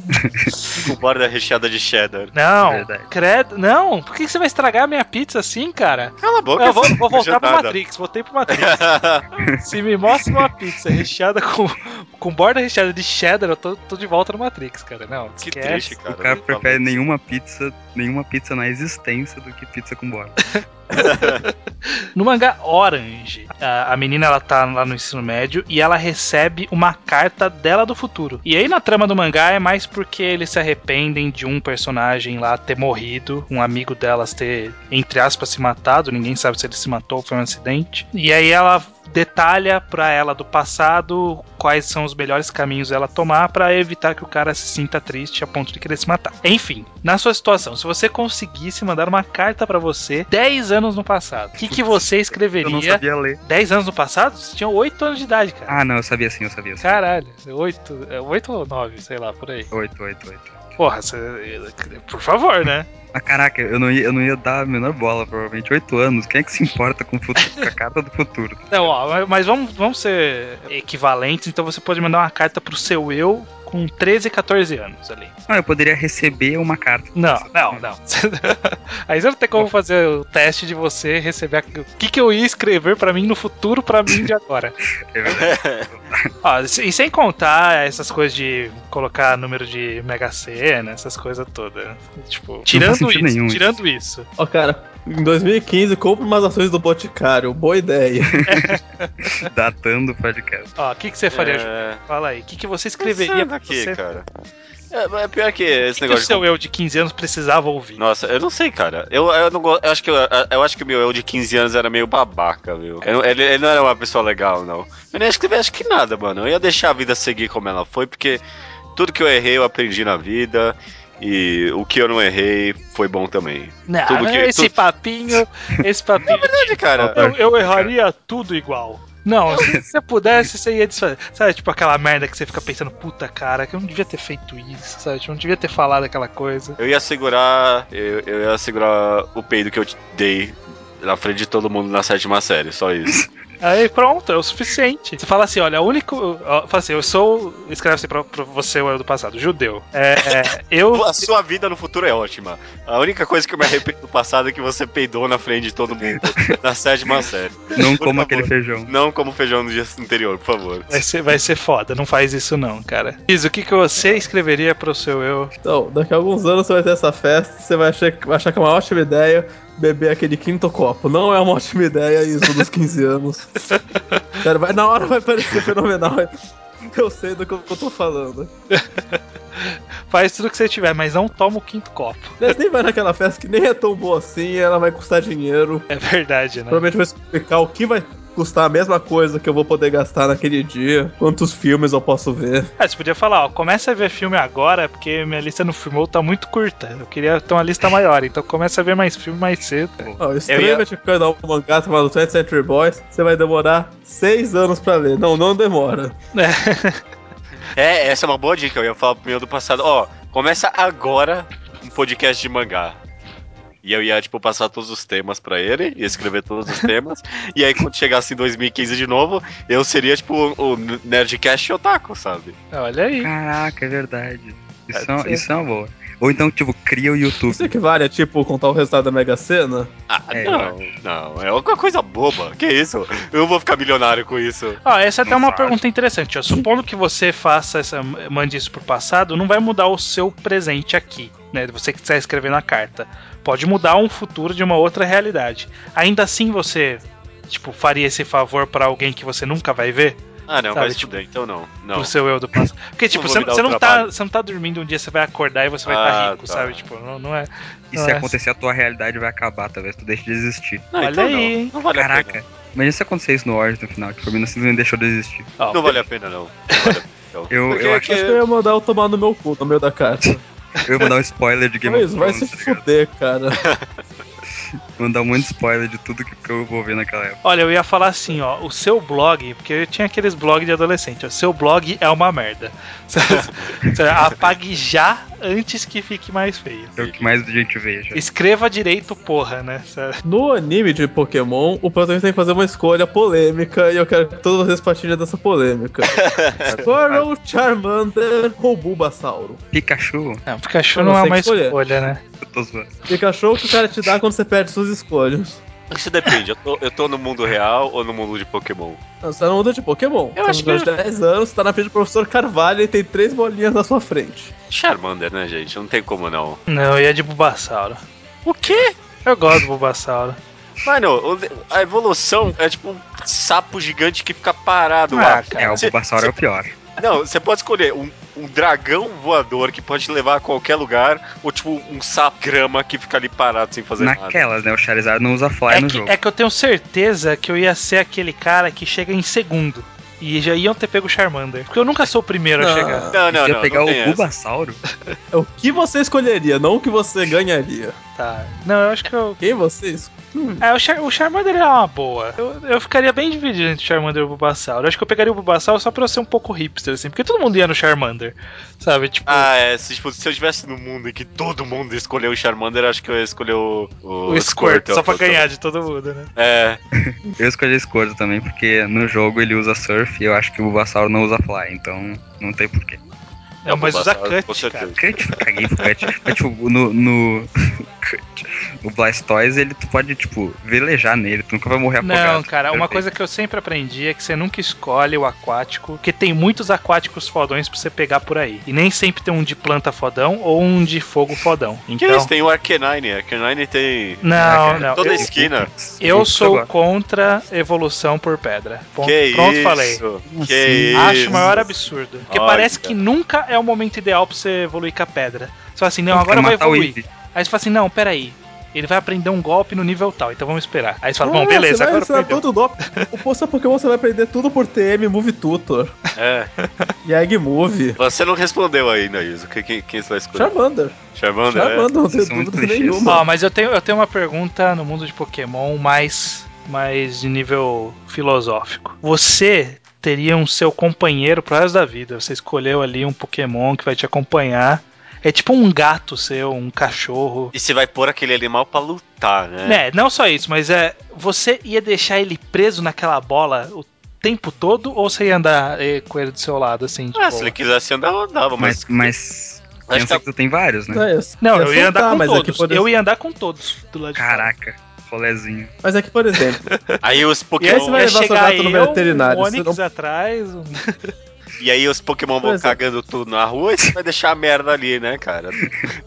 Speaker 2: Com borda recheada de cheddar.
Speaker 1: Não,
Speaker 3: é
Speaker 2: É.
Speaker 3: Verdade.
Speaker 1: credo. Não, por que que você vai estragar a minha pizza assim, cara?
Speaker 2: Cala a boca,
Speaker 1: Eu vou, vou
Speaker 2: não
Speaker 1: voltar pro
Speaker 2: adianta.
Speaker 1: Matrix, voltei pro
Speaker 2: *laughs*
Speaker 1: Matrix. Se me mostra uma pizza recheada com, com borda recheada de cheddar, eu tô, tô de volta no Matrix, cara. Não,
Speaker 2: que
Speaker 1: esquece.
Speaker 2: triste, cara.
Speaker 3: O cara
Speaker 2: Não
Speaker 3: prefere
Speaker 2: fala isso.
Speaker 3: nenhuma pizza, nenhuma pizza na existência do que pizza com borda.
Speaker 1: No mangá Orange, a, a menina ela tá lá no ensino médio e ela recebe uma carta dela do futuro. E aí na trama do mangá é mais porque eles se arrependem de um personagem lá ter morrido, um amigo delas ter, entre aspas, se matado, ninguém sabe se ele se matou ou foi um acidente. E aí ela detalha pra ela do passado quais são os melhores caminhos ela tomar pra evitar que o cara se sinta triste a ponto de querer se matar. Enfim, na sua situação, se você conseguisse mandar uma carta pra você 10 anos no passado, o que, que você
Speaker 3: Eu não
Speaker 1: escreveria?
Speaker 3: sabia ler.
Speaker 1: 10 anos no passado? Você tinha 8 anos de idade, cara.
Speaker 3: Ah, não, eu sabia sim, eu sabia sim.
Speaker 1: Caralho, 8, 8 ou 9, sei lá, por aí.
Speaker 3: Oito, oito, oito.
Speaker 1: Porra, você- por favor, né?
Speaker 3: Mas caraca, eu não, ia, eu não ia dar a menor bola, provavelmente. Oito anos, quem é que se importa com, o futuro, com a carta do futuro?
Speaker 1: Não, ó, mas vamos, vamos ser equivalentes, então você pode mandar uma carta pro seu eu com 13, 14 anos ali.
Speaker 3: Não, Ah, eu poderia receber uma carta.
Speaker 1: Não, não, não. *laughs* Aí você não tem como fazer o teste de você receber a- o que, que eu ia escrever pra mim no futuro pra mim de agora. *laughs*
Speaker 3: É verdade.
Speaker 1: Ó, e sem contar essas coisas de colocar número de Mega Sena, essas coisas todas. Tipo, tirando
Speaker 3: sentido
Speaker 1: isso,
Speaker 3: nenhum isso.
Speaker 1: tirando isso.
Speaker 4: Ó, cara, em 2015, compre umas ações do Boticário. Boa ideia.
Speaker 3: Datando o podcast.
Speaker 1: Ó, o que, que você faria, Ju?
Speaker 2: É,
Speaker 1: Fala aí. O que, que você escreveria
Speaker 2: Escreveria
Speaker 1: pra
Speaker 2: aqui,
Speaker 1: você?
Speaker 2: cara. É, mas é pior que
Speaker 1: O que,
Speaker 2: esse
Speaker 1: que o
Speaker 2: negócio. de
Speaker 1: seu eu de 15 anos precisava ouvir?
Speaker 2: Nossa, eu não sei, cara. Eu, eu não gosto. Eu acho que eu, eu acho que o meu eu de 15 anos era meio babaca, viu? Eu não- ele, ele não era uma pessoa legal, não. Eu nem escrevi acho que nada, mano. Eu ia deixar a vida seguir como ela foi, porque tudo que eu errei eu aprendi na vida. E o que eu não errei foi bom também.
Speaker 1: Não,
Speaker 2: Tudo que-
Speaker 1: esse
Speaker 2: tudo- *laughs*
Speaker 1: papinho, esse papinho
Speaker 2: Verdade, cara.
Speaker 1: Eu, eu erraria tudo igual. Não, se você pudesse, você ia desfazer. Sabe, tipo aquela merda que você fica pensando, puta cara, que eu não devia ter feito isso, sabe? Tipo, eu não devia ter falado aquela coisa.
Speaker 2: Eu ia segurar. Eu, eu ia segurar o peido que eu te dei na frente de todo mundo na sétima série, só isso.
Speaker 1: Aí pronto, é o suficiente. Você fala assim, olha, o único. ó, Fala assim, eu sou. Escreve assim pra, pra você, o eu do passado, judeu. É, é, eu.
Speaker 2: A sua vida no futuro é ótima. A única coisa que eu me arrependo do passado é que você peidou na frente de todo mundo na sétima série.
Speaker 3: Não
Speaker 2: Por favor.
Speaker 3: como aquele feijão.
Speaker 2: Não como feijão no dia anterior, por favor.
Speaker 1: Vai ser, vai ser foda, não faz isso não, cara. Diz, o que, que você escreveria pro seu eu?
Speaker 4: Então, daqui a alguns anos você vai ter essa festa, você vai achar, vai achar que é uma ótima ideia beber aquele quinto copo. Não é uma ótima ideia isso dos 15
Speaker 2: *laughs*
Speaker 4: anos. Cara, vai, na hora vai parecer fenomenal. Eu sei do que eu tô falando.
Speaker 1: Faz tudo que você tiver, mas não toma o quinto copo. *laughs*
Speaker 4: Mas nem vai naquela festa que nem é tão boa assim, ela vai custar dinheiro.
Speaker 1: É verdade, né?
Speaker 4: Provavelmente vai explicar o que vai custar a mesma coisa que eu vou poder gastar naquele dia, quantos filmes eu posso ver.
Speaker 1: Ah, você podia falar, ó, começa a ver filme agora, porque minha lista no filmou tá muito curta. Eu queria ter uma lista maior, então começa a ver mais filme mais cedo.
Speaker 4: Ó, o
Speaker 2: Eu
Speaker 4: estranho
Speaker 2: ia-
Speaker 4: vai te canal um mangá chamado 20th Century Boys, você vai demorar seis anos pra ler. Não, não demora.
Speaker 2: É, essa é uma boa dica. Eu ia falar pro meu do passado. Ó, começa agora um podcast de mangá. E eu ia, tipo, passar todos os temas pra ele, ia escrever todos os temas. e aí, quando chegasse em 2015 de novo, eu seria, tipo, o Nerdcast Otaku, sabe?
Speaker 1: Olha aí.
Speaker 3: Caraca, é verdade. Isso,
Speaker 1: Pode
Speaker 3: é,
Speaker 1: ser.
Speaker 3: isso é uma boa. Ou então, tipo, cria o YouTube.
Speaker 4: Isso equivale a, tipo, contar o resultado da Mega Sena?
Speaker 2: Ah,
Speaker 3: É,
Speaker 2: não, não, é alguma coisa boba. Que isso? Eu vou ficar milionário com isso.
Speaker 1: Ó, essa é até
Speaker 3: Não
Speaker 1: uma
Speaker 3: sabe.
Speaker 1: pergunta interessante. Ó. Supondo que você faça essa, mande isso pro passado, não vai mudar o seu presente aqui, né? Você que está escrevendo a carta. Pode mudar um futuro de uma outra realidade. Ainda assim você, tipo, faria esse favor pra alguém que você nunca vai ver?
Speaker 2: Ah, não,
Speaker 1: Sabe,
Speaker 2: vai
Speaker 1: tipo,
Speaker 2: estudar, então não. Não.
Speaker 1: Pro seu eu do passado. Porque, tipo,
Speaker 2: vou
Speaker 1: você,
Speaker 2: me dar
Speaker 1: você
Speaker 2: o
Speaker 1: não tá,
Speaker 2: trabalho.
Speaker 1: você não tá dormindo um dia, você vai acordar e você vai
Speaker 2: Ah,
Speaker 1: estar rico,
Speaker 2: tá.
Speaker 1: sabe? Tipo, não, não é.
Speaker 3: E
Speaker 1: não
Speaker 3: se
Speaker 1: é-
Speaker 3: acontecer, a tua realidade vai acabar, talvez tu deixe de existir.
Speaker 2: Não,
Speaker 1: Olha
Speaker 2: então não.
Speaker 1: aí, hein?
Speaker 2: Não vale a
Speaker 3: Caraca,
Speaker 2: pena.
Speaker 3: imagina se acontecer isso no Origins no final, que o Fabiano simplesmente deixou de existir.
Speaker 1: Ó,
Speaker 2: Não vale a pena, não. Não vale a *laughs* pena, não.
Speaker 3: Eu,
Speaker 2: Porque
Speaker 3: eu,
Speaker 2: é
Speaker 3: acho,
Speaker 4: Eu acho que eu ia mandar eu tomar no meu cu, no meio
Speaker 3: *laughs*
Speaker 4: da carta.
Speaker 3: eu vou dar um spoiler de Game
Speaker 4: Mas
Speaker 3: of
Speaker 4: vai
Speaker 3: Thrones,
Speaker 4: se
Speaker 3: tá ligado?
Speaker 4: fuder, cara.
Speaker 3: Vou dar muito spoiler de tudo que, que eu vou ver naquela época.
Speaker 1: Olha, eu ia falar assim, ó, o seu blog, porque eu tinha aqueles blogs de adolescente, ó, seu blog é uma merda. *laughs* Você Apague já antes que fique mais feio.
Speaker 3: É o que mais gente veja.
Speaker 1: Escreva direito, porra, né? Você-
Speaker 4: No anime de Pokémon, o protagonista tem que fazer uma escolha polêmica e eu quero que todos vocês partilhem
Speaker 3: *laughs*
Speaker 4: dessa polêmica. Escolha o Charmander ou Bulbasauro.
Speaker 3: Ah, Pikachu,
Speaker 1: Não, Pikachu
Speaker 4: Eu
Speaker 1: não
Speaker 4: não
Speaker 1: é
Speaker 4: sei
Speaker 1: uma
Speaker 4: escolher.
Speaker 1: escolha, né?
Speaker 3: eu tô zoando.
Speaker 4: Pikachu é o que o cara te dá quando você perde suas escolhas.
Speaker 2: Isso depende, eu tô, eu tô no mundo real ou no mundo de Pokémon?
Speaker 4: Não, Você tá no mundo de Pokémon.
Speaker 1: Eu
Speaker 4: você
Speaker 1: acho
Speaker 4: tem uns 10 anos, você tá na frente do professor Carvalho e tem três bolinhas na sua frente.
Speaker 2: Charmander, né, gente? Não tem como não.
Speaker 1: Não, eu ia de Bulbasauro.
Speaker 2: O quê?
Speaker 1: Eu gosto do Bulbasauro.
Speaker 2: Mano, o- a evolução é tipo um sapo gigante que fica parado
Speaker 1: Ah,
Speaker 2: lá.
Speaker 1: cara.
Speaker 3: É, o
Speaker 2: Cê-
Speaker 3: Bulbasaur é o pior.
Speaker 2: Não, você pode escolher um, um dragão voador que pode te levar a qualquer lugar, ou tipo um sapo grama que fica ali parado sem fazer nada.
Speaker 3: Naquelas, né? O Charizard não usa fly
Speaker 1: É
Speaker 3: no
Speaker 1: que,
Speaker 3: jogo.
Speaker 1: é que eu tenho certeza que eu ia ser aquele cara que chega em segundo. E já iam ter pego o Charmander. Porque eu nunca sou o primeiro a
Speaker 4: Não.
Speaker 1: chegar.
Speaker 2: Não,
Speaker 3: Se
Speaker 2: não,
Speaker 3: eu
Speaker 2: não.
Speaker 3: pegar
Speaker 2: não tem
Speaker 3: o
Speaker 2: essa.
Speaker 3: Bulbasauro,
Speaker 4: É o que você escolheria, não o que você ganharia.
Speaker 1: Tá. Não, eu acho que eu.
Speaker 4: Quem você escolhe?
Speaker 1: É, o, Char o Charmander é uma boa. Eu, eu ficaria bem dividido entre o Charmander e o Bulbasaur. Eu acho que eu pegaria o Bulbasaur só pra eu ser um pouco hipster, assim. Porque todo mundo ia no Charmander, sabe? Tipo,
Speaker 2: Ah, é. Se, tipo, se eu estivesse no mundo em que todo mundo escolheu o Charmander, acho que eu ia escolher o,
Speaker 1: o Squirtle, só pra ganhar de todo mundo, né?
Speaker 2: É.
Speaker 3: eu escolhi Squirtle também, porque no jogo ele usa surf e eu acho que o Bulbasauro não usa fly, então não tem porquê.
Speaker 1: Não, mas usa
Speaker 2: É, Bulbasaur, com
Speaker 1: cut, cara. Então-
Speaker 2: certeza.
Speaker 3: Cut, caguei pro
Speaker 2: *laughs*
Speaker 3: Cut. Mas, tipo, no. no *laughs* Cut. O Blastoise, ele tu pode, tipo, velejar nele, tu nunca vai
Speaker 2: é um
Speaker 3: morrer afogado.
Speaker 1: Não, cara, uma
Speaker 3: Perfeito.
Speaker 1: coisa que eu sempre aprendi é que você nunca escolhe o aquático, porque tem muitos aquáticos fodões pra você pegar por aí. E nem sempre tem um de planta fodão ou um de fogo fodão.
Speaker 2: Que
Speaker 1: Então,
Speaker 2: isso? Tem o Arcanine. Arcanine tem.
Speaker 1: não, não.
Speaker 2: Toda
Speaker 1: eu-
Speaker 2: esquina.
Speaker 1: Eu sou
Speaker 3: gosto.
Speaker 1: contra evolução por pedra. Ponto,
Speaker 2: Que
Speaker 1: pronto,
Speaker 2: isso?
Speaker 1: falei.
Speaker 2: Que
Speaker 1: Acho
Speaker 2: isso?
Speaker 1: o maior absurdo. Porque
Speaker 2: Olha.
Speaker 1: parece que nunca é o momento ideal pra você evoluir com a pedra. Você fala assim, não,
Speaker 3: Quer
Speaker 1: agora eu vou
Speaker 3: matar o
Speaker 1: evoluir.
Speaker 3: Eevee.
Speaker 1: Aí você fala assim, não, peraí. Ele vai aprender um golpe no nível tal, então vamos esperar. Aí você fala, bom,
Speaker 4: Ah,
Speaker 1: beleza,
Speaker 4: você vai
Speaker 1: agora então.
Speaker 4: ensinar
Speaker 1: aprendeu.
Speaker 4: todo o golpe. O posto Pokémon você vai aprender tudo por TM, Move Tutor
Speaker 2: É.
Speaker 4: e Egg Move.
Speaker 2: Você não respondeu ainda, Iso. Quem, quem, quem você vai escolher?
Speaker 4: Charmander.
Speaker 2: Charmander. é?
Speaker 4: Charmander, não tem
Speaker 3: Vocês são muito
Speaker 4: dúvida
Speaker 3: clichês.
Speaker 4: um nenhuma.
Speaker 1: Ó, mas eu tenho, eu tenho uma pergunta no mundo de Pokémon mais, mais de nível filosófico. Você teria um seu companheiro pro resto da vida. Você escolheu ali um Pokémon que vai te acompanhar. É tipo um gato seu, um cachorro.
Speaker 2: E você vai pôr aquele animal pra lutar, né?
Speaker 1: Né, não só isso, mas é. Você ia deixar ele preso naquela bola o tempo todo ou você ia andar eh, com ele do seu lado, assim? de
Speaker 2: Ah,
Speaker 1: boa?
Speaker 2: se ele quisesse andar, eu andava,
Speaker 3: Mas,
Speaker 2: mas.
Speaker 3: mas
Speaker 2: Acho
Speaker 3: pensa que,
Speaker 2: que a-
Speaker 3: tu tem vários, né?
Speaker 4: Não, é isso.
Speaker 1: Não,
Speaker 4: É
Speaker 1: eu um tá, ia andar
Speaker 4: soltar,
Speaker 1: com
Speaker 4: mas é que
Speaker 1: todos.
Speaker 4: por
Speaker 1: Eu
Speaker 4: ex-
Speaker 1: ia andar com todos do lado de fora.
Speaker 3: Caraca, rolezinho.
Speaker 4: Mas é que, por exemplo,
Speaker 1: E aí
Speaker 2: Aí os
Speaker 4: aí
Speaker 1: você
Speaker 4: você
Speaker 1: vai
Speaker 2: Pokémon.
Speaker 4: vai
Speaker 1: ia
Speaker 4: levar seu
Speaker 1: chegar
Speaker 4: gato no
Speaker 1: eu,
Speaker 4: veterinário,
Speaker 1: um
Speaker 4: você
Speaker 1: Onix atrás,
Speaker 4: *laughs*
Speaker 1: um-
Speaker 2: E aí os Pokémon vão
Speaker 4: Pois é.
Speaker 2: cagando tudo na rua e você vai deixar a merda ali, né, cara?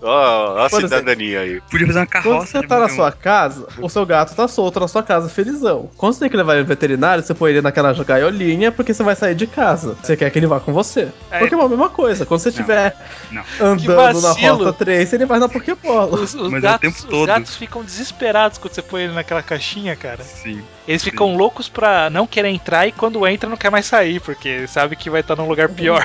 Speaker 2: Ó, ó a
Speaker 4: Por exemplo.
Speaker 2: cidadania aí.
Speaker 3: Podia fazer uma
Speaker 4: quando
Speaker 3: carroça.
Speaker 4: você
Speaker 3: de um
Speaker 4: tá na
Speaker 3: Pokémon.
Speaker 4: sua casa, o seu gato tá solto na sua casa, felizão. Quando você tem que levar ele no veterinário, você põe ele naquela gaiolinha porque você vai sair de casa. Você quer que ele vá com você.
Speaker 1: É.
Speaker 4: Pokémon é a mesma coisa. Quando você estiver
Speaker 3: não.
Speaker 1: Que
Speaker 4: andando na
Speaker 1: vacilo.
Speaker 4: rota 3, ele vai na Pokébola.
Speaker 1: os, os
Speaker 3: Mas é o
Speaker 1: gatos,
Speaker 3: tempo
Speaker 1: os
Speaker 3: todo.
Speaker 1: gatos ficam desesperados quando você põe ele naquela caixinha, cara.
Speaker 3: Sim.
Speaker 1: Eles ficam loucos pra não querer entrar e quando entra não quer mais sair, porque sabe que vai estar num lugar pior.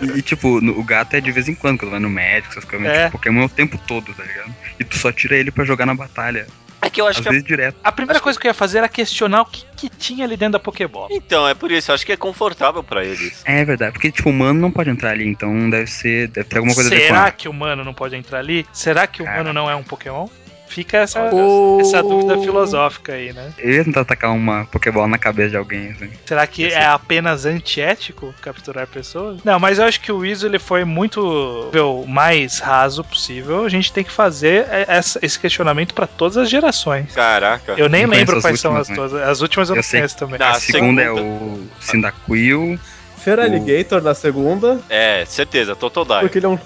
Speaker 3: E, e, tipo, no- o gato é de vez em quando, quando vai no médico, essas coisas. mas,
Speaker 1: É.
Speaker 3: tipo, Pokémon é o tempo todo, tá ligado? E tu só tira ele pra jogar na batalha.
Speaker 2: É que eu acho
Speaker 3: Às
Speaker 2: que é...
Speaker 3: vezes direto.
Speaker 1: A primeira coisa que eu ia fazer era questionar o que, que tinha ali dentro da Pokébola.
Speaker 2: Então, é por isso, eu acho que é confortável pra eles.
Speaker 3: É verdade, porque, tipo, o humano não pode entrar ali, então deve ser. Deve ter alguma coisa a ver com
Speaker 1: Será
Speaker 3: ela.
Speaker 1: que o humano não pode entrar ali? Será que o
Speaker 3: Cara.
Speaker 1: humano não é um Pokémon? Fica essa,
Speaker 5: O-
Speaker 1: essa dúvida é filosófica aí, né?
Speaker 3: Eu ia tentar atacar uma Pokébola na cabeça de alguém, assim.
Speaker 1: Será que é apenas antiético capturar pessoas? Não, mas eu acho que o Weasel ele foi muito o mais raso possível. A gente tem que fazer é, essa- esse questionamento pra todas as gerações.
Speaker 2: Caraca.
Speaker 1: Eu nem
Speaker 3: Não conheço
Speaker 1: lembro
Speaker 3: as
Speaker 1: quais são as
Speaker 3: últimas, né?
Speaker 1: todas. As últimas eu,
Speaker 3: Eu
Speaker 1: não
Speaker 3: sei
Speaker 1: conheço também.
Speaker 2: Não.
Speaker 3: A
Speaker 2: A
Speaker 3: segunda é
Speaker 2: Ah, segunda.
Speaker 3: o Cyndaquil.
Speaker 4: Feraligator na segunda,
Speaker 2: É, certeza, Total Dive.
Speaker 4: porque ele é um.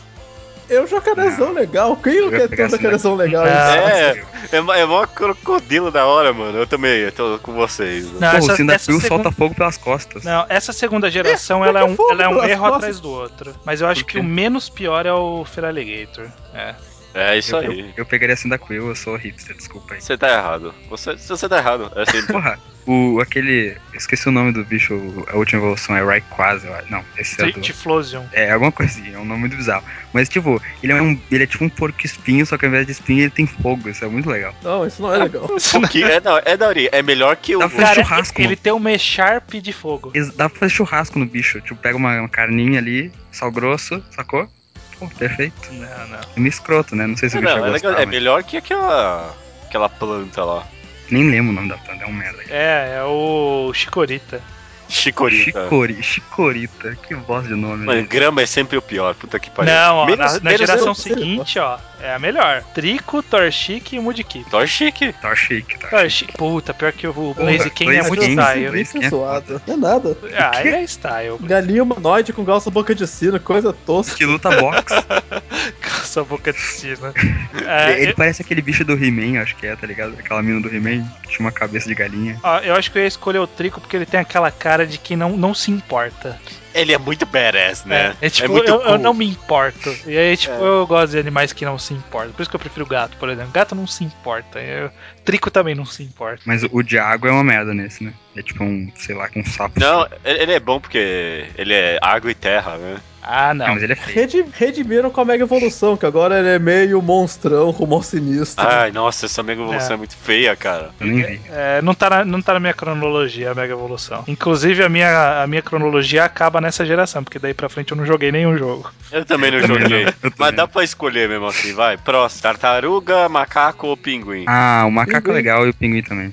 Speaker 4: É um jacarezão legal. Quem não
Speaker 3: Eu
Speaker 4: quer
Speaker 3: pegar
Speaker 4: ter um
Speaker 3: esse
Speaker 4: jacarezão legal?
Speaker 1: Ah.
Speaker 2: É, é, mó- é mó crocodilo da hora, mano. Eu também, eu tô com vocês.
Speaker 1: Não,
Speaker 3: Pô,
Speaker 1: essa-
Speaker 3: o
Speaker 1: essa
Speaker 3: Cyndaquil
Speaker 1: segunda-
Speaker 3: solta fogo pelas costas.
Speaker 1: Não, essa segunda geração
Speaker 4: É,
Speaker 1: ela é um,
Speaker 4: fogo
Speaker 1: ela é um
Speaker 4: pelas
Speaker 1: erro
Speaker 4: costas.
Speaker 1: atrás do outro. Mas eu acho
Speaker 3: Por
Speaker 1: que
Speaker 3: quê?
Speaker 1: o menos pior é o Feraligator. É.
Speaker 2: É isso
Speaker 3: Eu, eu,
Speaker 2: aí.
Speaker 3: eu pegaria Cyndaquil, eu sou hipster, desculpa aí.
Speaker 2: Você tá errado. Você, você tá errado. É assim,
Speaker 3: *laughs* Porra, o, aquele... eu Esqueci o nome do bicho, a última evolução é Rayquaza, eu acho. Não, esse é do...
Speaker 1: Tiflosion.
Speaker 3: É, alguma coisinha, é um nome muito bizarro. Mas, tipo, ele é, um, ele é tipo um porco espinho, só que ao invés de espinho ele tem fogo, isso é muito legal.
Speaker 4: Não, isso não é legal.
Speaker 2: o que- é, não, é da hora. É melhor que o.
Speaker 3: Dá pra
Speaker 1: Cara,
Speaker 3: churrasco.
Speaker 1: ele tem um Mecharp de fogo.
Speaker 3: Ex- Dá pra fazer churrasco no bicho, tipo, pega uma, uma carninha ali, sal grosso, sacou? Pô, perfeito.
Speaker 1: Não, não.
Speaker 3: É meio escroto, né? Não sei se
Speaker 2: É,
Speaker 3: o bicho
Speaker 2: não,
Speaker 3: vai
Speaker 2: é, legal,
Speaker 3: gostar,
Speaker 2: é
Speaker 3: mas
Speaker 2: melhor que aquela. Aquela planta lá.
Speaker 3: nem lembro o nome da planta, é um merda.
Speaker 1: É, é o Chicorita.
Speaker 2: Chicorita.
Speaker 3: Chicori, chicorita, que bosta de nome.
Speaker 2: Mano,
Speaker 3: né?
Speaker 2: grama é sempre o pior, puta que pariu.
Speaker 1: Não, ó,
Speaker 2: Menos-
Speaker 1: na, na
Speaker 2: menos
Speaker 1: geração
Speaker 4: eu-
Speaker 1: seguinte, ó, é a melhor. Trico, Torchic e Mudkip.
Speaker 2: Thor chique.
Speaker 3: Torchic, tá?
Speaker 1: Torchic, puta, pior que o Blaze King é
Speaker 3: Blaze
Speaker 1: muito
Speaker 3: King,
Speaker 1: style.
Speaker 3: Blaze-
Speaker 4: Isso
Speaker 3: Isso que
Speaker 4: é
Speaker 3: é
Speaker 4: zoado. Não é nada.
Speaker 1: Ah, ele é style.
Speaker 4: *laughs* Galinha humanoide com calça boca de sino, coisa tosca.
Speaker 3: Que luta box.
Speaker 2: *laughs*
Speaker 1: Sua boca de sino. É,
Speaker 3: ele
Speaker 1: eu,
Speaker 3: parece aquele bicho do He-Man, acho que é, tá ligado? Aquela mina do He-Man, que tinha uma cabeça de galinha.
Speaker 1: ó, eu acho que eu ia escolher o Trico porque ele tem aquela cara de quem não, não se importa.
Speaker 2: Ele é muito badass, né?
Speaker 1: É, tipo,
Speaker 2: muito
Speaker 1: eu, eu
Speaker 2: cool.
Speaker 1: não me importo. E aí, tipo, eu gosto de animais que não se importam. Por isso que eu prefiro gato, por exemplo. Gato não se importa. Eu- trico também não se importa.
Speaker 3: Mas o Diago é uma merda nesse, né? É tipo um, sei lá, com um sapo.
Speaker 2: Não, ele ele é bom porque ele é água e terra, né?
Speaker 1: Ah,
Speaker 3: Ah,
Speaker 1: não.
Speaker 3: mas ele é feio.
Speaker 4: Redi- Redimiram com a Mega Evolução, que agora ele é meio monstrão, rumo ao sinistro.
Speaker 2: Ai, nossa, essa mega evolução
Speaker 1: É.
Speaker 2: é. muito feia, cara.
Speaker 3: Eu nem vi.
Speaker 1: É, não, tá na, não tá na minha cronologia a Mega Evolução. Inclusive, a minha, a minha cronologia acaba nessa geração, porque daí pra frente eu não joguei nenhum jogo.
Speaker 2: Eu também não
Speaker 3: Eu também
Speaker 2: joguei.
Speaker 3: não, eu
Speaker 2: Mas
Speaker 3: também
Speaker 2: dá pra escolher mesmo assim, vai. Próximo. Tartaruga, macaco ou pinguim?
Speaker 3: Ah, o macaco é
Speaker 4: Pinguim.
Speaker 3: legal e o pinguim também.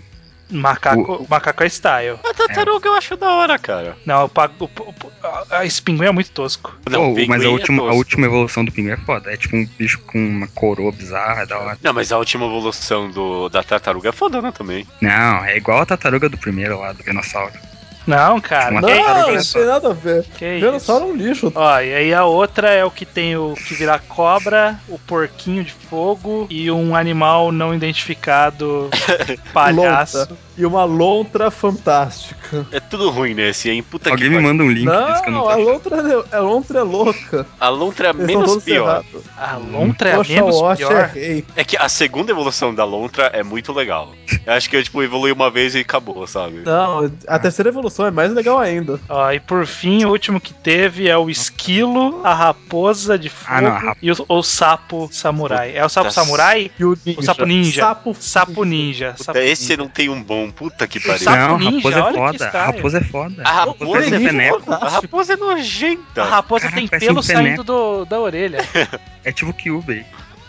Speaker 1: Macaco, macaco é style.
Speaker 2: A tartaruga eu acho da hora, cara.
Speaker 1: Não, o, pa- o, o- a- a espinguinha é muito tosco.
Speaker 2: Não,
Speaker 3: Pô, Oh, mas
Speaker 2: pinguim
Speaker 3: a
Speaker 2: é
Speaker 3: última, a
Speaker 2: tosco.
Speaker 3: última evolução do pinguim é foda. É tipo um bicho com uma coroa bizarra, da hora.
Speaker 2: Não, mas a última evolução do, da tartaruga é fodona também.
Speaker 3: Não, é igual a tartaruga do primeiro lá, do dinossauro.
Speaker 1: Não, cara.
Speaker 3: Uma
Speaker 1: que
Speaker 2: é,
Speaker 4: não, não
Speaker 1: isso?
Speaker 4: tem nada a ver.
Speaker 1: Que isso?
Speaker 4: Venossauro é um lixo.
Speaker 1: Ó, e aí a outra é o que tem o que virar cobra, o porquinho de fogo e um animal não
Speaker 2: *laughs*
Speaker 1: identificado palhaço.
Speaker 4: Lontra. E uma lontra fantástica.
Speaker 2: É tudo ruim nesse, hein? Puta
Speaker 3: Alguém
Speaker 2: que
Speaker 3: me
Speaker 2: pariu.
Speaker 3: manda um link disso que eu não
Speaker 4: não,
Speaker 3: tô
Speaker 4: a
Speaker 3: achando.
Speaker 4: lontra, é, a lontra é louca.
Speaker 2: A lontra é a
Speaker 4: Eles estão
Speaker 2: menos
Speaker 4: todos
Speaker 2: pior.
Speaker 4: errados.
Speaker 1: A lontra é a
Speaker 4: Poxa,
Speaker 1: menos
Speaker 4: o Osh é
Speaker 1: pior.
Speaker 4: rei.
Speaker 2: É que a segunda evolução da lontra é muito legal. Eu acho que eu, tipo, evolui uma vez e acabou, sabe?
Speaker 4: Não, a terceira evolução é mais legal ainda.
Speaker 1: Ó, e por fim, o último que teve é o esquilo, a raposa de fogo
Speaker 3: Ah, não, a rap-
Speaker 1: e o, o sapo samurai. É o sapo
Speaker 2: Nossa.
Speaker 1: samurai?
Speaker 4: E o ninja.
Speaker 1: O sapo ninja.
Speaker 4: Sapo,
Speaker 1: Sapo ninja.
Speaker 2: Puta,
Speaker 1: sapo
Speaker 2: esse
Speaker 1: ninja.
Speaker 2: não tem um bom, puta que
Speaker 1: Sapo
Speaker 2: pariu.
Speaker 3: Não,
Speaker 1: ninja,
Speaker 3: raposa
Speaker 1: olha
Speaker 3: é
Speaker 1: que
Speaker 3: foda.
Speaker 1: style.
Speaker 3: Raposa é foda.
Speaker 2: A
Speaker 3: Raposa
Speaker 2: raposa
Speaker 3: é
Speaker 2: é
Speaker 1: né?
Speaker 3: veneco.
Speaker 2: A raposa é nojenta.
Speaker 1: A raposa
Speaker 3: Caraca,
Speaker 1: tem
Speaker 3: parece
Speaker 1: pelo
Speaker 3: um peneco.
Speaker 1: saindo do, da orelha.
Speaker 3: É tipo o Kyubey.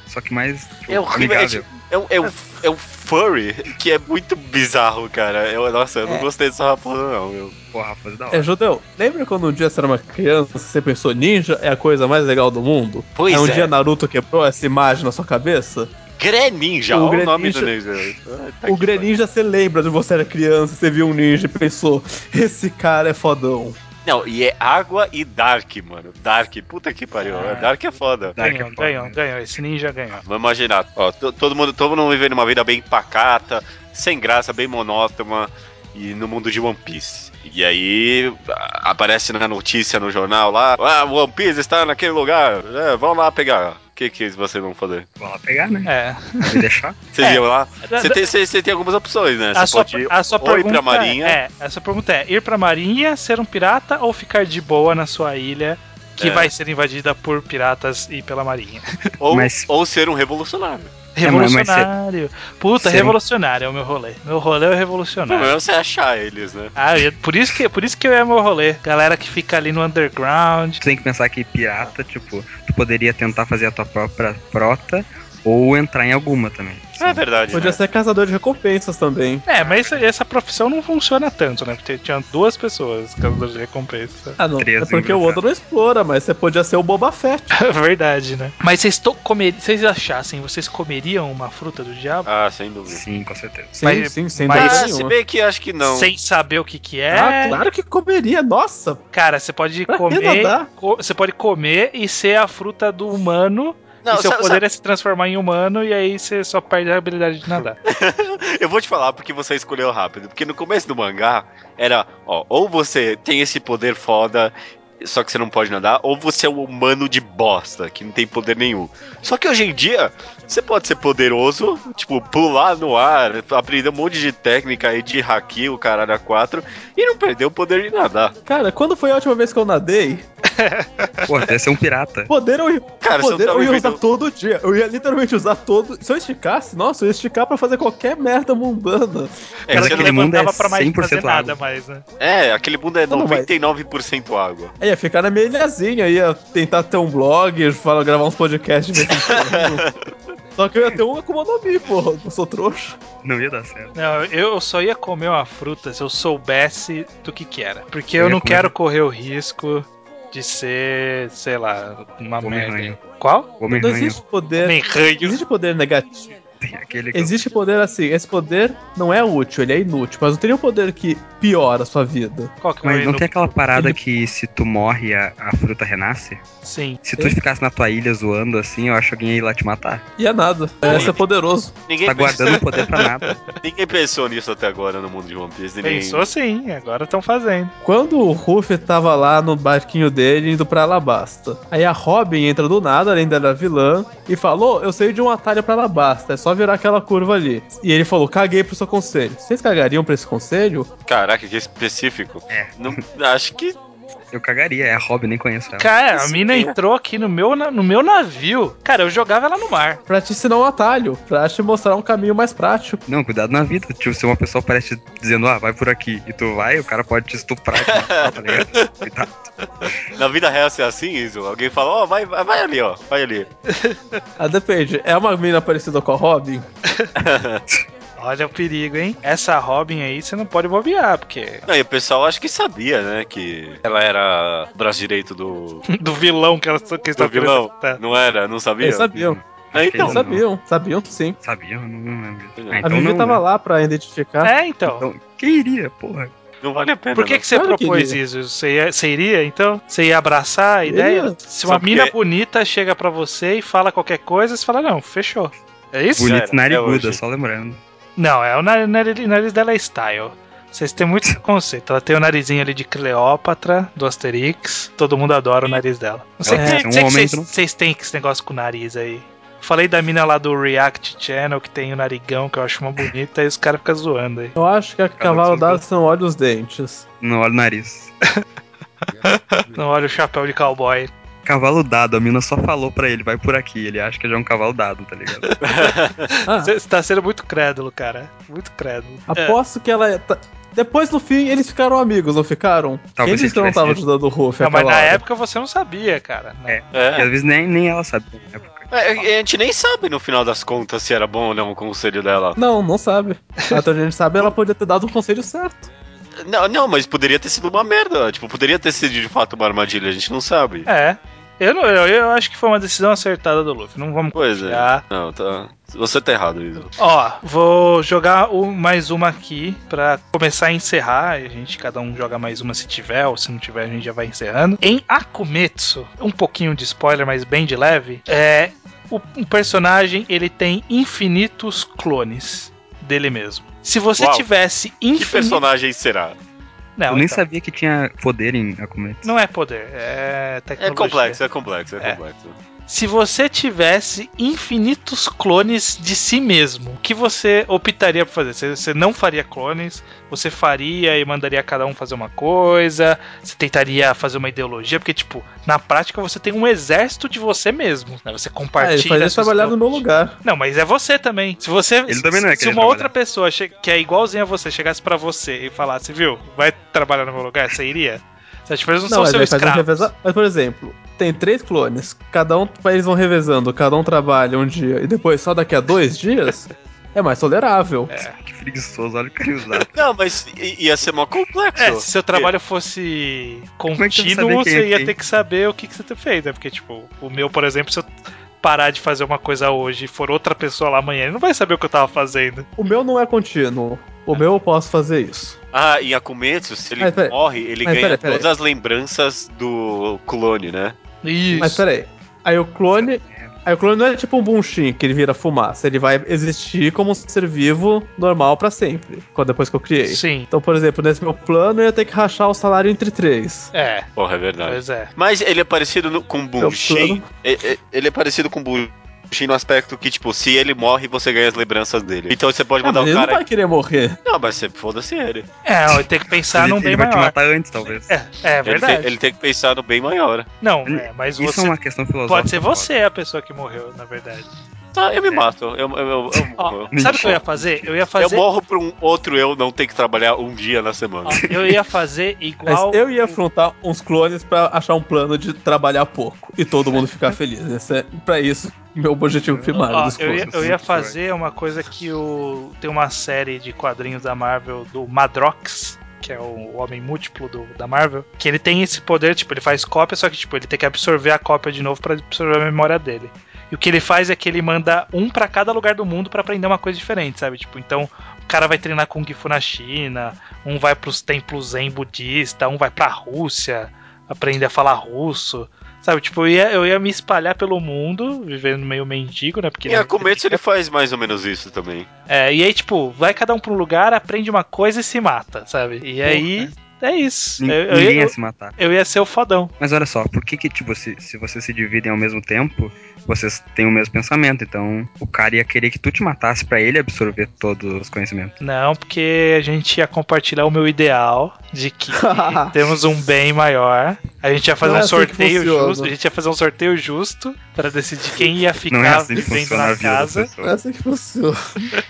Speaker 3: Só que mais tipo,
Speaker 2: É horrível. É,
Speaker 3: amigável.
Speaker 2: tipo, é, um- é, um, é um furry que é muito bizarro, cara. Eu- nossa, eu não
Speaker 4: É.
Speaker 2: gostei dessa raposa, não, meu.
Speaker 3: Pô, a raposa é da hora.
Speaker 4: É, Judeu, lembra quando um dia você era uma criança, você pensou ninja é a coisa mais legal do mundo?
Speaker 2: Pois
Speaker 4: Aí um
Speaker 2: é.
Speaker 4: dia Naruto quebrou essa imagem na sua cabeça?
Speaker 2: Greninja,
Speaker 4: O
Speaker 2: olha o nome
Speaker 4: Greninja-
Speaker 2: do ninja. Ai, tá
Speaker 4: o
Speaker 2: que pariu.
Speaker 4: Greninja você lembra de você era criança, você viu um ninja e pensou, esse cara é fodão.
Speaker 2: Não, e é água e dark, mano. Dark, puta que pariu.
Speaker 1: Ah.
Speaker 2: Dark é foda.
Speaker 3: Dark é
Speaker 1: ganhou,
Speaker 3: foda,
Speaker 1: ganhou,
Speaker 3: né?
Speaker 1: ganhou. Esse ninja ganhou.
Speaker 2: Vamos imaginar, ó, to- todo mundo, todo mundo vivendo uma vida bem pacata, sem graça, bem monótona e no mundo de One Piece. E aí a- aparece na notícia no jornal lá, ah, One Piece está naquele lugar, é, vão lá pegar. O que que vocês vão fazer?
Speaker 3: Vou lá pegar, né?
Speaker 1: É.
Speaker 3: Vai deixar.
Speaker 2: Vocês
Speaker 1: É.
Speaker 2: iam lá? Você tem, você- você tem algumas opções, né?
Speaker 1: A
Speaker 2: Você
Speaker 1: sua, *laughs*
Speaker 2: pode ir
Speaker 1: a sua
Speaker 2: ou ir
Speaker 1: pergunta
Speaker 2: pra marinha.
Speaker 1: É, a sua pergunta é: ir pra marinha, ser um pirata ou ficar de boa na sua ilha que
Speaker 2: É.
Speaker 1: vai ser invadida por piratas e pela marinha?
Speaker 2: ou,
Speaker 3: mas-
Speaker 2: ou ser um revolucionário.
Speaker 3: É, mas- mas ser-
Speaker 1: Revolucionário. Puta,
Speaker 3: ser um-
Speaker 1: revolucionário é o meu rolê. Meu rolê é o
Speaker 2: O problema
Speaker 1: revolucionário.
Speaker 2: é você achar eles, né?
Speaker 1: Ah, eu- por isso que por isso que eu é meu rolê. Galera que fica ali no underground.
Speaker 3: Tu tem que pensar que pirata, tipo, tu poderia tentar fazer a tua própria frota Ou entrar em alguma também.
Speaker 2: É verdade.
Speaker 4: Podia
Speaker 2: né?
Speaker 4: ser caçador de recompensas também.
Speaker 1: É, mas essa, essa profissão não funciona tanto, né? Porque tinha duas pessoas, caçadores de recompensa. *laughs*
Speaker 4: Ah, não.
Speaker 3: Três
Speaker 4: É porque o
Speaker 3: engraçado.
Speaker 4: Oda não explora, mas você podia ser o Boba Fett.
Speaker 2: Ah,
Speaker 1: Verdade, né? Mas vocês, to- comer... vocês achassem, vocês comeriam uma fruta do diabo?
Speaker 2: Ah, sem dúvida.
Speaker 3: Sim, com certeza.
Speaker 4: Sim,
Speaker 1: Mas-
Speaker 4: sim, sem
Speaker 1: mas-
Speaker 4: dúvida
Speaker 2: Ah, se
Speaker 4: nenhuma.
Speaker 2: bem que acho que não.
Speaker 1: Sem saber o que que é.
Speaker 4: Ah, claro que comeria, nossa.
Speaker 1: Cara, você pode
Speaker 4: Pra que
Speaker 1: comer.
Speaker 4: nadar?
Speaker 1: co- você pode comer e ser a fruta do humano.
Speaker 2: Não,
Speaker 1: e seu
Speaker 2: sabe-
Speaker 1: poder é se transformar em humano e aí você só perde a habilidade de nadar.
Speaker 2: É, Eu vou te falar porque você escolheu rápido. Porque no começo do mangá era, ó, ou você tem esse poder foda, só que você não pode nadar, ou você é um humano de bosta, que não tem poder nenhum. Só que hoje em dia, você pode ser poderoso, tipo, pular no ar, aprender um monte de técnica aí de haki, o caralho a quatro, e não perder o poder de nadar.
Speaker 4: Cara, quando foi a última vez que eu nadei?
Speaker 3: Pô, até ser um pirata.
Speaker 4: Poder eu,
Speaker 2: Cara, você
Speaker 4: poder
Speaker 2: não tá
Speaker 4: eu
Speaker 2: me
Speaker 4: ia usar
Speaker 2: vendo.
Speaker 4: todo dia. Eu ia literalmente usar todo. Se eu esticasse, nossa, eu ia esticar pra fazer qualquer merda mundana.
Speaker 2: É,
Speaker 1: Cara,
Speaker 2: você
Speaker 1: que
Speaker 2: não-
Speaker 3: aquele mundo é
Speaker 1: levantava pra mais
Speaker 3: 100%
Speaker 1: fazer nada
Speaker 3: água.
Speaker 1: mais, né?
Speaker 2: é, aquele mundo é
Speaker 4: Não, não, mas-
Speaker 2: 99% água.
Speaker 4: Eu ia ficar na minha ilhazinha, ia tentar ter um blog, falar, gravar uns podcasts de vez em
Speaker 2: *laughs*
Speaker 4: quando. Só que eu ia ter um Akuma no Mi, porra. Eu sou trouxa.
Speaker 3: Não ia dar certo.
Speaker 1: Não, eu só ia comer uma fruta se eu soubesse do que que era. Porque eu,
Speaker 3: Eu ia
Speaker 1: não
Speaker 3: comer.
Speaker 1: quero correr o risco de ser, sei lá, uma merda.
Speaker 3: Homem-Ranho.
Speaker 1: Qual?
Speaker 4: Não
Speaker 3: Homem-Ranho.
Speaker 4: existe poder.
Speaker 1: Homem-Ranho.
Speaker 4: Existe poder negativo.
Speaker 3: Tem aquele que-
Speaker 4: Existe poder assim. Esse poder não é útil, ele é inútil. Mas não teria um poder que piora a sua vida.
Speaker 1: Qual que é o
Speaker 4: um
Speaker 3: Mas não
Speaker 1: reino?
Speaker 3: tem aquela parada que se tu morre, a, a fruta renasce?
Speaker 1: Sim.
Speaker 3: Se
Speaker 4: É.
Speaker 3: tu ficasse na tua ilha zoando assim, eu acho que alguém ia ir lá te matar.
Speaker 4: E é nada. É ser poderoso.
Speaker 2: Ninguém,
Speaker 3: Tá
Speaker 2: pensa-
Speaker 3: guardando o poder pra nada.
Speaker 2: ninguém pensou nisso até agora no mundo de One Piece. Ninguém...
Speaker 1: Pensou sim, agora estão fazendo.
Speaker 4: Quando o Ruffy tava lá no barquinho dele indo pra Alabasta. Aí a Robin entra do nada, além dela vilã, e falou: Eu sei de um atalho pra Alabasta, é só virar aquela curva ali. E ele falou: Caguei pro seu conselho. Vocês cagariam pra esse conselho?
Speaker 2: Caraca, que específico.
Speaker 3: É.
Speaker 2: Não, acho que
Speaker 3: Eu cagaria, é a Robin, nem conheço ela.
Speaker 1: Cara, a
Speaker 2: Sim.
Speaker 1: mina entrou aqui no meu, na- no meu navio. Cara, eu jogava ela no mar.
Speaker 4: Pra te ensinar um atalho, pra te mostrar um caminho mais prático.
Speaker 3: Não, cuidado na vida. Tipo, se uma pessoa aparece te dizendo, ah, vai por aqui, e tu vai, o cara pode te estuprar, te matar, tá ligado? Cuidado.
Speaker 2: Na vida real se é assim, Iso? Alguém fala, ó, vai, vai, vai ali, ó, vai ali.
Speaker 4: Ah, depende. É uma menina parecida com a Robin?
Speaker 1: Olha o perigo, hein? Essa Robin aí você não pode bobear, porque. *laughs*
Speaker 2: Não, e o pessoal acho que sabia, né, que ela era o braço direito do,
Speaker 1: Do vilão que ela que
Speaker 2: do
Speaker 1: está
Speaker 2: vilão. Não era? Não sabia?
Speaker 4: Eles sabiam.
Speaker 2: É, então.
Speaker 4: Eles sabiam. Sabiam sim.
Speaker 3: Sabia? Eu não, não lembro.
Speaker 2: Pois é.
Speaker 3: Ah,
Speaker 4: A
Speaker 3: então
Speaker 4: Vivi
Speaker 3: não,
Speaker 4: tava
Speaker 3: né?
Speaker 4: lá pra identificar.
Speaker 1: É, então.
Speaker 3: Então, quem iria, porra?
Speaker 2: Não vale a pena.
Speaker 1: Por que,
Speaker 2: não.
Speaker 1: que você
Speaker 4: Claro que
Speaker 1: propôs
Speaker 4: iria.
Speaker 1: isso? Você, ia- você iria, então? Você ia abraçar a ideia?
Speaker 4: Iria.
Speaker 1: Se uma
Speaker 2: Só porque-
Speaker 1: mina bonita chega pra você e fala qualquer coisa, você fala, não, fechou. É isso?
Speaker 2: Cara,
Speaker 3: Bonito
Speaker 2: até
Speaker 3: nariguda,
Speaker 2: hoje.
Speaker 3: só lembrando.
Speaker 1: Não, é o nariz, nariz, nariz dela é style. Vocês têm muito *laughs* preconceito. Ela tem o narizinho ali de Cleópatra, do Asterix. Todo mundo adora o nariz dela. Não sei
Speaker 3: Ela
Speaker 1: que-
Speaker 3: tem um
Speaker 1: sei que
Speaker 3: homem
Speaker 1: vocês
Speaker 3: que não-
Speaker 1: vocês têm esse negócio com o nariz aí. Falei da mina lá do React Channel, que tem o narigão, que eu acho uma bonita, e os caras ficam zoando aí.
Speaker 4: Eu acho que
Speaker 3: um
Speaker 4: a cavalo dado são olha os dentes.
Speaker 3: Não olha o nariz.
Speaker 1: Não olha o chapéu de cowboy.
Speaker 3: Cavalo dado, a mina só falou pra ele, vai por aqui. Ele acha que já é um cavalo dado, tá ligado?
Speaker 1: É.
Speaker 4: Ah,
Speaker 1: Você você tá sendo muito crédulo, cara. Muito crédulo.
Speaker 4: Aposto que ela. tá- Depois no fim eles ficaram amigos, não ficaram?
Speaker 3: Talvez
Speaker 4: eles
Speaker 3: se
Speaker 4: que não
Speaker 3: tivesse
Speaker 4: estavam
Speaker 3: ido.
Speaker 4: ajudando o Ruff
Speaker 1: Não, mas
Speaker 4: aquela
Speaker 1: na
Speaker 4: hora.
Speaker 1: época você não sabia, cara.
Speaker 3: É. E
Speaker 2: *laughs* É.
Speaker 3: às vezes nem, nem ela sabia na época.
Speaker 2: É, a gente nem sabe no final das contas se era bom ou não o conselho dela.
Speaker 4: Não,
Speaker 3: *laughs*
Speaker 4: não sabe. Até onde a gente sabe, ela podia ter dado o conselho certo. É,
Speaker 2: Não, não, mas poderia ter sido uma merda. Tipo, poderia ter sido de fato uma armadilha, a gente não sabe.
Speaker 1: É. Eu, não, eu, eu acho que foi uma decisão acertada do Luffy. Não vamos
Speaker 2: Pois é.
Speaker 1: confiar.
Speaker 2: Não, tá. Você tá errado, Iso.
Speaker 1: Ó, vou jogar o- mais uma aqui pra começar a encerrar. A gente, cada um joga mais uma se tiver, ou se não tiver, a gente já vai encerrando. Em Akumetsu, um pouquinho de spoiler, mas bem de leve, é o, um personagem ele tem infinitos clones dele mesmo. Se você
Speaker 2: Uau.
Speaker 1: tivesse
Speaker 2: Que
Speaker 1: infinito,
Speaker 2: personagem será?
Speaker 1: não,
Speaker 3: eu nem
Speaker 1: então,
Speaker 3: sabia que tinha poder em Akumetsu.
Speaker 1: não é poder, é
Speaker 2: É
Speaker 1: tecnologia.
Speaker 2: complexo, é complexo, é,
Speaker 1: É.
Speaker 2: complexo.
Speaker 1: Se você tivesse infinitos clones de si mesmo, o que você optaria por fazer? Você, você não faria clones? Você faria e mandaria cada um fazer uma coisa? Você tentaria fazer uma ideologia? Porque, tipo, na prática você tem um exército de você mesmo. Né? Você
Speaker 4: Ah,
Speaker 1: compartilha.
Speaker 4: ele fazia
Speaker 1: seus
Speaker 4: trabalhar no
Speaker 1: clones.
Speaker 4: meu lugar.
Speaker 1: Não, mas é você também. Se você.
Speaker 3: Ele também não ia
Speaker 1: Se
Speaker 3: querer
Speaker 1: uma outra
Speaker 3: trabalhar.
Speaker 1: pessoa che- que é igualzinha a você chegasse pra você e falasse, viu, vai trabalhar no meu lugar, você iria? As pessoas não,
Speaker 4: Não,
Speaker 1: são
Speaker 4: mas
Speaker 1: seu
Speaker 4: ele fazia um
Speaker 1: escravo.
Speaker 4: reveza... Mas, por exemplo, tem três clones, cada um, eles vão revezando, cada um trabalha um dia e depois só daqui a dois dias, é mais tolerável.
Speaker 3: É, que preguiçoso, olha o
Speaker 1: *laughs*
Speaker 3: cara usado.
Speaker 2: Não, mas i- ia ser mó complexo.
Speaker 1: É, se seu trabalho fosse
Speaker 3: é que eu ia
Speaker 1: contínuo,
Speaker 3: saber quem
Speaker 1: você ia
Speaker 3: tem?
Speaker 1: ter que saber o que, que você tem feito, né? Porque, tipo, o meu, por exemplo, se eu parar de fazer uma coisa hoje e for outra pessoa lá amanhã, ele não vai saber o que eu tava fazendo.
Speaker 4: O meu não é contínuo. O meu eu posso fazer isso.
Speaker 2: Ah, em Akumetsu, se ele
Speaker 4: Mas peraí.
Speaker 2: morre, ele
Speaker 4: Mas
Speaker 2: ganha
Speaker 4: peraí, peraí.
Speaker 2: todas as lembranças do clone, né?
Speaker 1: Isso.
Speaker 4: Mas peraí. Aí o clone. Aí o clone não é tipo um bunchin que ele vira fumaça. Ele vai existir como um ser vivo normal pra sempre. quando- Depois que eu criei.
Speaker 1: Sim.
Speaker 4: Então, por exemplo, nesse meu plano eu ia ter que rachar o salário entre três.
Speaker 1: É,
Speaker 2: Porra, é
Speaker 3: Tá.
Speaker 2: verdade.
Speaker 1: pois é.
Speaker 2: Mas ele é parecido no- com o
Speaker 4: Meu
Speaker 2: Bunshin.
Speaker 4: plano.
Speaker 2: E- e- Ele é parecido com o Bunshin no aspecto que, tipo, se ele morre, você ganha as lembranças dele. Então você pode
Speaker 4: Ah,
Speaker 2: mandar
Speaker 4: mas
Speaker 2: o
Speaker 4: ele não
Speaker 2: cara.
Speaker 4: vai querer morrer.
Speaker 2: Não, mas você foda-se ele.
Speaker 1: É, eu tenho que pensar
Speaker 3: ele
Speaker 1: num
Speaker 3: ele
Speaker 1: bem
Speaker 3: vai te
Speaker 1: maior.
Speaker 3: matar antes, talvez.
Speaker 1: É, é
Speaker 2: Ele tem,
Speaker 1: verdade.
Speaker 2: ele tem que pensar no bem maior.
Speaker 1: Não, é, mas
Speaker 3: Isso
Speaker 1: você.
Speaker 3: é uma questão filosófica.
Speaker 1: Pode ser você a pessoa que morreu, na verdade.
Speaker 2: Tá, eu me mato. Eu, eu, eu, eu morro.
Speaker 1: É. *laughs* Ó,
Speaker 3: Uhum.
Speaker 1: sabe o que eu ia fazer? Eu ia
Speaker 2: Eu
Speaker 1: fazer.
Speaker 2: morro pra um outro eu não ter que trabalhar um dia na semana.
Speaker 1: ó, Eu ia fazer
Speaker 4: Mas
Speaker 1: igual.
Speaker 4: eu ia afrontar uns clones pra achar um plano de trabalhar pouco e todo
Speaker 1: *laughs*
Speaker 4: mundo ficar feliz. Esse é, pra isso, meu objetivo primário
Speaker 1: Ó,
Speaker 4: dos
Speaker 1: eu,
Speaker 4: clones.
Speaker 1: ia, eu ia fazer uma coisa que o tem uma série de quadrinhos da Marvel do Madrox, que é o homem múltiplo do- da Marvel, que ele tem esse poder, tipo, ele faz cópia, só que tipo, ele tem que absorver a cópia de novo pra absorver a memória dele. E o que ele faz é que ele manda um pra cada lugar do mundo pra aprender uma coisa diferente, sabe? Tipo, então o cara vai treinar Kung Fu na China, um vai pros templos zen budista, um vai pra Rússia aprender a falar russo. Sabe, tipo, eu ia, eu ia me espalhar pelo mundo, vivendo meio mendigo, né? Porque
Speaker 2: E é a Cometsu ele faz mais ou menos isso também.
Speaker 1: é, e aí, tipo, vai cada um pra um lugar, aprende uma coisa e se mata, sabe? E aí, é isso.
Speaker 3: Nin-
Speaker 1: Eu, eu,
Speaker 3: Ninguém ia
Speaker 1: eu,
Speaker 3: se matar.
Speaker 1: eu ia ser o fodão.
Speaker 3: Mas olha só, por que que, tipo, se, se vocês se dividem ao mesmo tempo, vocês têm o mesmo pensamento. Então, o cara ia querer que tu te matasse pra ele absorver todos os conhecimentos.
Speaker 1: Não, porque a gente ia compartilhar o meu ideal de
Speaker 4: *laughs*
Speaker 1: que temos um bem maior. A gente ia fazer
Speaker 4: Não é
Speaker 1: um
Speaker 4: assim que
Speaker 1: sorteio
Speaker 4: funciona.
Speaker 1: justo. A gente ia fazer um sorteio justo pra decidir quem ia ficar
Speaker 3: Não é assim que
Speaker 1: vivendo
Speaker 3: funciona a
Speaker 1: na
Speaker 3: vida das
Speaker 1: casa.
Speaker 4: É
Speaker 3: pessoas.
Speaker 4: assim que funciona.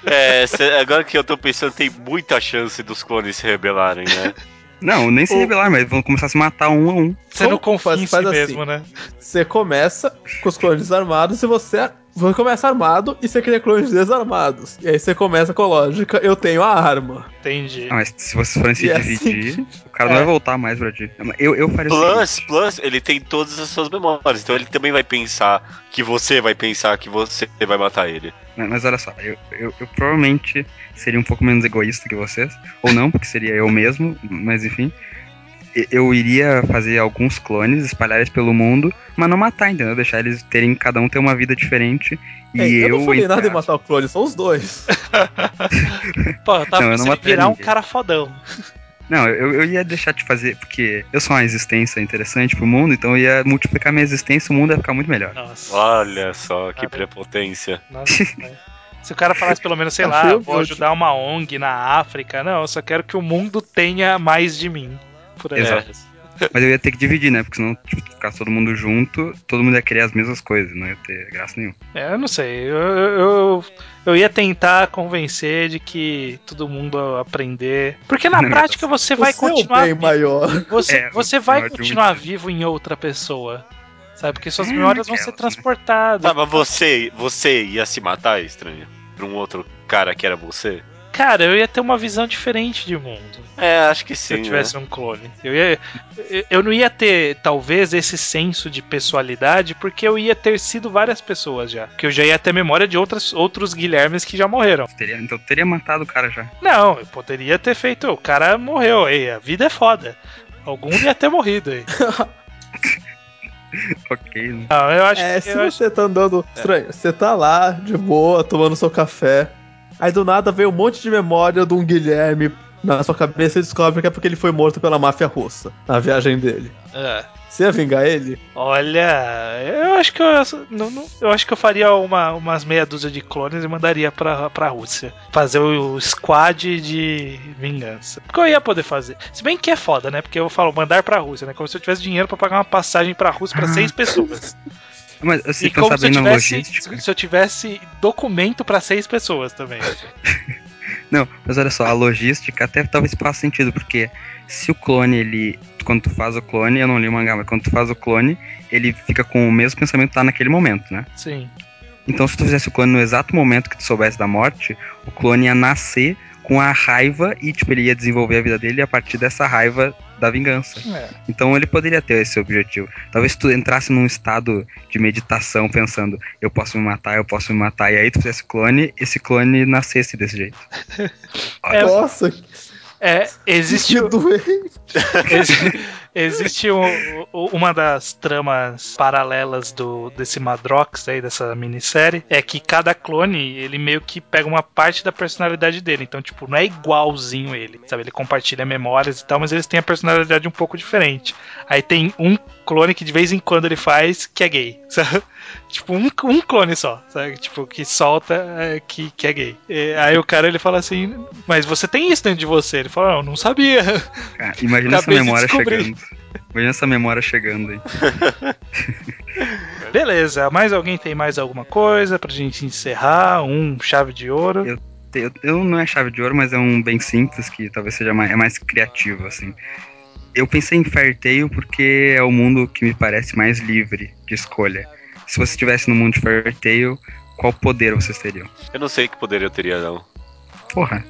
Speaker 2: É, cê- agora que eu tô pensando, tem muita chance dos clones se rebelarem, né?
Speaker 1: *laughs*
Speaker 3: Não, nem se
Speaker 4: O-
Speaker 3: rebelar, mas vão começar a se matar um a um.
Speaker 1: Você não
Speaker 4: Como
Speaker 1: confia
Speaker 4: faz-
Speaker 1: em
Speaker 4: faz
Speaker 1: si
Speaker 4: assim.
Speaker 1: mesmo, né?
Speaker 4: Você começa com os clones armados e você, você começa armado e você cria clones desarmados. E aí você começa com a lógica, eu tenho a arma.
Speaker 1: Entendi.
Speaker 3: Ah, mas se vocês forem se
Speaker 4: E é assim
Speaker 3: dividir, o cara não vai voltar mais pra ti. Não, mas Eu, eu faria o
Speaker 2: Plus,
Speaker 3: seguinte,
Speaker 2: plus, ele tem todas as suas memórias, então ele também vai pensar que você vai pensar que você vai matar ele.
Speaker 3: né, Mas olha só, eu, eu, eu provavelmente seria um pouco menos egoísta que vocês. Ou não, porque seria eu mesmo, mas enfim. E- Eu iria fazer alguns clones, espalhar eles pelo mundo, mas não matar, entendeu? Deixar eles terem, cada um ter uma vida diferente. E
Speaker 4: É,
Speaker 3: eu.
Speaker 4: eu, não falei
Speaker 3: entre
Speaker 4: nada em
Speaker 3: aspas,
Speaker 4: matar o clone, são
Speaker 1: *laughs*
Speaker 4: os dois.
Speaker 1: Pô, eu tava
Speaker 3: Não, então, eu não
Speaker 1: pensando em
Speaker 3: mataria
Speaker 1: virar um
Speaker 3: ninguém.
Speaker 1: cara fodão.
Speaker 3: Não, eu, eu ia deixar de fazer, porque eu sou uma existência interessante pro mundo, então eu ia multiplicar minha existência, o mundo ia ficar muito melhor.
Speaker 1: Nossa.
Speaker 2: Olha só que
Speaker 1: Cara.
Speaker 2: prepotência.
Speaker 1: Nossa, né? Se o cara falasse pelo
Speaker 4: *laughs*
Speaker 1: menos, sei lá,
Speaker 4: Achei
Speaker 1: eu vou
Speaker 4: ótimo.
Speaker 1: ajudar uma ONG na África. Não, eu só quero que o mundo tenha mais de mim. Por aí. É.
Speaker 3: Exato. Mas eu ia ter que dividir, né? Porque senão, tipo, ficasse todo mundo junto, todo mundo ia querer as mesmas coisas, não ia ter graça nenhuma.
Speaker 1: É, eu não sei. Eu, eu, eu- eu ia tentar convencer de que todo mundo aprender. Porque na
Speaker 3: Não,
Speaker 1: prática você vai
Speaker 4: é o seu
Speaker 1: continuar.
Speaker 4: bem
Speaker 1: vivo.
Speaker 4: maior.
Speaker 1: Você,
Speaker 3: É,
Speaker 1: você
Speaker 3: maior
Speaker 1: vai
Speaker 3: de um
Speaker 1: continuar vivo em outra pessoa. Sabe? Porque suas
Speaker 3: É,
Speaker 1: memórias vão
Speaker 3: aquelas,
Speaker 1: ser
Speaker 3: né?
Speaker 1: transportadas.
Speaker 2: Tá, mas você, você ia se matar, estranho? Pra um outro cara que era você?
Speaker 1: Cara, eu ia ter uma visão diferente de mundo.
Speaker 2: É, acho que
Speaker 1: se
Speaker 2: sim.
Speaker 1: eu tivesse um clone. Eu, ia- eu- eu não ia ter, talvez, esse senso de pessoalidade, porque eu ia ter sido várias pessoas já. Porque eu já ia ter memória de outras, outros Guilhermes que já morreram.
Speaker 3: Tu Teria, então tu teria matado o cara já.
Speaker 1: Não, eu poderia ter feito. O cara morreu, aí a vida é foda. Algum ia ter morrido
Speaker 4: *laughs*
Speaker 1: aí.
Speaker 3: Ok. né?
Speaker 1: Não, eu acho
Speaker 4: É,
Speaker 1: que.
Speaker 4: se
Speaker 1: Eu acho-
Speaker 4: você tá andando. Estranho, você tá lá, de boa, tomando seu café. Aí do nada vem um monte de memória de um Guilherme na sua cabeça e descobre que é porque ele foi morto pela máfia russa na viagem dele.
Speaker 1: Ah,
Speaker 4: Você ia vingar ele?
Speaker 1: olha, eu acho que eu, não- não- eu acho que eu faria uma, umas meia dúzia de clones e mandaria pra, pra Rússia. Fazer o squad de vingança. Porque eu ia poder fazer. Se bem que é foda, né? Porque eu falo mandar pra Rússia, né? Como se eu tivesse dinheiro pra pagar uma passagem pra Rússia pra
Speaker 3: Ah.
Speaker 1: seis
Speaker 4: *laughs*
Speaker 1: pessoas.
Speaker 3: Mas assim, se
Speaker 1: E
Speaker 4: tá
Speaker 3: pensar
Speaker 1: como se eu
Speaker 3: bem na
Speaker 1: tivesse.
Speaker 3: logística.
Speaker 1: Se eu tivesse documento pra seis pessoas também.
Speaker 3: Não, mas olha só, a logística até talvez faça sentido, porque se o clone ele. tu, quando tu faz o clone, eu não li o mangá, mas quando tu faz o clone, ele fica com o mesmo pensamento que tá naquele momento, né?
Speaker 1: Sim.
Speaker 3: Então, se tu fizesse o clone no exato momento que tu soubesse da morte, o clone ia nascer com a raiva e, tipo, ele ia desenvolver a vida dele a partir dessa raiva da vingança.
Speaker 1: É.
Speaker 3: Então ele poderia ter esse objetivo. Talvez se tu entrasse num estado de meditação pensando, eu posso me matar, eu posso me matar, e aí tu fizesse clone, esse clone nascesse desse jeito.
Speaker 1: É,
Speaker 4: Nossa,
Speaker 1: É, existe,
Speaker 4: que doente.
Speaker 1: exi- existe um- um- uma das tramas paralelas do desse Madrox aí, dessa minissérie, é que cada clone, ele meio que pega uma parte da personalidade dele. Então, tipo, não é igualzinho ele, sabe? Ele compartilha memórias e tal, mas eles têm a personalidade um pouco diferente. Aí tem um clone que de vez em quando ele faz que é gay, *laughs* sabe? Tipo, um, um clone só, sabe? Tipo, que solta é, que, que é gay. E aí o cara, ele fala assim, mas você tem isso dentro de você. Ele fala, não, não sabia. *laughs*
Speaker 3: Cara, imagina essa
Speaker 1: Acabei de
Speaker 3: memória
Speaker 1: descobrir.
Speaker 3: chegando. Imagina essa memória chegando aí.
Speaker 1: Beleza, mais alguém tem mais alguma coisa pra gente encerrar? Um chave de ouro.
Speaker 3: Eu, eu- não é chave de ouro, mas é um bem simples que talvez seja mais, é mais criativo, assim. Eu pensei em Fair Tail porque é o mundo que me parece mais livre de escolha. Se você estivesse no mundo de Fair Tail, qual poder vocês teriam?
Speaker 2: né? Eu não sei que poder eu teria, não.
Speaker 3: Porra,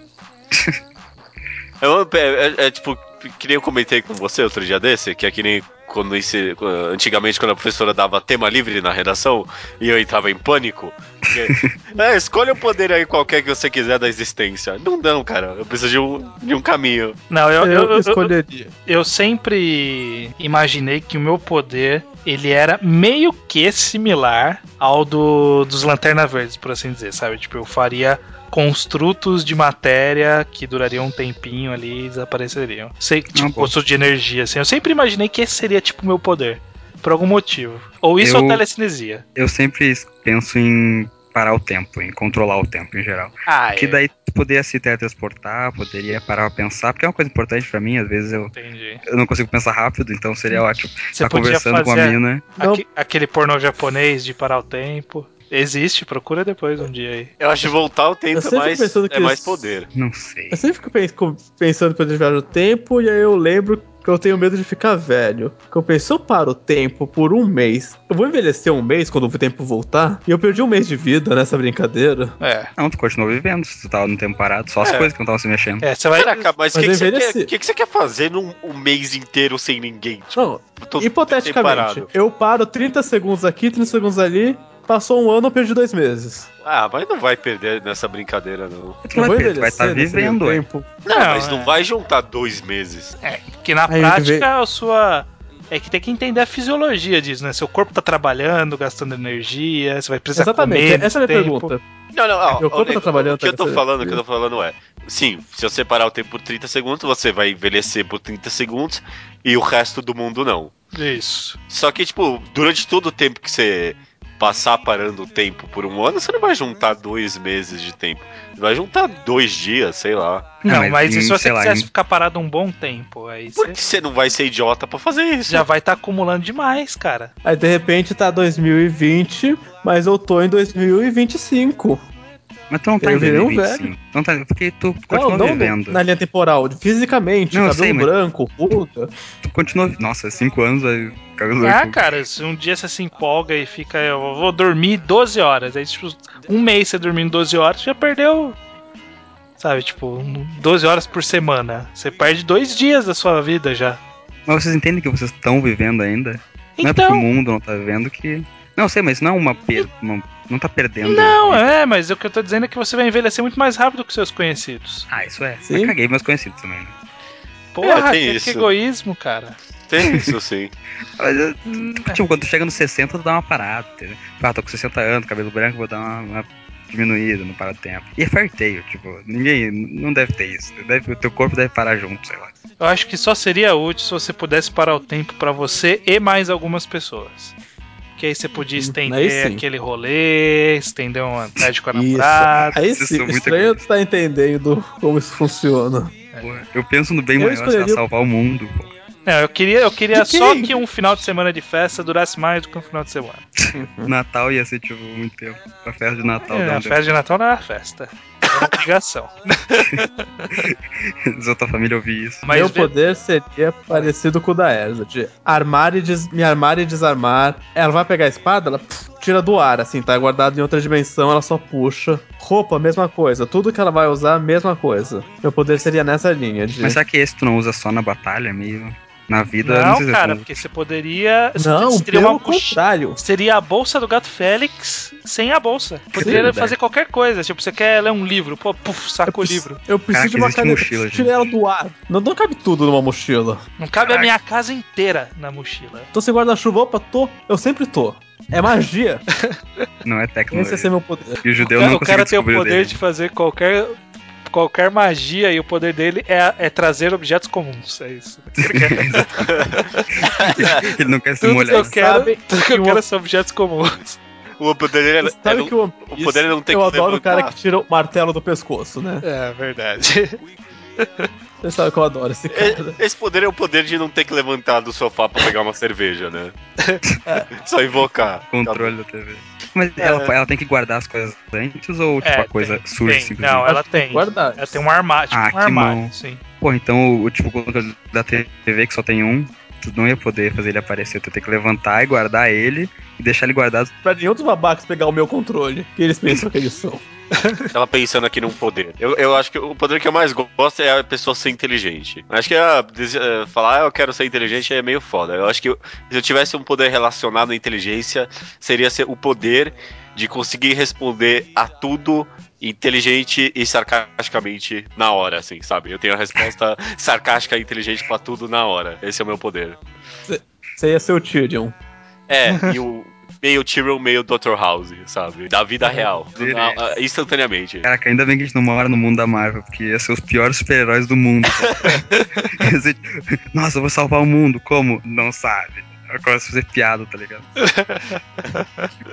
Speaker 3: é
Speaker 2: Eu- é, é- é tipo, que nem eu comentei com você outro dia desse, que é que nem quando esse, antigamente quando a professora dava tema livre na redação e eu entrava em pânico. *laughs* Porque, é, escolha o poder aí qualquer que você quiser da existência. Não, não, cara. Eu preciso de um, de um caminho.
Speaker 1: Não, eu, eu, eu, eu,
Speaker 4: escolheria.
Speaker 1: eu sempre imaginei que o meu poder ele era meio que similar ao do, dos Lanterna Verdes, por assim dizer, sabe? Tipo, eu faria construtos de matéria que durariam um tempinho ali e desapareceriam. Sei, tipo,
Speaker 3: Ah, bom.
Speaker 1: construto de energia, assim. Eu sempre imaginei que esse seria, tipo, o meu poder. Por algum motivo. Ou isso
Speaker 3: Eu-
Speaker 1: ou telecinesia.
Speaker 3: eu sempre penso em parar o tempo, em controlar o tempo em geral.
Speaker 1: Ah,
Speaker 3: Que
Speaker 1: é.
Speaker 3: daí tu poderia se teletransportar, poderia parar pra pensar, porque é uma coisa importante pra mim, às vezes eu,
Speaker 1: Entendi.
Speaker 3: eu não consigo pensar rápido, então seria ótimo.
Speaker 1: Você
Speaker 3: tá
Speaker 1: podia
Speaker 3: conversando com a
Speaker 1: fazer
Speaker 3: mina.
Speaker 4: Não.
Speaker 1: aque- aquele pornô japonês de parar o tempo. Existe, procura depois um dia aí.
Speaker 2: Eu acho que voltar o tempo
Speaker 4: Eu
Speaker 2: é
Speaker 4: sempre
Speaker 2: mais,
Speaker 4: pensando
Speaker 2: é
Speaker 4: que
Speaker 2: mais
Speaker 4: isso-
Speaker 2: poder.
Speaker 3: Não sei.
Speaker 4: Eu sempre fico pen- co- pensando quando eu viajo no tempo, e aí eu lembro que eu tenho medo de ficar velho. Que eu penso, se eu paro o tempo por um mês, eu vou envelhecer um mês quando o tempo voltar? E eu perdi um mês de vida nessa brincadeira.
Speaker 1: É.
Speaker 3: Não, tu continuou vivendo, se tu tava no tempo parado, só as
Speaker 2: É.
Speaker 3: coisas que não estavam se mexendo.
Speaker 1: É, você vai.
Speaker 2: Caraca, Ah, mas o
Speaker 4: Mas
Speaker 2: que, que, você quer-
Speaker 4: envelheci.
Speaker 2: que que você quer fazer num um mês inteiro sem ninguém? Tipo,
Speaker 4: Não,
Speaker 2: tô-
Speaker 4: hipoteticamente,
Speaker 2: temporado.
Speaker 4: eu paro 30 segundos aqui, 30 segundos ali, passou um ano, eu perdi dois meses.
Speaker 2: Ah, mas não vai perder nessa brincadeira, não.
Speaker 4: É,
Speaker 3: Tu vai ver, tu vai estar
Speaker 4: nesse meio
Speaker 3: vivendo, ué.
Speaker 4: tempo.
Speaker 2: Não,
Speaker 1: Não,
Speaker 2: mas
Speaker 1: é.
Speaker 2: não vai juntar dois meses.
Speaker 1: Que na
Speaker 4: Aí a gente
Speaker 1: prática a sua. É que tem que entender a fisiologia disso, né? Seu corpo tá trabalhando, gastando energia, você vai precisar
Speaker 4: Exatamente,
Speaker 1: comer.
Speaker 4: essa é a minha
Speaker 1: tempo.
Speaker 4: pergunta.
Speaker 2: Não, não, ó,
Speaker 4: Meu corpo
Speaker 2: ó,
Speaker 4: tá
Speaker 2: nego,
Speaker 4: trabalhando,
Speaker 2: O que eu tô
Speaker 4: tá
Speaker 2: falando, o
Speaker 4: gastando
Speaker 2: que eu tô falando é. Sim, se eu separar o tempo por 30 segundos, você vai envelhecer por 30 segundos e o resto do mundo não.
Speaker 1: Isso.
Speaker 2: Só que, tipo, durante todo o tempo que você passar parando o tempo por um ano, você não vai juntar dois meses de tempo. Você vai juntar dois dias, sei lá.
Speaker 1: Não,
Speaker 3: Ah,
Speaker 1: mas,
Speaker 3: mas
Speaker 1: e se
Speaker 3: em-
Speaker 1: você
Speaker 3: sei lá,
Speaker 1: quisesse
Speaker 3: em-
Speaker 1: ficar parado um bom tempo? Aí
Speaker 2: Por
Speaker 1: você
Speaker 2: que você não vai ser idiota pra fazer isso?
Speaker 1: já vai estar acumulando demais, cara.
Speaker 4: Aí de repente tá 2020, mas eu tô em 2025.
Speaker 3: Mas tu não tá
Speaker 4: Eu
Speaker 3: em
Speaker 4: virei um
Speaker 3: 2025. Não tá, porque tu
Speaker 4: Não,
Speaker 3: continua
Speaker 4: não
Speaker 3: vivendo.
Speaker 4: é na linha temporal, fisicamente,
Speaker 3: Não, eu
Speaker 4: cabelo
Speaker 3: sei, mas-
Speaker 4: branco, puta.
Speaker 3: Tu continua. Nossa, cinco anos aí. *laughs* cabelo
Speaker 1: Ah,
Speaker 3: branco.
Speaker 1: cara, se um dia você se empolga e fica, eu vou dormir 12 horas. Aí, tipo, um mês você dormindo 12 horas, já perdeu. Sabe, tipo, 12 horas por semana. Você perde dois dias da sua vida já.
Speaker 3: Mas vocês entendem que vocês estão vivendo ainda? Não é porque o
Speaker 1: Então.
Speaker 3: mundo não tá vivendo que. Não, eu sei, mas isso não é uma perda. Não, não tá perdendo.
Speaker 1: Não, é, mas o que eu tô dizendo é que você vai envelhecer muito mais rápido que seus conhecidos.
Speaker 3: Ah, isso é.
Speaker 4: Sim.
Speaker 3: Eu caguei meus conhecidos também. né?
Speaker 1: Porra,
Speaker 2: É, tem
Speaker 1: que,
Speaker 2: isso.
Speaker 1: que egoísmo, cara.
Speaker 2: Tem isso sim.
Speaker 3: Mas eu-
Speaker 1: Hum, tá.
Speaker 3: Tipo, quando tu chega nos 60, tu dá uma parada, entendeu? Ah, tô com 60 anos, cabelo branco, vou dar uma, uma diminuída no para-tempo. E é farteio, tipo, ninguém. Não deve ter isso. Deve, o teu corpo deve parar junto, sei lá.
Speaker 1: Eu acho que só seria útil se você pudesse parar o tempo pra você e mais algumas pessoas. Que aí você podia
Speaker 4: Hum, aí
Speaker 1: estender
Speaker 4: sim.
Speaker 1: aquele rolê, estender uma tarde
Speaker 3: Tá
Speaker 1: com a
Speaker 4: Isso.
Speaker 1: namorada.
Speaker 4: Aí
Speaker 3: Vocês
Speaker 4: sim,
Speaker 3: são muito
Speaker 4: estranho tu tá entendendo *laughs* como isso funciona.
Speaker 1: É.
Speaker 3: Porra, Eu penso no bem
Speaker 4: Eu
Speaker 3: maior, sei lá,
Speaker 4: escolheria-
Speaker 3: salvar o mundo, pô.
Speaker 1: Não, eu queria, eu queria
Speaker 4: De
Speaker 1: só
Speaker 4: quem?
Speaker 1: que um final de semana de festa durasse mais do que um final de semana.
Speaker 3: Natal ia ser, tipo, muito tempo. A festa de Natal
Speaker 1: É,
Speaker 3: dá
Speaker 1: a
Speaker 3: um tempo. *laughs*
Speaker 1: festa de Natal não é uma festa. uma obrigação.
Speaker 3: Diz outra família ouvir isso.
Speaker 1: Mas
Speaker 4: Meu
Speaker 1: ve-
Speaker 4: poder seria parecido com o da Erza, de armar e des- me armar e desarmar. Ela vai pegar a espada, ela pff, tira do ar, assim, tá guardado em outra dimensão, ela só puxa. Roupa, mesma coisa. Tudo que ela vai usar, mesma coisa. Meu poder seria nessa linha, de...
Speaker 3: Mas será que esse tu não usa só na batalha mesmo? Na vida, não, sei
Speaker 1: não,
Speaker 3: se é
Speaker 1: cara,
Speaker 3: tu-
Speaker 1: porque você poderia.
Speaker 4: Não,
Speaker 1: seria uma
Speaker 4: pelo
Speaker 1: mochi-
Speaker 4: contrário.
Speaker 1: Seria a bolsa do gato Félix sem a bolsa. Poderia
Speaker 4: verdade.
Speaker 1: fazer qualquer coisa. Tipo, você quer ler um livro, pô, puf, saca o
Speaker 4: preci-
Speaker 1: livro.
Speaker 4: Eu
Speaker 3: Caraca,
Speaker 4: preciso de uma
Speaker 3: existe
Speaker 4: caneta.
Speaker 3: mochila,
Speaker 4: Tirei ela do ar. Não, não cabe tudo numa mochila.
Speaker 1: Não cabe a
Speaker 3: Caraca.
Speaker 1: minha casa inteira na mochila.
Speaker 4: Tô sem guarda-chuva. Opa, tô. Eu sempre tô.
Speaker 2: *laughs*
Speaker 4: É magia.
Speaker 3: não é
Speaker 4: Esse
Speaker 3: tecnologia.
Speaker 4: ia ser meu poder.
Speaker 3: E o judeu
Speaker 1: o cara,
Speaker 3: não
Speaker 1: o cara tem o
Speaker 3: conseguiu
Speaker 1: poder
Speaker 3: descobrir
Speaker 1: de fazer qualquer, qualquer magia e o poder dele é, é trazer objetos comuns. É isso. Ele quer-
Speaker 3: o dele. Ele não quer se
Speaker 1: tudo que
Speaker 3: molhar.
Speaker 1: eu quero,
Speaker 4: Sabe
Speaker 1: tudo que eu
Speaker 4: que
Speaker 1: quero
Speaker 4: uma-
Speaker 1: são objetos comuns.
Speaker 2: O poder dele é- é
Speaker 4: *laughs* Sabe
Speaker 2: não-
Speaker 4: que o One
Speaker 2: o
Speaker 4: Piece,
Speaker 2: poder não tem
Speaker 4: Eu
Speaker 2: que
Speaker 4: adoro o cara
Speaker 2: levantar.
Speaker 4: que tira o martelo do pescoço, né?
Speaker 1: *laughs* É verdade.
Speaker 4: Você sabe que eu adoro esse cara.
Speaker 2: E- Esse poder é o poder de não ter que levantar do sofá pra pegar uma cerveja, né? *laughs* Só invocar.
Speaker 3: Controle da TV. Mas ela, ela tem que guardar as coisas antes ou tipo
Speaker 1: É,
Speaker 3: a coisa
Speaker 1: tem-
Speaker 3: surge
Speaker 1: tem.
Speaker 3: simplesmente?
Speaker 1: Não, ela tem.
Speaker 4: Guardar.
Speaker 1: Ela tem um armário. Tipo,
Speaker 3: Ah,
Speaker 1: um
Speaker 3: que
Speaker 1: armário,
Speaker 3: mão.
Speaker 1: sim.
Speaker 3: Pô, então o tipo o controle da TV que só tem um, tu não ia poder fazer ele aparecer, tu ia ter que levantar e guardar ele e deixar ele guardado.
Speaker 4: Pra nenhum dos babacas pegar o meu controle, que eles pensam que eles são.
Speaker 2: Tava pensando aqui num poder. Eu, eu acho que o poder que eu mais gosto é a pessoa ser inteligente. Acho que ah, dese- eh, falar "Ah, eu quero ser inteligente é meio foda. Eu acho que eu- se eu tivesse um poder relacionado à inteligência, seria ser o poder de conseguir responder a tudo inteligente e sarcasticamente na hora, assim, sabe? Eu tenho a resposta *laughs* sarcástica e inteligente pra tudo na hora. Esse é o meu poder.
Speaker 4: Você ia ser o Tyrion.
Speaker 1: *laughs*
Speaker 2: É, e o meio Tyrion, meio Dr. House, sabe? Da
Speaker 1: É,
Speaker 2: vida real. Do- na- ah, instantaneamente.
Speaker 3: Caraca, ainda bem que a gente não mora no mundo da Marvel, porque ia ser os piores super-heróis do mundo.
Speaker 1: *laughs*
Speaker 3: Ia ser tipo, Nossa, eu vou salvar o mundo, como? Não sabe. Eu começo a fazer piada,
Speaker 1: *laughs*
Speaker 3: tá ligado?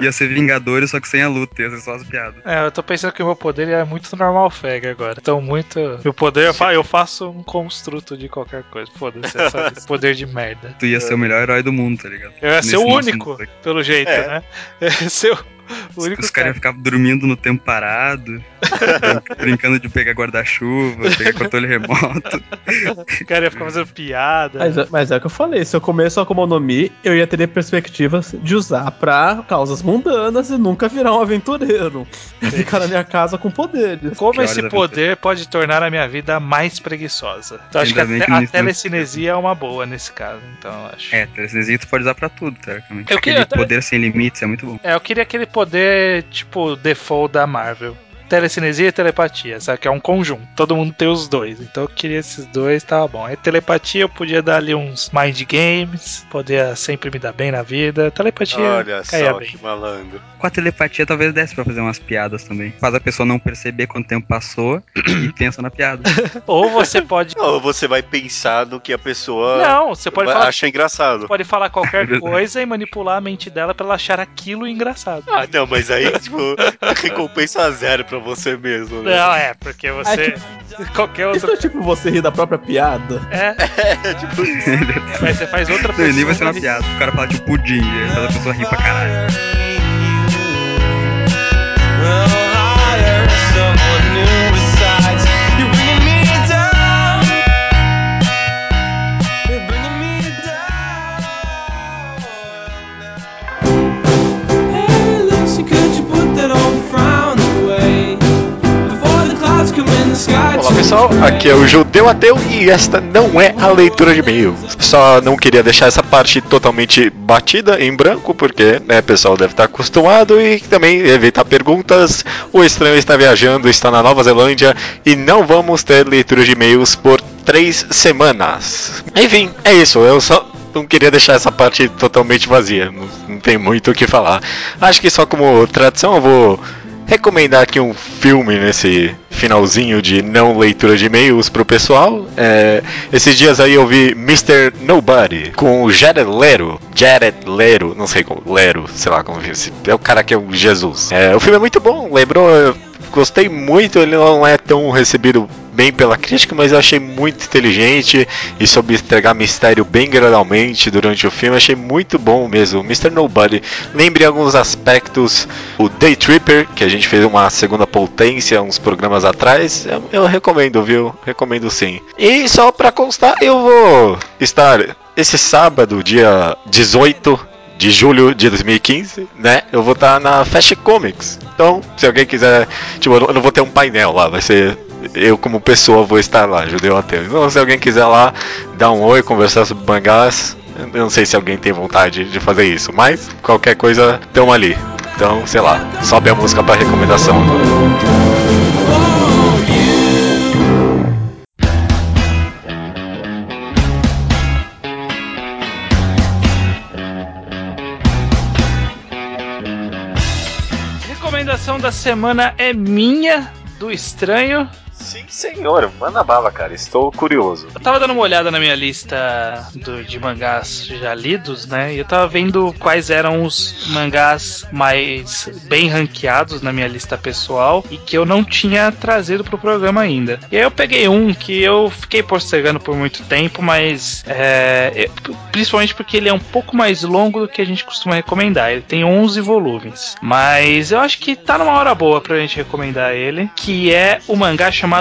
Speaker 3: ia ser Vingadores, só que sem a luta, ia ser só as piadas.
Speaker 1: É, eu tô pensando que o meu poder é muito normal fag agora. Então, muito. Meu poder, eu, fa- eu faço um construto de qualquer coisa. Foda-se, é *laughs* só isso. poder de merda.
Speaker 3: Tu ia ser o melhor herói do mundo, tá ligado?
Speaker 1: Eu ia ser o
Speaker 3: Nesse nosso
Speaker 1: único,
Speaker 3: mundo aqui.
Speaker 1: pelo jeito,
Speaker 2: É.
Speaker 1: né? Eu ia ser o o único
Speaker 3: Os caras iam ficar dormindo no
Speaker 1: *laughs*
Speaker 3: tempo parado, brinc- brincando de pegar guarda-chuva, pegar controle
Speaker 1: *laughs*
Speaker 3: remoto.
Speaker 1: O cara ia ficar fazendo piada.
Speaker 4: Mas, é- mas é o que eu falei, se eu comer só como nome, eu ia ter perspectivas de usar pra causas mundanas e nunca virar um aventureiro. Ficar na minha casa com poderes.
Speaker 1: Como
Speaker 3: Que
Speaker 1: esse
Speaker 3: horas
Speaker 1: poder pode tornar a minha vida mais preguiçosa? Então, acho que a,
Speaker 3: Ainda bem
Speaker 1: te-
Speaker 3: que não
Speaker 1: a
Speaker 3: existe-
Speaker 1: telecinesia é uma boa nesse caso, então eu acho.
Speaker 3: É, telecinzinho tu pode usar pra tudo, teoricamente.
Speaker 1: Eu
Speaker 3: Aquele
Speaker 1: queria até-
Speaker 3: poder sem limites é muito bom.
Speaker 1: É, eu queria aquele poder, tipo, default da Marvel. Telecinesia e telepatia, sabe? Que é um conjunto. Todo mundo tem os dois. Então eu queria esses dois, tava bom. Aí telepatia eu podia dar ali uns mind games, podia sempre me dar bem na vida. Telepatia
Speaker 2: Olha
Speaker 1: caía
Speaker 2: só,
Speaker 1: bem.
Speaker 2: que malandro.
Speaker 3: Com a telepatia talvez desse pra fazer umas piadas também. Faz a pessoa não perceber quanto tempo passou *clears throat* e pensa na piada.
Speaker 1: Ou você
Speaker 3: *laughs*
Speaker 1: pode.
Speaker 2: Ou você vai pensar no que a pessoa
Speaker 1: Não, você pode
Speaker 2: vai-
Speaker 1: falar.
Speaker 2: acha engraçado.
Speaker 1: Pode falar
Speaker 3: É *laughs*
Speaker 1: qualquer
Speaker 3: verdade.
Speaker 1: coisa e manipular a mente dela pra ela achar aquilo engraçado.
Speaker 2: Ah, não,
Speaker 1: *laughs*
Speaker 2: mas aí, tipo, recompensa é zero pra você mesmo, né?
Speaker 1: Não, é, porque você. Qualquer outra.
Speaker 4: Isso não é tipo você rir da própria piada.
Speaker 3: *laughs*
Speaker 1: É,
Speaker 2: É, tipo,
Speaker 1: mas você faz outra
Speaker 3: Não,
Speaker 1: pessoa.
Speaker 3: e nem vai ser uma
Speaker 1: mani-
Speaker 3: piada. O cara fala tipo pudim, e aí faz a pessoa rir pra caralho.
Speaker 2: Olá pessoal, aqui é o Judeu Ateu e esta não é a leitura de e-mail. Só não queria deixar essa parte totalmente batida em branco, porque né, o pessoal deve estar acostumado e também evitar perguntas. O estranho está viajando, está na Nova Zelândia e não vamos ter leitura de e-mails por três semanas. Enfim, é isso, eu só. Não queria deixar essa parte totalmente vazia, não, não tem muito o que falar. Acho que só como tradição eu vou recomendar aqui um filme nesse finalzinho de não leitura de e-mails pro pessoal. É, esses dias aí eu vi Mr. Nobody com o Jared Lero. Jared Lero, não sei como, Lero, sei lá como se É o cara que é o Jesus. É, o filme é muito bom, lembrou. gostei muito, ele não é tão recebido bem pela crítica, mas eu achei muito inteligente e soube entregar mistério bem gradualmente durante o filme. Achei muito bom mesmo. Mr. Nobody lembre em alguns aspectos o Day Tripper, que a gente fez uma segunda potência uns programas atrás. Eu, eu recomendo, viu? Recomendo sim. E só pra constar, eu vou estar esse sábado, dia 18 de julho de 2015, né? Eu vou estar na Fast Comics. Então, se alguém quiser. Tipo, eu não- eu não vou ter um painel lá, vai ser. Eu, como pessoa, vou estar lá, judeu ateu. Então, se alguém quiser lá dar um oi, conversar sobre mangás, eu não sei se alguém tem vontade de fazer isso, mas qualquer coisa, tamo ali. Então, sei lá, sobe a música pra recomendação agora.
Speaker 1: Recomendação da semana é minha, do estranho.
Speaker 2: Sim, senhor, manda bala, cara, estou curioso.
Speaker 1: Eu tava dando uma olhada na minha lista do- de mangás já lidos, né? E eu tava vendo quais eram os mangás mais bem ranqueados na minha lista pessoal e que eu não tinha trazido pro programa ainda. E aí eu peguei um que eu fiquei postergando por muito tempo, mas é, eu- principalmente porque ele é um pouco mais longo do que a gente costuma recomendar. Ele tem 11 volumes, mas eu acho que tá numa hora boa pra gente recomendar ele, que é o mangá chamado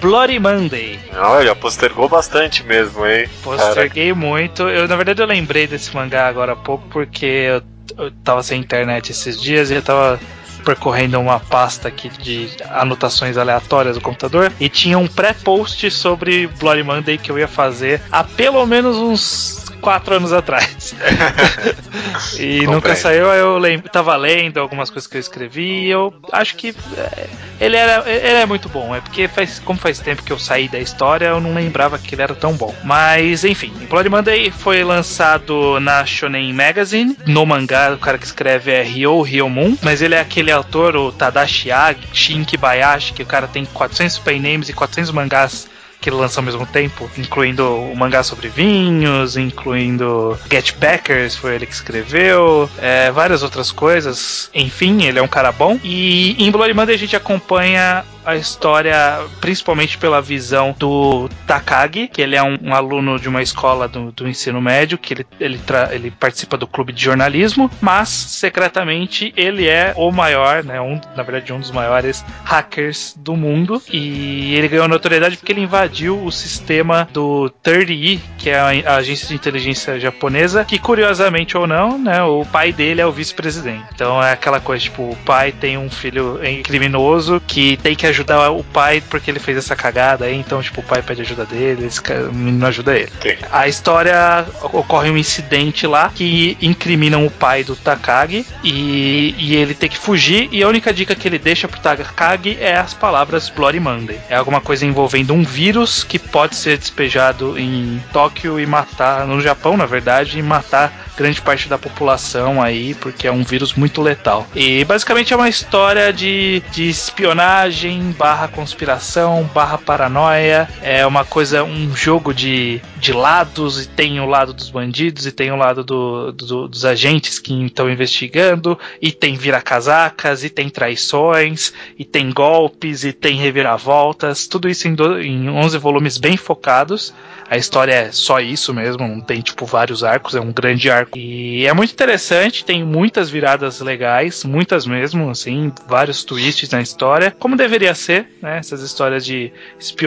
Speaker 1: Bloody Monday.
Speaker 2: Olha, postergou bastante mesmo, hein?
Speaker 1: Posterguei muito. Eu, na verdade, eu lembrei desse mangá agora há pouco porque eu, eu tava sem internet esses dias e eu tava percorrendo uma pasta aqui de anotações aleatórias do computador e tinha um pré-post sobre Bloody Monday que eu ia fazer há pelo menos uns quatro anos atrás. *laughs* e
Speaker 2: Compreendo.
Speaker 1: nunca saiu, aí eu lembro, tava lendo algumas coisas que eu escrevi e eu acho que é, ele, era, ele é muito bom. É porque faz, como faz tempo que eu saí da história, eu não lembrava que ele era tão bom. Mas enfim, Bloody Monday foi lançado na Shonen Magazine. No mangá, o cara que escreve é Ryo Ryomun, mas ele é aquele autor, o Tadashi Agi, Shin Kibayashi, que o cara tem 400 pen names e 400 mangás que ele lançou ao mesmo tempo, incluindo o mangá sobre vinhos, incluindo Get Packers, foi ele que escreveu, é, várias outras coisas. Enfim, ele é um cara bom. E em Bloody Monday a gente acompanha a história principalmente pela visão do Takagi, que ele é um, um aluno de uma escola do, do ensino médio, que ele, ele, tra- ele participa do clube de jornalismo, mas secretamente ele é o maior, né, um, na verdade um dos maiores hackers do mundo e ele ganhou notoriedade porque ele invadiu o sistema do 30i, que é a a agência de inteligência japonesa, que curiosamente ou não, né, o pai dele é o vice-presidente. Então é aquela coisa, tipo, o pai tem um filho em- criminoso que tem que ajudar o pai porque ele fez essa cagada aí, então tipo, o pai pede ajuda dele, esse cara, o menino ajuda ele. A história ocorre um incidente lá que incriminam o pai do Takagi e, e ele tem que fugir. E a única dica que ele deixa pro Takagi é as palavras Bloody Monday. É alguma coisa envolvendo um vírus que pode ser despejado em Tóquio e matar, no Japão na verdade, e matar grande parte da população aí, porque é um vírus muito letal. E basicamente é uma história de, de espionagem, barra conspiração, barra paranoia. É uma coisa, um jogo de, de lados, e tem o lado dos bandidos, e tem o lado do- do- dos agentes que estão investigando, e tem vira-casacas, e tem traições, e tem golpes, e tem reviravoltas, tudo isso em, do, em 11 volumes bem focados. A história é só isso mesmo, não tem tipo vários arcos, é um grande arco. E é muito interessante, tem muitas viradas legais, muitas mesmo, assim, vários twists na história, como deveria ser, né? Essas histórias de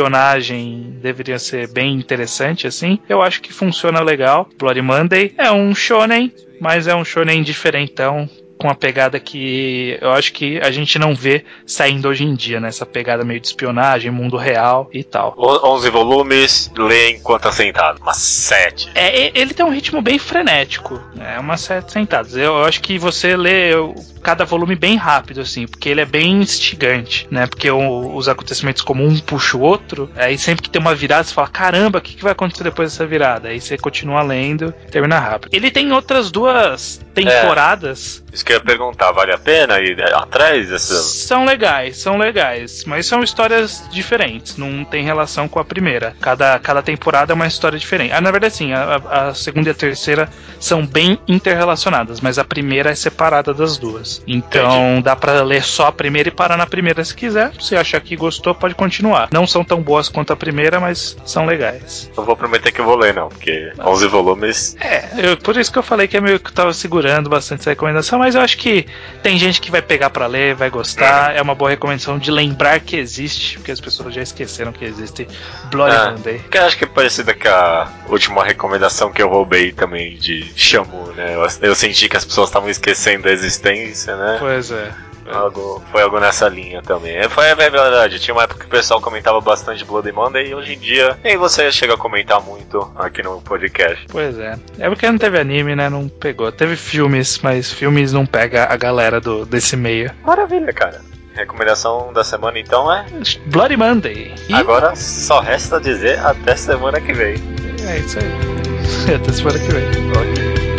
Speaker 1: espionagem deveriam ser bem interessante assim. Eu acho que funciona legal. Bloody Monday é um shonen, mas é um shonen diferentão. Com uma pegada que eu acho que a gente não vê saindo hoje em dia, né? Essa pegada meio de espionagem, mundo real e tal.
Speaker 2: 11 volumes, lê enquanto tá assentado. Umas 7.
Speaker 1: É, e- ele tem um ritmo bem frenético, né? É umas sete sentadas. Eu, eu acho que você lê o- cada volume bem rápido, assim, porque ele é bem instigante, né? Porque o- os acontecimentos como um puxa o outro, aí sempre que tem uma virada, você fala, caramba, o que, que vai acontecer depois dessa virada? Aí você continua lendo, termina rápido. Ele tem outras duas temporadas
Speaker 2: Isso que eu ia perguntar, vale a pena ir atrás dessa.
Speaker 1: São legais, são legais, mas são histórias diferentes, não tem relação com a primeira. Cada, cada temporada é uma história diferente. Ah, na verdade, sim, a, a- a segunda e a terceira são bem interrelacionadas, mas a primeira é separada das duas. Então dá pra ler só a primeira e parar na primeira se quiser. Se achar que gostou, pode continuar. Não são tão boas quanto a primeira, mas são legais.
Speaker 2: Não vou prometer que eu vou ler, não, porque 11 volumes.
Speaker 1: É, eu- por isso que eu falei que é meio que eu tava segurando bastante essa recomendação, mas eu acho que tem gente que vai pegar pra ler, vai gostar. É uma boa recomendação de lembrar que existe, porque as pessoas já esqueceram que existe Bloody
Speaker 2: Ah.
Speaker 1: Monday.
Speaker 2: Que eu acho que é parecida com a última recomendação que eu roubei também de Shamu, né? Eu, eu senti que as pessoas estavam esquecendo a existência, né?
Speaker 1: Pois é.
Speaker 2: Algo, foi algo nessa linha também. É, Foi é verdade, tinha uma época que o pessoal comentava bastante Bloody Monday e hoje em dia nem você chega a comentar muito aqui no podcast.
Speaker 1: Pois é. É porque não teve anime, né? Não pegou. Teve filmes, mas filmes não pega a galera do, desse meio.
Speaker 2: Maravilha, né, cara. Recomendação da semana então é.
Speaker 1: Bloody Monday. E
Speaker 2: Agora só resta dizer até semana que vem.
Speaker 1: *laughs* é isso aí. Até semana que vem.
Speaker 2: Ok.